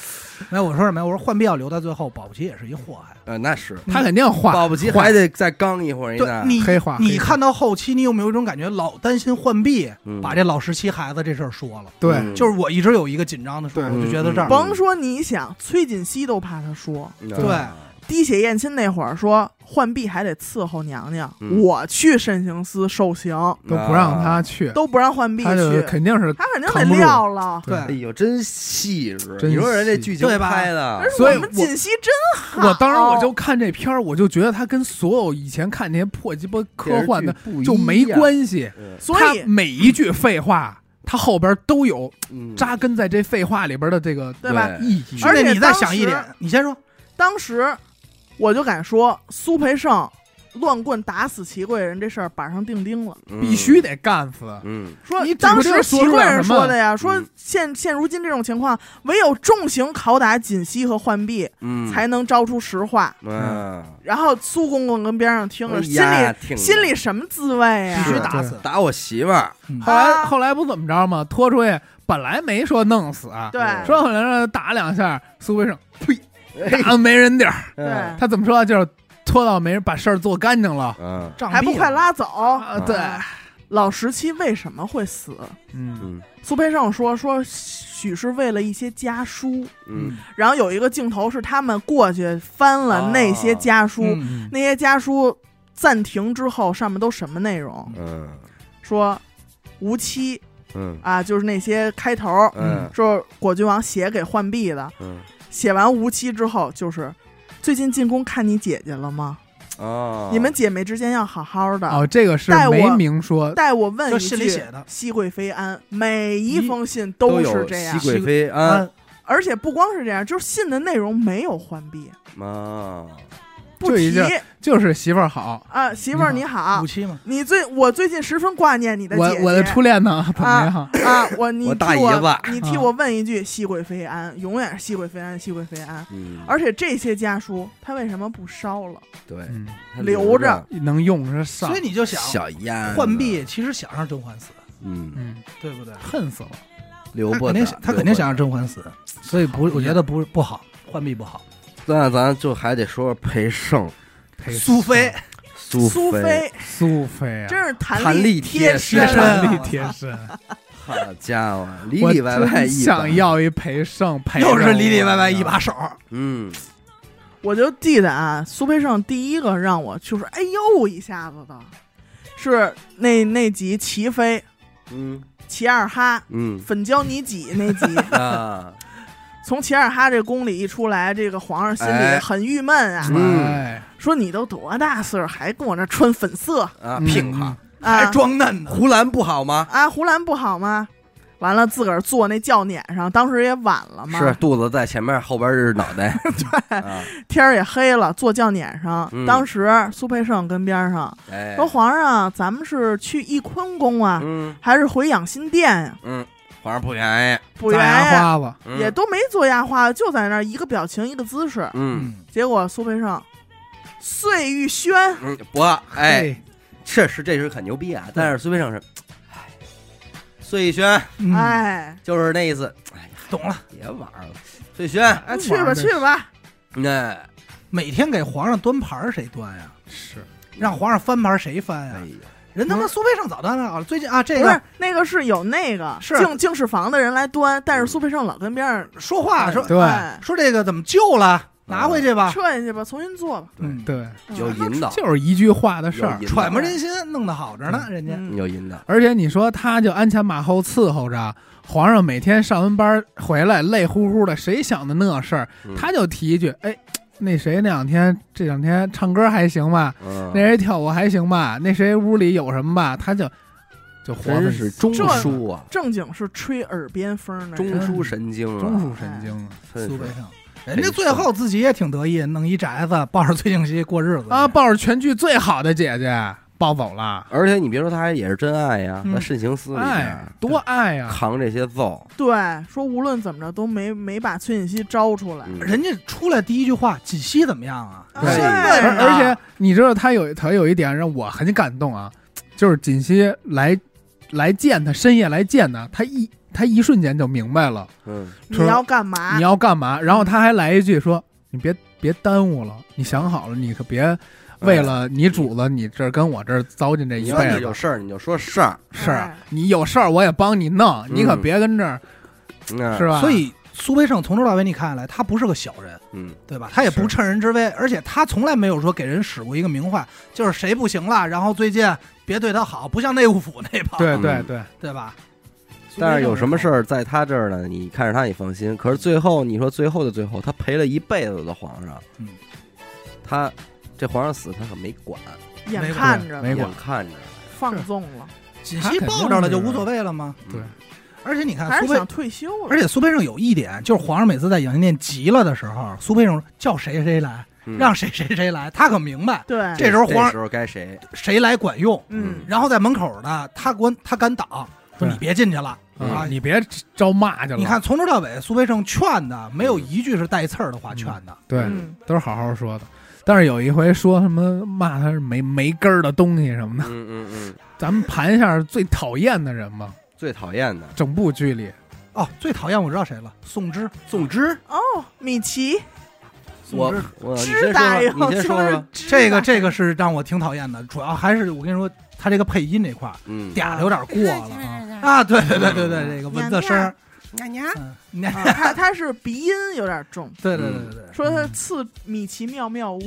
D: 没有我说什么呀？我说浣碧要留到最后，保不齐也是一祸害。
A: 呃，那是
B: 他肯定画，
A: 保不齐还得再刚一会儿
D: 对
A: 呢。
D: 你
B: 黑化黑
D: 你
B: 化
D: 看到后期，你有没有一种感觉，老担心浣碧
A: 嗯
D: 把这老十七孩子这事儿说了？
B: 对
A: 嗯
D: 就是我一直有一个紧张的时候，
B: 对
D: 我就觉得这儿
A: 嗯
C: 甭说你想，崔槿汐都怕他说。
D: 对
A: 啊
C: 滴血验亲那会儿说，浣碧还得伺候娘娘，
A: 嗯
C: 我去慎刑司受刑
B: 都不让
A: 啊
B: 他去，
C: 都不让浣碧
B: 他就
C: 去，
B: 肯定是
C: 他肯定
B: 扛不
C: 得
B: 住
C: 撂了。
A: 哎
D: 对，
A: 呦，真细致！
B: 真
A: 你说人家
B: 细
A: 剧情
D: 对吧
A: 拍的
C: 但，是
B: 啊所以
C: 我们
B: 我
C: 槿汐真好，
B: 我当时我就
C: 哦
B: 看这片儿，我就觉得他跟所有以前看那些破鸡巴科幻的
A: 电视剧不一
B: 就没
A: 样，
B: 关系。
A: 嗯
C: 所以
B: 他每一句废话，他后边都有
A: 嗯
B: 扎根在这废话里边的这个
C: 对吧？
B: 意义。
C: 而且
D: 兄弟你再
C: 当
D: 想一
C: 时
D: 点，你先说，
C: 当时我就敢说，苏培盛乱棍打死齐贵人这事儿板上钉钉了。
A: 嗯
B: 必须得干死。
A: 嗯
C: 说
B: 你指
C: 当
B: 不定
C: 时
B: 说
C: 齐
B: 出
C: 贵
B: 点
C: 人
B: 什么
C: 说的呀，说
A: 嗯
C: 现现如今这种情况，唯有重刑拷打槿汐和浣碧，
A: 嗯
C: 才能招出实话。
A: 嗯，
C: 然后苏公公跟边上听了，
A: 哎
C: 心
A: 呀
C: 里
A: 挺
C: 心里什么滋味呀
D: 必？须
B: 是
D: 打
B: 对
D: 死。
A: 打我媳妇儿，
B: 后来
C: 啊
B: 后来不怎么着嘛，拖出去本来没说弄死啊，
C: 对
A: 嗯
B: 说后来让打两下，苏培盛呸，
A: 哎
B: 打得没人点儿。
C: 对，
A: 嗯
B: 他怎么说啊就是拖到没人把事儿做干净了。
A: 嗯
D: 仗
C: 还不
D: 毙
C: 快
D: 了
C: 拉走？
B: 啊，对，
C: 老十七为什么会死？
B: 嗯，
A: 嗯
C: 苏培盛说说许是为了一些家书，
A: 嗯，
C: 然后有一个镜头是他们过去翻了那些家书，
B: 嗯
C: 那些家书暂停之后上面都什么内容？
A: 嗯
C: 说无期
A: 嗯
C: 啊，就是那些开头
A: 嗯
C: 说果郡王写给浣碧的，
A: 嗯
C: 写完无期之后就是。最近进宫看你姐姐了吗？
A: 哦，
C: 你们姐妹之间要好好
D: 啊
C: 的。
B: 哦，这个是
C: 带我
B: 没明说，
C: 待我问一
D: 就
C: 句，
D: 信里写的
C: 熹贵妃安，每一
B: 一
C: 封信
A: 都
C: 是
A: 有
C: 这
A: 熹
C: 样，
A: 贵妃啊
D: 嗯
C: 而且不光是这样，就是信的内容没有浣碧，
A: 啊，
C: 不
B: 就一
C: 提
B: 件就是媳妇儿好。
C: 啊，媳妇儿你
B: 你
C: 好
D: 武，器嘛，
C: 你最我最近十分挂念你的
B: 我
C: 姐姐，
B: 我
D: 啊
B: 的初恋呢？怎么样？
C: 啊，我你
A: 我
C: 替
A: 大姨
C: 我
A: 子
C: 你替我问一句，熹贵妃安，永远是熹贵妃安，熹贵妃安。
A: 嗯，
C: 而且这些家书他为什么不烧了？
A: 对，
B: 嗯，
A: 她
C: 留着
A: 着
B: 能用是上
D: 所以，你就想
A: 小丫头
D: 浣，碧其实想让甄嬛死，
A: 嗯，
B: 嗯，
D: 对不对？
B: 恨死了。
A: 留
D: 他
A: 不
D: 肯定
A: 得
D: 想，他肯定想让甄嬛死，所以不，我觉得不不好，浣碧不好。
A: 那咱就还得说说裴胜、
B: 裴
D: 苏菲，
A: 苏
C: 苏
A: 菲，
C: 菲
B: 苏菲啊，
C: 真是
A: 弹力
C: 力
A: 贴
C: 身
A: 身
C: 啊，
B: 战力贴身，
A: 好家伙，里
B: 我
A: 里外外
B: 真
A: 一把
B: 想，要一裴胜陪着我，
D: 又是里里外外一把手，
A: 嗯，
C: 我就记得啊，苏培盛第一个让我就是哎呦一下子的，是那那集齐飞
A: 嗯
C: 齐二哈
A: 嗯
C: 粉胶泥挤那集，
A: 啊，
C: 从齐尔哈这宫里一出来，这个皇上心
A: 哎
C: 里很郁闷啊，
A: 嗯
B: 哎，
C: 说你都多大岁数还跟我这穿粉色
A: 啊，
B: 嗯
A: 聘哈，
C: 啊
D: 还装嫩呢。
A: 胡兰不好吗？
C: 啊，胡兰不好吗？完了，自个儿坐那轿辇上，当时也晚了嘛，
A: 是肚子在前面，后边是脑袋。对，啊、
C: 天儿也黑了，坐轿辇上。
A: 嗯
C: 当时苏培盛跟边上
A: 哎，
C: 说：“皇上，啊咱们是去翊坤宫啊，
A: 嗯
C: 还是回养心殿呀、
A: 嗯，皇上不便宜，
D: 嗯
C: 不
B: 砸
C: 圆呀，
B: 牙花子，
A: 嗯
C: 也都没做压花，就在那儿一个表情一个姿势。
A: 嗯
C: 结果苏培盛，碎玉轩，
A: 嗯，不，哎，
B: 嘿，
A: 确实这是很牛逼啊。但是苏培盛是，哎，碎轩
D: 嗯，
C: 哎，
A: 就是那意思，哎
D: 懂了，
A: 别玩了，碎轩，
C: 啊，
B: 不
C: 去
B: 玩
C: 吧
B: 儿
C: 去吧，
A: 那
B: 嗯
D: 每天给皇上端盘儿谁端呀？
B: 是
D: 让皇上翻盘儿谁翻呀
A: 哎？呀，
D: 人他妈苏菲上早端好了，最近啊这
C: 不是
D: 个
C: 那个是有那个
D: 是
C: 净净室房的人来端，但是苏培盛老跟边上
D: 说话说
B: 对
C: 哎
D: 说这个怎么旧了，拿回去吧。
C: 撤下去吧，重新做吧。
D: 嗯，
B: 对，
C: 嗯
A: 有引导，
B: 就是一句话的事
A: 有
B: 儿
A: 引，导
D: 揣摩人心，弄得好着呢，人家
C: 嗯
A: 有引导，
B: 而且你说他就鞍前马后伺候着皇上，每天上完班回来累乎乎的，谁想的那事儿？
A: 嗯
B: 他就提一句：“哎，那谁那两天这两天唱歌还行吧？那
A: 嗯，
B: 谁跳舞还行吧？那谁屋里有什么吧？”他就就活
A: 真
B: 分
A: 是中
C: 这
A: 枢啊，
C: 正经是吹耳边风的
A: 中
C: 人，
A: 枢神经啊，
B: 中枢神经啊
A: 真
D: 苏
A: 是
D: 菲上，人家最后自己也挺得意，弄一宅子，抱着崔静熙过日子
B: 啊！抱着全剧最好的姐姐抱走了，
A: 而且你别说，他也是真爱呀，
D: 嗯
A: 在慎刑司里
B: 爱
A: 边
B: 多爱呀！
A: 扛这些揍，
C: 对，说无论怎么着都没没把崔槿汐招出来。
A: 嗯
D: 人家出来第一句话，锦溪怎么样啊？
C: 啊
A: 对
C: 对
B: 而
C: 啊
B: 而且你知道他有他有一点让我很感动啊，就是锦溪来来见他，深夜来见他，他一他一瞬间就明白了
A: 嗯，
C: 你要干嘛
D: 啊
B: 你？要干嘛，然
D: 嗯
B: 后他还来一句说：“你别别耽误了，你想好了，你可
A: 哎
B: 别为了你主子，你这儿跟我这儿糟践这
A: 哎你
B: 一
A: 要
B: 辈
A: 是
B: 子
A: 有。事儿你就说事儿，
B: 是啊
C: 哎，
B: 你有事儿我也帮你弄，你
A: 嗯
B: 可别跟这儿
A: 那
B: 是吧？
D: 所以苏培盛从头到尾你看下来，他不是个小人，
A: 嗯，
D: 对吧？他也不趁人之危，而且他从来没有说给人使过一个名讳，就是谁不行了，然后最近别对他好，不像内务府那帮，
B: 对
A: 嗯
B: 对对，
D: 对吧？
A: 但是有什么事
D: 儿？
A: 儿在他这儿呢？你看着他你放心，可是最后你说最后的最后，他陪了一辈子的皇上，
D: 嗯，
A: 他这皇上死他可没管，
C: 眼看着
B: 没管
A: 眼看着，
C: 放纵了，
D: 锦溪抱着了就无所谓了吗？
A: 嗯
B: 对，
D: 而且你看
C: 还
D: 啊苏
C: 是
D: 培
C: 想，退休了
D: 而。且苏培盛有一点，就是皇上每次在养心殿急了的时候，苏培盛叫谁谁来，
A: 嗯哎
D: 让谁谁谁来，他可明白
C: 对，
D: 这时候皇
A: 时候该谁？
D: 谁来管用。
C: 嗯，
D: 然后在门口呢，他管他敢挡，说
B: 对
D: 你别进去了
A: 嗯
D: 啊
B: 啊，！你别招骂去了。
D: 你看，从头到尾，苏培盛劝的没有一句是带刺儿的话劝的。
B: 对，
C: 嗯
B: 都是好好说的。但是有一回说什么骂他是没没根儿的东西什么的，
A: 嗯嗯嗯，
B: 咱们盘一下最讨厌的人嘛，
A: 最讨厌的
B: 整部剧里
D: 哦，最讨厌我知道谁了，宋芝，
A: 宋芝，
C: 哦，米奇
A: 我
D: 宋芝
A: 我你
C: 知
A: 先说
C: 道哟，
A: 说，你先说
C: 就是
A: 说，
C: 知
D: 这个
C: 道
D: 这个是让我挺讨厌的，主要还是我跟你说，他这个配音这块儿
A: 嗯，
D: 嗲的有点过了
C: 嗯
D: 啊啊！对对对对对，这个蚊子声儿，
A: 娘娘，
D: 嗯，你看
C: 啊他他是鼻音有点重，
D: 对对对对对，
C: 说
A: 嗯
C: 他刺米奇妙妙 屋，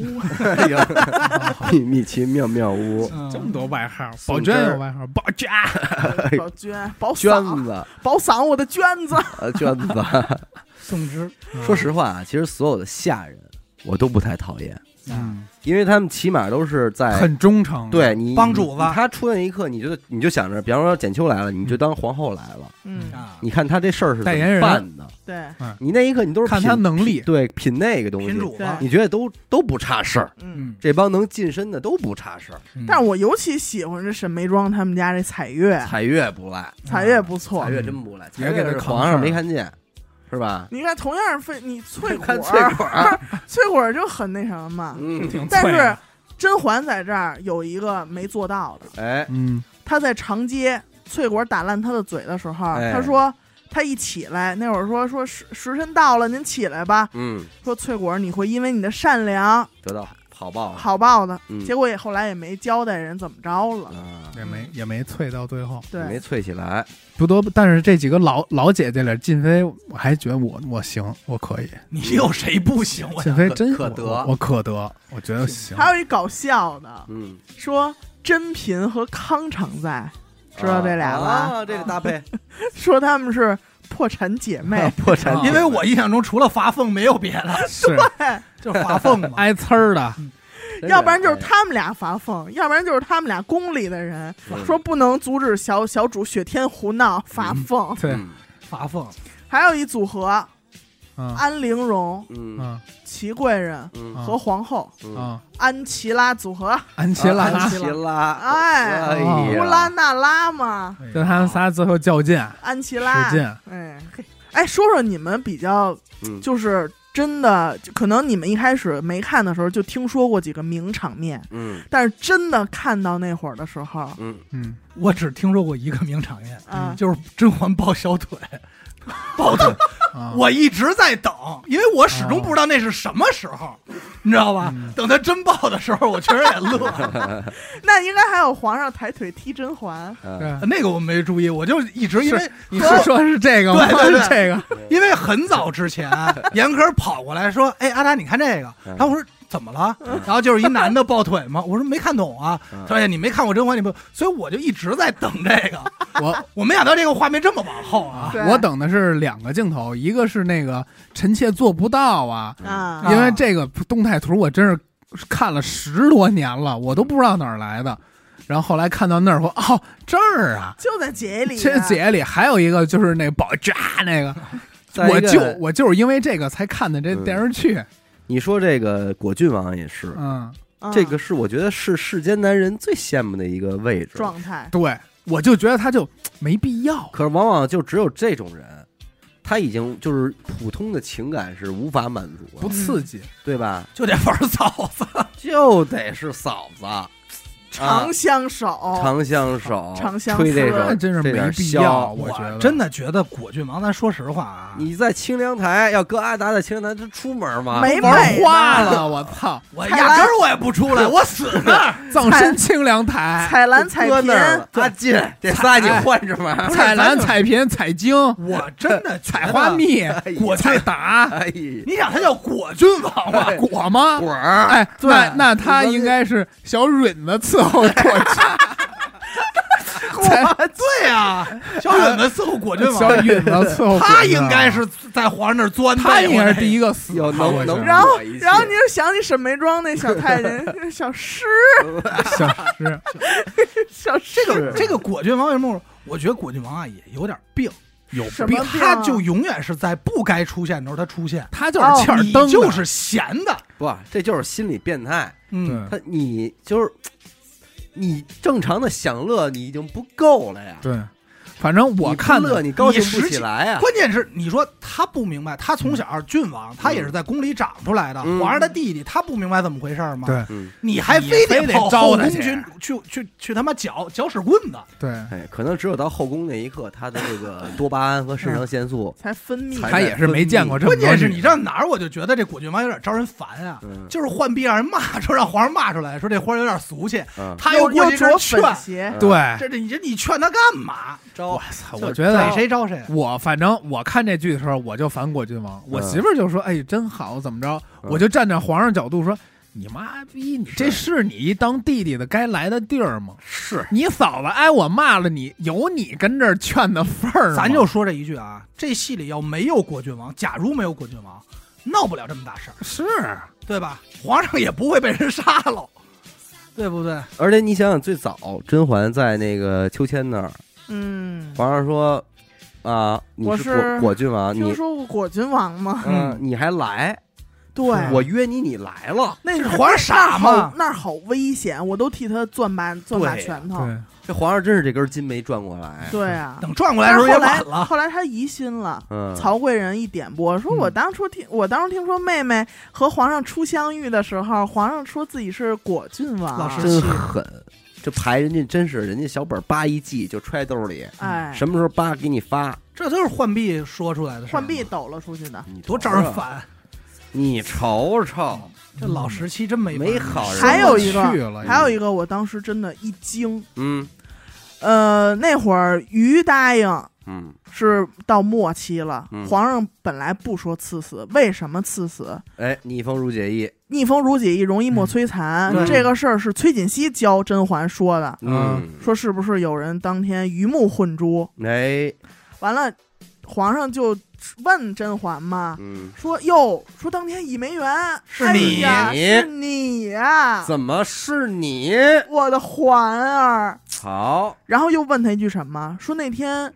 A: 哎呀， 秘密奇妙妙屋，
D: 嗯
B: 这么多外号，
A: 宋
B: 宝
A: 芝
B: 娟有外号，宝娟，
C: 宝娟宝
A: 娟
C: 嗓
A: 子，
C: 宝嗓我的娟子，
A: 呃，娟子，
D: 宋芝，
A: 说实话啊，其实所有的下人我都不太讨厌，
D: 嗯，
B: 嗯，
A: 因为他们起码都是在
B: 很忠诚，
A: 对你
D: 帮主子
A: 你他出那一刻，你就你就想着，比方说简秋来了，你就当皇后来了。
C: 嗯，
D: 啊，
A: 你看他这事儿是怎
B: 代
A: 么
B: 言人
A: 办的？
C: 对，
A: 你那一刻你都是
B: 看
A: 品
B: 他能力
A: 品对品那个东西，
D: 品主子，
A: 你觉得都都不差事儿，
C: 嗯。
D: 嗯，
A: 这帮能近身的都不差事儿。
B: 嗯
C: 但是我尤其喜欢这沈眉庄他们家这彩月，
A: 彩月不赖，
C: 彩月不错
A: 啊彩。月真不赖，彩
B: 也给
A: 月
B: 他
A: 是
B: 扛
A: 皇
B: 事
A: 上
B: 儿
A: 没看见，是吧？
C: 你看，同样分你翠 果
A: 看，翠果儿，
C: 翠果就很那什么嘛。
A: 嗯，
B: 挺
C: 但
B: 脆的
C: 是甄嬛在这儿有一个没做到 的，
A: 哎，
B: 嗯，
C: 她在长街翠果打烂她的嘴的时候，
A: 哎
C: 她说。他一起来，那会儿说说时时辰到了，您起来吧。
A: 嗯，
C: 说翠果儿，你会因为你的善良
A: 得到好报啊，
C: 好报的。
A: 嗯
C: 结果也后来也没交代人怎么着了。
A: 啊，
B: 也没也没脆到最后，
A: 没
C: 对，
A: 脆起来，
B: 不多。但是这几个老老姐姐里，靳飞我还觉得我我行，我可以。
D: 你有谁不行？我
B: 靳飞真
A: 可得
B: 我我可得，我觉得行。
C: 还有一搞笑的，
A: 嗯，
C: 说甄嫔和康常在， 知道这俩吧？
A: 啊，这个搭配，
C: 说他们是破产姐妹
A: 。破产姐妹，
D: 因为我印象中除了发疯没有别的，
B: 是
C: 对，
D: 就是发疯嘛。
B: 挨呲儿的，
C: 哎要不然
A: 哎
C: 就是他们俩发疯，要不然就是他们俩宫里的人
A: 嗯
C: 说不能阻止小小主雪天胡闹发疯。
B: 对，
A: 嗯
D: 发疯，
C: 还有一组合，
B: 嗯
C: 安陵容、
A: 嗯
B: 嗯
C: 祺贵人
A: 嗯哎
B: 啊
C: 和皇后
A: 嗯，
B: 啊，
C: 安琪拉组合，
B: 安琪拉，哦
A: 安琪拉，
C: 哎
A: 呀
C: 乌拉那拉嘛，
B: 就他们仨最后较劲，
C: 安琪拉
B: 使。劲。
C: 哎，嘿哎，说说你们比较
A: 嗯
C: 就是真的，就可能你们一开始没看的时候就听说过几个名场面，
A: 嗯
C: 但是真的看到那会儿的时候，
A: 嗯，
B: 嗯，
D: 我只听说过一个名场面，
C: 啊，
D: 就是甄嬛抱 小腿，抱腿，
B: 啊
D: 我一直在等，因为我始终不知道那是什么时候，你知道吧
B: 嗯？
D: 等他真抱的时候，我确实也乐。
C: 那应该还有皇上抬腿踢甄嬛，
A: 嗯
B: 对
D: 那个我没注意，我就一直因为
B: 你是说是这个吗？
D: 对对对
B: 是这个，
D: 因为很早之 前，严科跑过来说：“哎，阿达，你看这个。”
A: 嗯
D: 然后我说。怎么了？然后就是一男的抱腿 嘛，我说没看懂啊。
A: 嗯
D: 他说哎你没看过甄嬛，你不，所以我就一直在等这个。
B: 我
D: 我没想到这个画面这么往后啊。
C: 对
B: 我等的是两个镜头，一个是那个臣妾做不到啊，
C: 啊
B: 因为这个动态图我真是看了十多年了，我都不知道哪儿来的。然后后来看到那儿，我哦这儿啊，
C: 就在节里、啊，
B: 这姐里还有一个就是那宝抓那个，
A: 再
B: 我
A: 一个
B: 就我就是因为这个才看的这电视剧，
A: 你说这个果郡王也是，
B: 嗯，
C: 啊
A: 这个是我觉得是世间男人最羡慕的一个位置，
C: 状态，
B: 对，我就觉得他就没必要，
A: 可是往往就只有这种人，他已经就是普通的情感是无法满足
B: 不
A: 了，
B: 刺激，
A: 对吧？
D: 就得玩嫂子，
A: 就得是嫂子，
C: 长相守，
A: 啊长相守，
C: 长相思
A: 吹这首
B: 那，真是
A: 这点
B: 没必
A: 箫
B: 要，我觉得
D: 真的觉得果郡王，咱说实话啊，
A: 你在清凉台要搁阿达在清凉台，这出门吗？
C: 没
B: 玩
C: 美
B: 花
C: 呢。
B: 了，我操，
D: 我
C: 蔡
D: 压根
C: 澜
D: 儿我也不出来，我死那 儿。
B: 葬身清凉台，
C: 彩兰、彩
A: 搁
C: 嫔
A: 那儿了，阿进这仨你换着玩儿。
D: 不是
B: 彩兰、
D: 咱就
B: 彩萍、彩晶、
D: 我真的哎觉得
B: 采花，蜜、
A: 果
D: 果郡
B: 彩 达
A: 哎呀，
D: 你想他叫果郡王吗？
B: 果吗？
A: 果儿，
D: 啊
B: 哎，那
A: 对
B: 那他应该是小允子伺候 果郡，
D: 果对呀，小允子伺候果郡
B: 小
D: 王，
B: 允子伺候果郡
D: 他应该是在皇上那儿钻 的，
B: 他应该是第
D: 一。
B: 一个死，
A: 有能能
C: 然后
A: 嗯我一，切
C: 然后你就想起沈眉庄那小太监， 小诗，
B: 小 时
C: 小诗
D: 这个这个果郡王为什么？我觉得果郡王啊也有点病，有
C: 什么
D: 病，
C: 病啊
D: 他就永远是在不该出现的时候他出现，
B: 他就是欠儿
D: 哦你
B: 灯的，
D: 就是闲的。
A: 不，这就是心理变态。
D: 嗯，
A: 他你就是你正常的享乐，你已经不够了呀。
B: 对，反正我
A: 你不
B: 看
A: 乐
B: 的
A: 你高兴
D: 你
A: 不
D: 实
A: 起
D: 际
A: 来啊呀。
D: 关键是你说他不明白，他从小郡王，他也是在宫里长出来的，
A: 嗯
D: 皇上的弟弟，他不明白怎么回事吗？
B: 对
A: 嗯，
D: 你还
B: 你
D: 非
B: 非
D: 得
B: 得
D: 跑
B: 招
D: 后
B: 他
D: 宫
B: 去
D: 去去去去他妈搅搅屎棍子，
B: 对，
A: 哎，可能只有到后宫那一刻，他的这个多巴胺和肾上腺素，
C: 才分泌
A: 才
B: 他也是没见过这么
D: 关
B: 多
D: 键是你
B: 女
D: 知道哪儿，我就觉得这果郡王有点招人烦啊，
A: 嗯
D: 就是浣碧让人骂出，让皇上骂出来，说这花儿有点俗气，
A: 嗯，
D: 他
C: 又
D: 过
C: 又
D: 去跟
C: 着
D: 人劝，
C: 粉鞋，
B: 对，
D: 这这你这你劝他干嘛？
A: 呃招
B: 操
A: 就是
B: 我觉
D: 逮
B: 得
D: 谁招谁。啊
B: 我反正我看这剧的时候，我就反果郡王，我
A: 嗯
B: 媳妇儿就说：“哎，真好，怎么着？”
A: 嗯
B: 我就站在皇上角度说：“你妈逼，你这是你一当弟弟的该来的地儿吗？
A: 是
B: 你嫂子挨我骂了你，有你跟这儿劝的份儿吗
D: 咱就说这一句啊，这戏里要没有果郡王，假如没有果郡王，闹不了这么大事儿，
B: 是
D: 对吧？皇上也不会被人杀了，对不对？
A: 而且你想想，最早甄嬛在那个秋千那儿，
C: 嗯，
A: 皇上说啊，你果
C: 我是
A: 果郡王，
C: 听
A: 你
C: 说过果郡王吗？
A: 嗯，你还来，
C: 对，
A: 我约你，你来了。
C: 那
D: 这皇上傻
C: 好
D: 吗？
C: 那儿好危险，我都替他攥把攥把
D: 对呀
C: 拳头，
B: 对，
A: 这皇上真是这根筋没转过来。
C: 对啊。
D: 等转过来
C: 但
D: 的时
C: 是
D: 候也
C: 后来
D: 晚了。
C: 后来他疑心了。
A: 嗯，
C: 曹贵人一点拨，说我
B: 嗯
C: 当初听、我当初听说妹妹和皇上初相遇的时候，皇上说自己是果郡王，啊
D: 老师
A: 真狠，这牌人家真是人家小本儿叭一记就揣兜里，
C: 哎，
A: 什么时候叭给你发，
D: 这都是浣碧说出来的事儿
C: 浣
D: 嘛嗯
C: 碧啊抖了出去的，
A: 你
D: 多招
A: 瞅
D: 人
A: 瞅，
D: 烦，
A: 你瞅瞅，
D: 这老时期真没
A: 没
D: 法
A: 好人，
C: 还有一个
B: 去了，
C: 还有
B: 个
C: 一个我当时真的一惊，
A: 嗯
C: 呃，那会儿于答应
A: 嗯
C: 是到末期了，
A: 嗯
C: 皇上本来不说赐死，为什么赐死？
A: 哎，逆风如解意，
C: 逆风如解意，容易莫摧残。
D: 嗯对
C: 这个事儿是崔槿汐教甄嬛说的，
A: 嗯，
C: 说是不是有人当天鱼目混珠？
A: 哎，
C: 完了，皇上就问甄嬛嘛，
A: 嗯，
C: 说哟，说当天倚梅园
D: 是你
C: 哎呀是你呀、
A: 怎么是你？
C: 我的环儿。
A: 好，
C: 然后又问他一句什么？说那天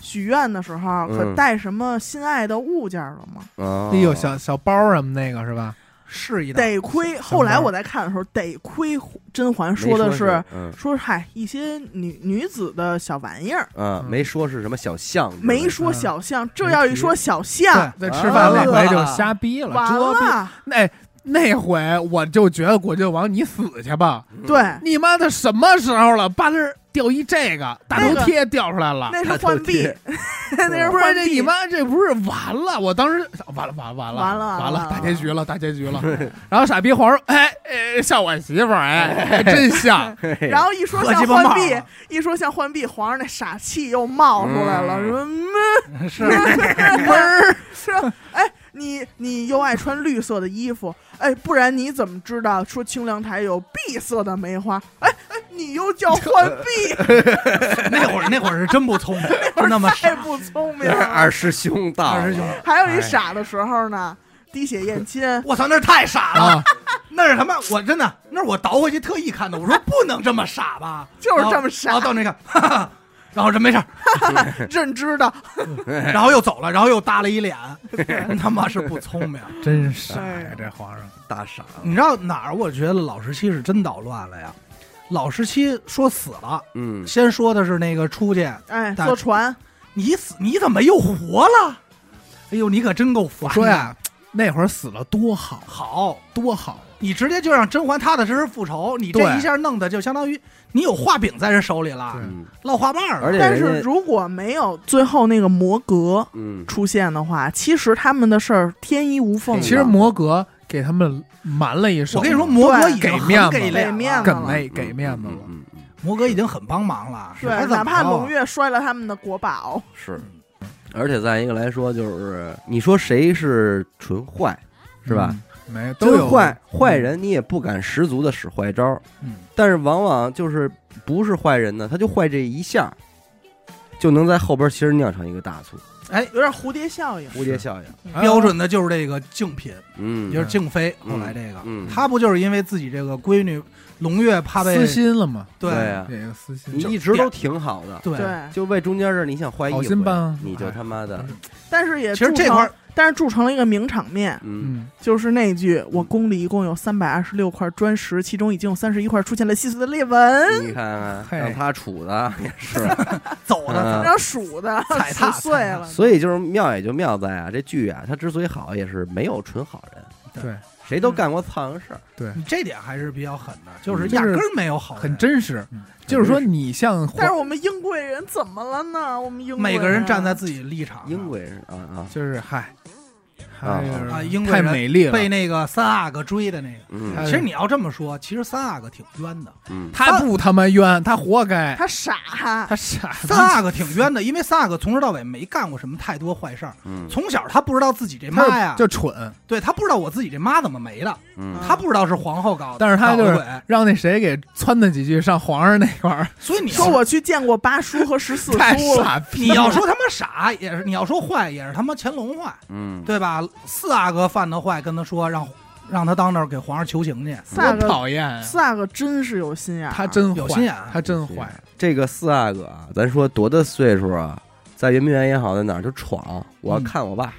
C: 许愿的时候可
A: 嗯
C: 带什么心爱的物件了吗？
A: 哎
B: 哎呦小小包什么那个是吧？
D: 试一道。
C: 得亏后来我在看的时候，得亏甄嬛说的是
A: 嗯
C: 说嗨一些女女子的小玩意儿，
A: 嗯，没说是什么小象之类的，
C: 嗯没说小象。这要一说小象，
B: 对，在吃饭那回就瞎逼了，
C: 完
B: 遮逼。
C: 了，
B: 那那回我就觉得果郡王你死去吧，
A: 嗯
C: 对，
B: 你妈的什么时候了？巴勒掉一这个大头贴掉出来了，
C: 那是浣碧，那是
B: 不是
C: 浣
B: 这
C: 碧
B: 你。妈这不是完了？我当时完了完了完了
C: 完了
B: 了
C: 完了
B: 大结局了大结局了。 然后傻逼皇上哎哎像我媳妇儿哎还真像，
C: 然后一说
D: 喝
C: 像
D: 鸡巴
C: 浣
D: 帽
C: 碧
D: 了，
C: 一说像浣碧，皇上那傻气又冒出来了，
A: 嗯
C: 什么嗯
D: 是
C: 啊说，哎，你你又爱穿绿色的衣服，哎，不然你怎么知道说清凉台有碧色的梅花？哎哎，你又叫浣碧，
D: 那会儿那会儿是真 不聪明，真他妈
C: 太不聪明
A: 这是
C: 了。
A: 二师兄到了
D: 二师兄，
C: 还有一傻的时候呢，滴血验 亲，
D: 我操，那是太傻了，
B: 啊
D: 那是他妈我真的，那是我倒回去特意看的，我说不能这么傻吧，
C: 就是这么傻
D: 然后然后到那个，哈哈， 然后这 没事儿，
C: 认知的，
D: 然后又走了，然后又搭了 一脸，他妈是不聪明。
B: 真傻
C: 哎
B: 呀这皇上。
A: 大傻了，
D: 你知道哪儿？我觉得老时期是真捣乱了呀。老时期说死了，
A: 嗯，
D: 先说的是那个出去，
C: 哎，
D: 大
C: 坐船，
D: 你死你怎么又活了？哎呦，你可真够烦
B: 我
D: 的。
B: 说呀，那会儿死了多好，
D: 好，
B: 多好，
D: 你直接就让甄嬛踏踏实实复仇，你这
B: 对
D: 一下弄的就相当于你有画饼在人手里了，
B: 对
A: 嗯
D: 落画瓣儿了。
A: 而且
C: 但
A: 人家
C: 是如果没有最后那个魔格
A: 嗯，
C: 出现的话，其实他们的事儿天衣无
D: 哎
C: 缝的。
B: 其实摩格给他们瞒了一手。
D: 我跟你说，摩哥
C: 对
D: 已经很
B: 给面子
D: 给
C: 给面
D: 面
C: 子
D: 了，
B: 梗类给面子了，
A: 嗯，嗯嗯
D: 摩哥已经很帮忙了。
C: 对
D: 还，怎
C: 哪
D: 么
C: 怕
D: 着啊
C: 蒙月摔了他们的国宝，
A: 是。而且再一个来说，就是你说谁是纯坏，是吧？
B: 嗯？没都
A: 真
B: 有嗯
A: 坏坏，人，你也不敢十足的使坏招儿，
D: 嗯
A: 但是往往就是不是坏人呢，他就坏这一下儿，就能在后边儿其实酿成一个大错，
C: 有点蝴蝶效应。
A: 蝴蝶效应。
B: 嗯
D: 标准的就是这个竞品，
A: 嗯，
D: 就是静妃
A: 嗯
D: 后来这个，
A: 嗯
D: 她不就是因为自己这个闺女胧月怕被
B: 私心了嘛？
D: 对
A: 对啊
B: 这个私心
A: 你，一直都挺好的，
D: 对
C: 对，
A: 就为中间事儿你想坏一
B: 好
A: 回
B: 心办啊，
A: 你就他妈的
B: 哎，
C: 但是也
D: 其实
C: 铸
D: 这
C: 成
D: 块儿
C: 但是铸成了一个名场面，
A: 嗯，
B: 嗯，
C: 就是那句“我宫里一共有三百二十六块砖石，其中已经有三十一块出现了细碎的裂纹，
A: 你看看
B: 嘿
A: 让他杵的也是，
D: 走
A: 嗯
D: 的，
C: 让数的
D: 踩踏
C: 数碎了”，
A: 所以就是妙也就妙在啊，这剧啊，它之所以好，也是没有纯好人，
B: 对，
A: 谁都干过苍蝇事儿，
D: 你这点还是比较狠的，就是
B: 嗯
D: 压根儿没有好人，
B: 很真实
D: 嗯。
B: 就是说，你像
C: 但是
B: 皇，
C: 我们英贵人怎么了呢？我们英
B: 啊
C: 啊贵
D: 每个人站在自己立场上，
A: 英国人啊啊，
B: 就是嗨，
A: 啊
B: 还有
D: 啊英国
B: 太
D: 人
B: 美丽了，
D: 被那个三阿哥追的那个。
A: 嗯
B: 哎
D: 其实你要这么说，其实三阿哥挺冤的，
A: 嗯
B: 他不他妈冤，他活该，
C: 他傻，
B: 他傻，
D: 三阿哥挺冤的，因为三阿哥从头到尾没干过什么太多坏事儿。
A: 嗯
D: 从小他不知道自己这妈
B: 他
D: 呀，
B: 就蠢，
D: 对他不知道我自己这妈怎么没的，
A: 嗯
D: 他不知道是皇后搞的，
B: 但是他就
D: 搞
B: 是
D: 的鬼
B: 让那谁给撺掇几句上皇上那块儿，
D: 所以你要
C: 说我去见过八叔和十四
B: 太
C: 叔了，
B: 傻逼
D: 你
B: 了。
D: 要说他妈傻也是，你要说坏也是他妈乾隆坏，
A: 嗯，
D: 对吧？四阿哥犯的坏，跟他说让让他当那儿给皇上求情去，
C: 四阿
B: 多
C: 哥，
B: 讨厌啊！
C: 四阿哥真是有心眼儿，啊
B: 他真
D: 有
B: 坏
D: 心眼儿
B: 他真坏。
A: 这个四阿哥啊，咱说多大岁数啊，在圆明园也好，在哪儿就闯，我要看我爸，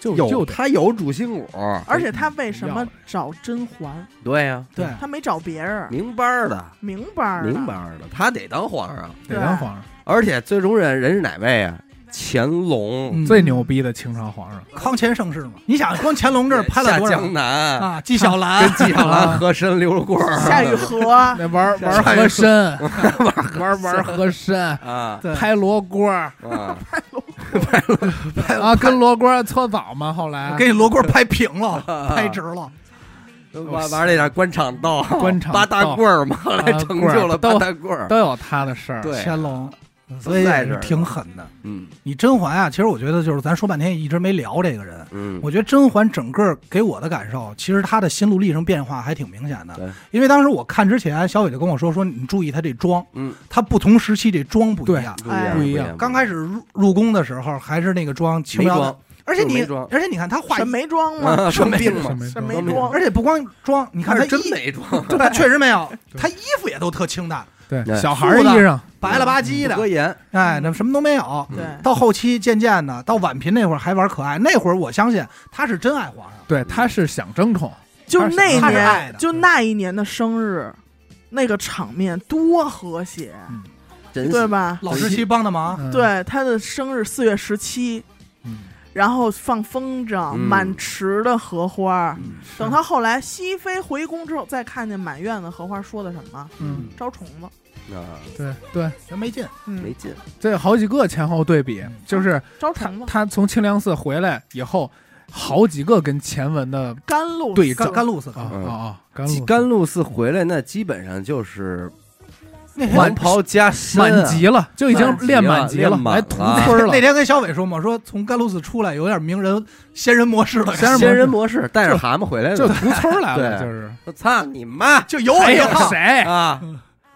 B: 就
A: 有
B: 就
A: 他有主心骨，
C: 而且他为什么找甄嬛？
A: 对呀，
D: 对，
C: 他没找别人，
A: 明班儿的，
C: 明白儿
A: 啊
C: 的啊
A: 明班，儿的，他得当皇上，
B: 得当皇上，
A: 而且最容忍人是哪位啊？乾隆、
D: 嗯啊
B: 最牛逼的清朝皇上，
D: 康乾盛世嘛。你想，光乾隆这儿拍了
A: 下
D: 多少
A: 江南，
D: 啊？纪晓岚
A: 跟纪晓岚和珅刘罗锅儿
C: 夏雨荷，
B: 那玩玩和 珅，玩玩和珅，
A: 啊
D: 对
B: 拍罗锅儿
A: 啊，
B: 啊，跟罗锅儿搓澡嘛，后来
D: 给你罗锅拍平 了，
A: 啊
D: 拍直了。
A: 玩玩那点官场斗，
B: 官场
A: 八大
B: 斗
A: 棍儿嘛，后来
B: 八大
A: 成
B: 棍儿
A: 就了八
B: 都
A: 大棍儿，
B: 都有他的事儿。
A: 对
D: 乾隆，所以也是挺狠的。
A: 嗯
D: 你甄嬛啊，其实我觉得就是咱说半天一直没聊这个人。
A: 嗯，
D: 我觉得甄嬛整个给我的感受，其实她的心路历程变化还挺明显
A: 对
D: 的。因为当时我看之前，小伟就跟我说说，你注意她这妆，
A: 嗯，
D: 她不同时期这妆不一样。
A: 不一样
C: 哎
A: 不
B: 不一样
A: 样，
D: 刚开始入入宫的时候还是那个妆轻
A: 没
D: 描
A: 装
D: 淡，而且
A: 就是
D: 你
A: 没妆
D: 而且你看她画
C: 沈
D: 一，
C: 眉庄 嘛，
A: 生病
B: 是
A: 嘛，
B: 没
C: 沈
B: 错
C: 眉庄
D: 而且不光妆，你看她
A: 是真
D: 衣
A: 没装，
D: 对，确实没有，
B: 对
D: 她衣服也都特清淡，
A: 对
B: 对，小孩儿衣裳，
D: 白了吧唧
A: 嗯不搁
D: 的，
A: 盐，
D: 哎，那什么都没有。
A: 嗯
C: 对，
D: 到后期渐渐的，到婉嫔那会儿还玩可爱，那会儿我相信她是真爱皇上。
B: 对，他是想争宠，
C: 就那
D: 他是爱
C: 年
D: 的
C: 就那一年的生日，那个场面多和谐，
A: 真
C: 对
A: 是
C: 吧？
D: 老十七帮的忙，
B: 嗯，
C: 对，他的生日四月十七，
B: 嗯
C: 然后放风筝，
A: 嗯
C: 满池的荷花。
A: 嗯
C: 等他后来熹妃回宫之后，再看见满院子荷花，说的什么？
B: 嗯，
C: 招虫子。
A: 啊，
B: 对对，
D: 人没劲。
A: 没
C: 嗯，
A: 劲，
B: 这有好几个前后对比，就是
C: 招
B: 他
C: 虫子。
B: 他从清凉寺回来以后，好几个跟前文的
C: 甘露
B: 对
C: 寺
D: 甘甘露寺
B: 啊啊
A: 嗯
B: 啊，甘
A: 几
B: 露
A: 甘露寺回来那基本上就是
D: 那天
A: 黄袍加身啊，
B: 满级了，就已经
A: 满级
B: 练
A: 了
B: 满级
A: 练满
B: 来屠
A: 了
B: 村
D: 那
B: 了。
D: 天跟小伟说嘛，说从甘露寺出来有点名人仙人模式的感觉，
A: 仙人模式， 带着蛤蟆回来
B: 就
A: 的，
B: 屠村来
A: 对
B: 了，就是哎
A: 我操你妈
D: 就有我一
B: 有
D: 号
B: 谁
A: 啊！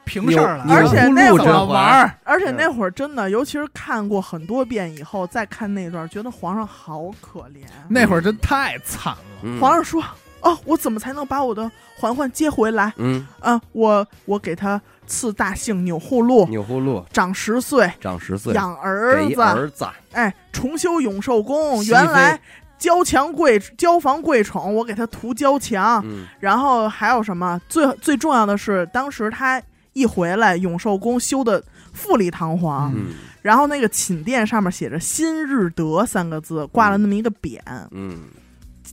D: 平事儿啊了。
A: 牛
C: 而且那会
A: 牛
C: 儿，
A: 这
B: 玩儿？
C: 而且那会儿真的，尤其是看过很多遍以后，再看那段，觉得皇上好可怜。
B: 那会儿真太惨了，
A: 嗯
C: 皇上说：“哦，我怎么才能把我的嬛嬛接回来？
A: 嗯，
C: 啊，我我给她赐大姓钮祜禄，
A: 钮祜禄
C: 长十岁，
A: 长十岁，
C: 哦养
A: 嗯
C: 儿
A: 给一
C: 子，
A: 儿子，
C: 哎，重修永寿宫。
A: 熹
C: 原
A: 妃
C: 来交强贵交防贵宠，我给他涂交强。
A: 嗯
C: 然后还有什么？最最重要的是，当时他一回来，永寿宫修的富丽堂皇，
A: 嗯
C: 然后那个寝殿上面写着“新日德”三个字，挂了那么一个匾，
A: 嗯，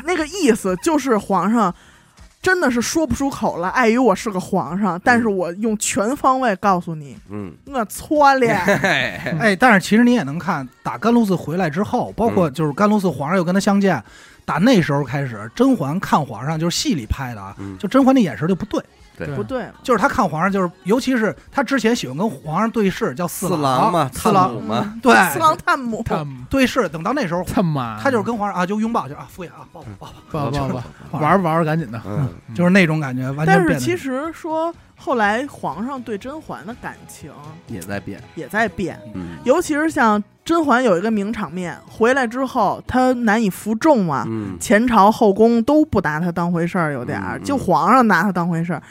C: 那个意思就是皇上。真的是说不出口了，碍于我是个皇上，但是我用全方位告诉你，
A: 嗯，
C: 我错 了。
A: 哎，
D: 哎，但是其实你也能看，打甘露寺回来之后，包
A: 嗯
D: 括就是甘露寺皇上又跟他相见，打那时候开始，甄嬛看皇上就是戏里拍的啊，
A: 嗯
D: 就甄嬛那眼神就不对，
C: 不对了，
D: 就是她看皇上就是，尤其是她之前喜欢跟皇上对视，叫四啊
A: 四郎嘛，
D: 四
A: 探
D: 郎
A: 母嘛，
C: 嗯
D: 对
C: 四郎探母，
B: 他
D: 对视，等到那时候。
B: 他妈，
D: 他就是跟皇上啊，就拥抱，就啊，敷衍啊，抱抱抱抱，
B: 不不不
D: 嗯
B: 玩儿玩儿，赶紧的，
A: 嗯
B: 嗯
D: 就是那种感觉，完全
C: 但
D: 变
C: 是
D: 得
C: 其实说后来皇上对甄嬛的感情
A: 也在变，
C: 也在变，
A: 嗯
C: 尤其是像甄嬛有一个名场面，回来之后她难以服众嘛，
A: 嗯
C: 前朝后宫都不拿她当回事儿，有点儿、
A: 嗯嗯
C: 就皇上拿她当回事儿，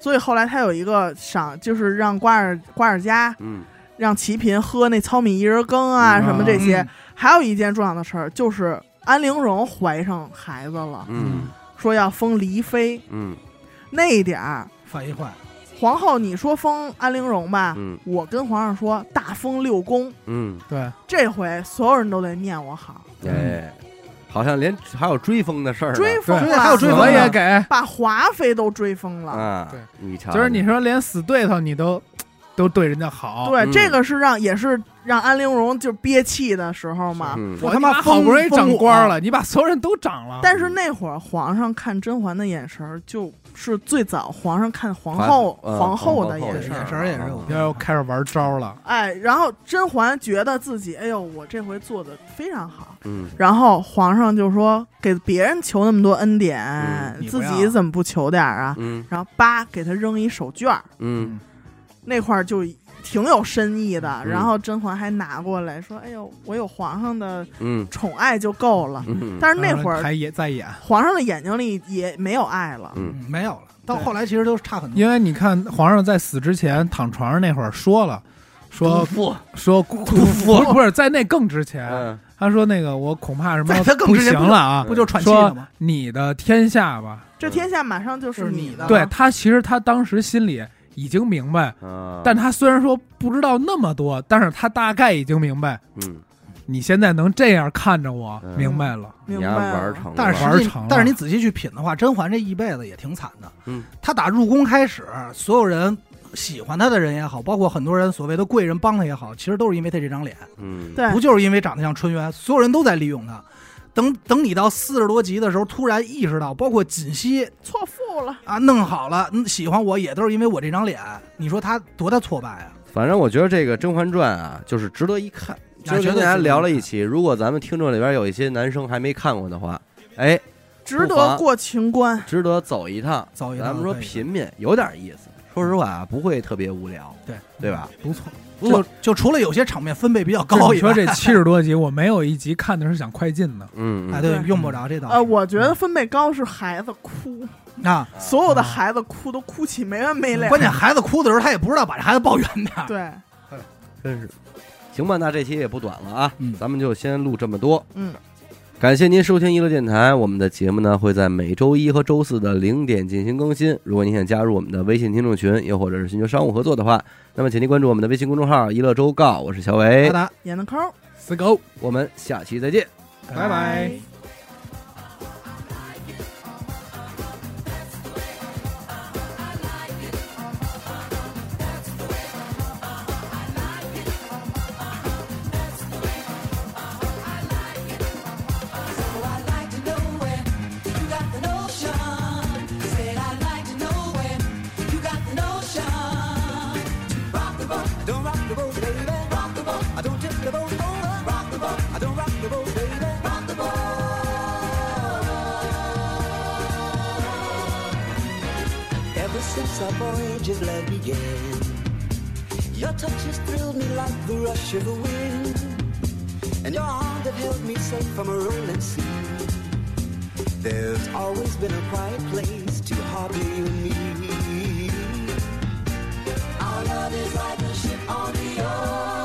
C: 所以后来她有一个赏，就是让瓜尔瓜尔佳
A: 嗯
C: 让齐嫔喝那糙米薏仁羹啊、
A: 嗯
C: 什么这些，
D: 嗯
C: 还有一件重要的事儿就是安陵容怀上孩子了，
A: 嗯
C: 说要封�离妃
A: 嗯
C: 那一点儿。
D: 反应快，
C: 皇后，你说封安陵容吧，
A: 嗯
C: 我跟皇上说大封六宫，
A: 嗯，
B: 对，
C: 这回所有人都得念我好，
A: 哎，好像连还有追风的事儿呢，
C: 追啊封
D: 对
C: 了，
D: 还有追风
B: 我
D: 呢
B: 也给，
C: 把华妃都追封了。
A: 啊，
B: 对，
A: 你瞧，
B: 就是你说连死对头你都都对人家好，
C: 对，
A: 嗯
C: 这个是让也是让安陵容就憋气的时候嘛。
A: 嗯，
B: 我
D: 我
B: 他
D: 他
B: 妈
D: 妈
B: 好不容易
D: 疯
B: 长
D: 疯
B: 官
D: 我
B: 了，你把所有人都长了，
C: 但是那会儿皇上看甄嬛的眼神儿，就是最早皇上看皇后
A: 呃
C: 皇后
A: 皇
C: 的
A: 后
C: 眼
A: 的啊
C: 神
A: 眼
C: 儿。
D: 神儿也是有
B: 要开始玩招了，
C: 哎，然后甄嬛觉得自己，哎呦，我这回做的非常好。
A: 嗯
C: 然后皇上就说，给别人求那么多恩典，
A: 嗯
D: 你不
C: 自己
D: 要
C: 怎么不求点儿啊？
A: 嗯
C: 然后叭给他扔一手绢儿，
A: 嗯
C: 那块儿就挺有深意的。
A: 嗯
C: 然后甄嬛还拿过来说：“哎呦，我有皇上的
A: 嗯
C: 宠爱就够了。
A: 嗯，
C: 但是那会儿
B: 还演在演，
C: 皇上的眼睛里也没有爱了。
A: 嗯
D: 嗯没有了。到
B: 对
D: 后来其实都差很多，
B: 因为你看皇上在死之前躺床上那会儿说了，说
A: 富，
B: 说
A: 屠夫
B: 不是不是在那更之前，
A: 嗯
B: 他说那个我恐怕什么
D: 在他更
B: 不
D: 之前
B: 行了啊
A: 不，
D: 不就喘气
B: 说
D: 呢吗？
B: 你的天下吧，
C: 这天下马上就是你的了。
D: 嗯
B: 对他其实他当时心里已经明白。
A: 啊，
B: 但他虽然说不知道那么多，但是他大概已经明白，
A: 嗯
B: 你现在能这样看着我，
A: 嗯
B: 明白了。
A: 你
C: 明
A: 要
C: 白了
A: 嗯玩成了，
D: 啊但是
B: 玩
D: 实际
B: 长了，
D: 但是你仔细去品的话，甄嬛这一辈子也挺惨的。
A: 嗯，
D: 她打入宫开始，所有人喜欢她的人也好，包括很多人所谓的贵人帮她也好，其实都是因为她这张脸，
A: 嗯，
C: 对
D: 不就是因为长得像春媛，所有人都在利用她。等等，你到四十多集的时候，突然意识到，包括锦汐
C: 错付了，
D: 啊，弄好了，嗯喜欢我也都是因为我这张脸。你说她多大挫败啊？
A: 反正我觉得这个《甄嬛传》啊，就是值得一看。今
D: 那
A: 儿
D: 绝
A: 跟
D: 对
A: 大家
D: 值得
A: 聊
D: 一
A: 了一
D: 看
A: 期，如果咱们听众里边有一些男生还没看过的话，哎，
C: 值
A: 不妨
C: 得过情关。
A: 值得走一趟。
D: 走一趟
A: 咱们说
D: 可以
A: 品品有点意思，说实话啊不会特别无聊，
D: 对
A: 对吧？
D: 不错，
A: 不过
D: 就就除了有些场面分贝比较
B: 就
D: 高
B: 你
D: 以
B: 说
D: 外，
B: 这七十多集，我没有一集看的是想快进的。
A: 嗯，
D: 啊，
A: 嗯
D: 对，
C: 对
D: 用不着这倒是。
C: 呃，我觉得分贝高是孩子哭，
D: 啊，
C: 所有的
D: 啊
C: 孩子哭都哭起没完没了。
D: 关键孩子哭的时候，他也不知道把这孩子抱远点 儿。
C: 对，
A: 真是。行吧，那这期也不短了啊，
D: 嗯
A: 咱们就先录这么多。
C: 嗯，
A: 感谢您收听娱乐电台，我们的节目呢会在每周一和周四的零点进行更新。如果您想加入我们的微信听众群，又或者是寻求商务合作的话，那么请您关注我们的微信公众号“娱乐周告”，我是小
D: 好
A: 伟，
D: 的。
C: 演的抠儿，
B: 死狗，
A: 我们下期再见。
B: 拜拜。
E: Don't rock the boat, baby. Rock the boat. I don't tip the boat over. Rock the boat. I don't rock the boat, baby. Rock the boat. Ever since our voyage of love began, your touch has thrilled me like the rush of the wind, and your arm that held me safe from a rolling sea. There's always been a quiet place to harbor you and me. Our love is like a ship on the ocean.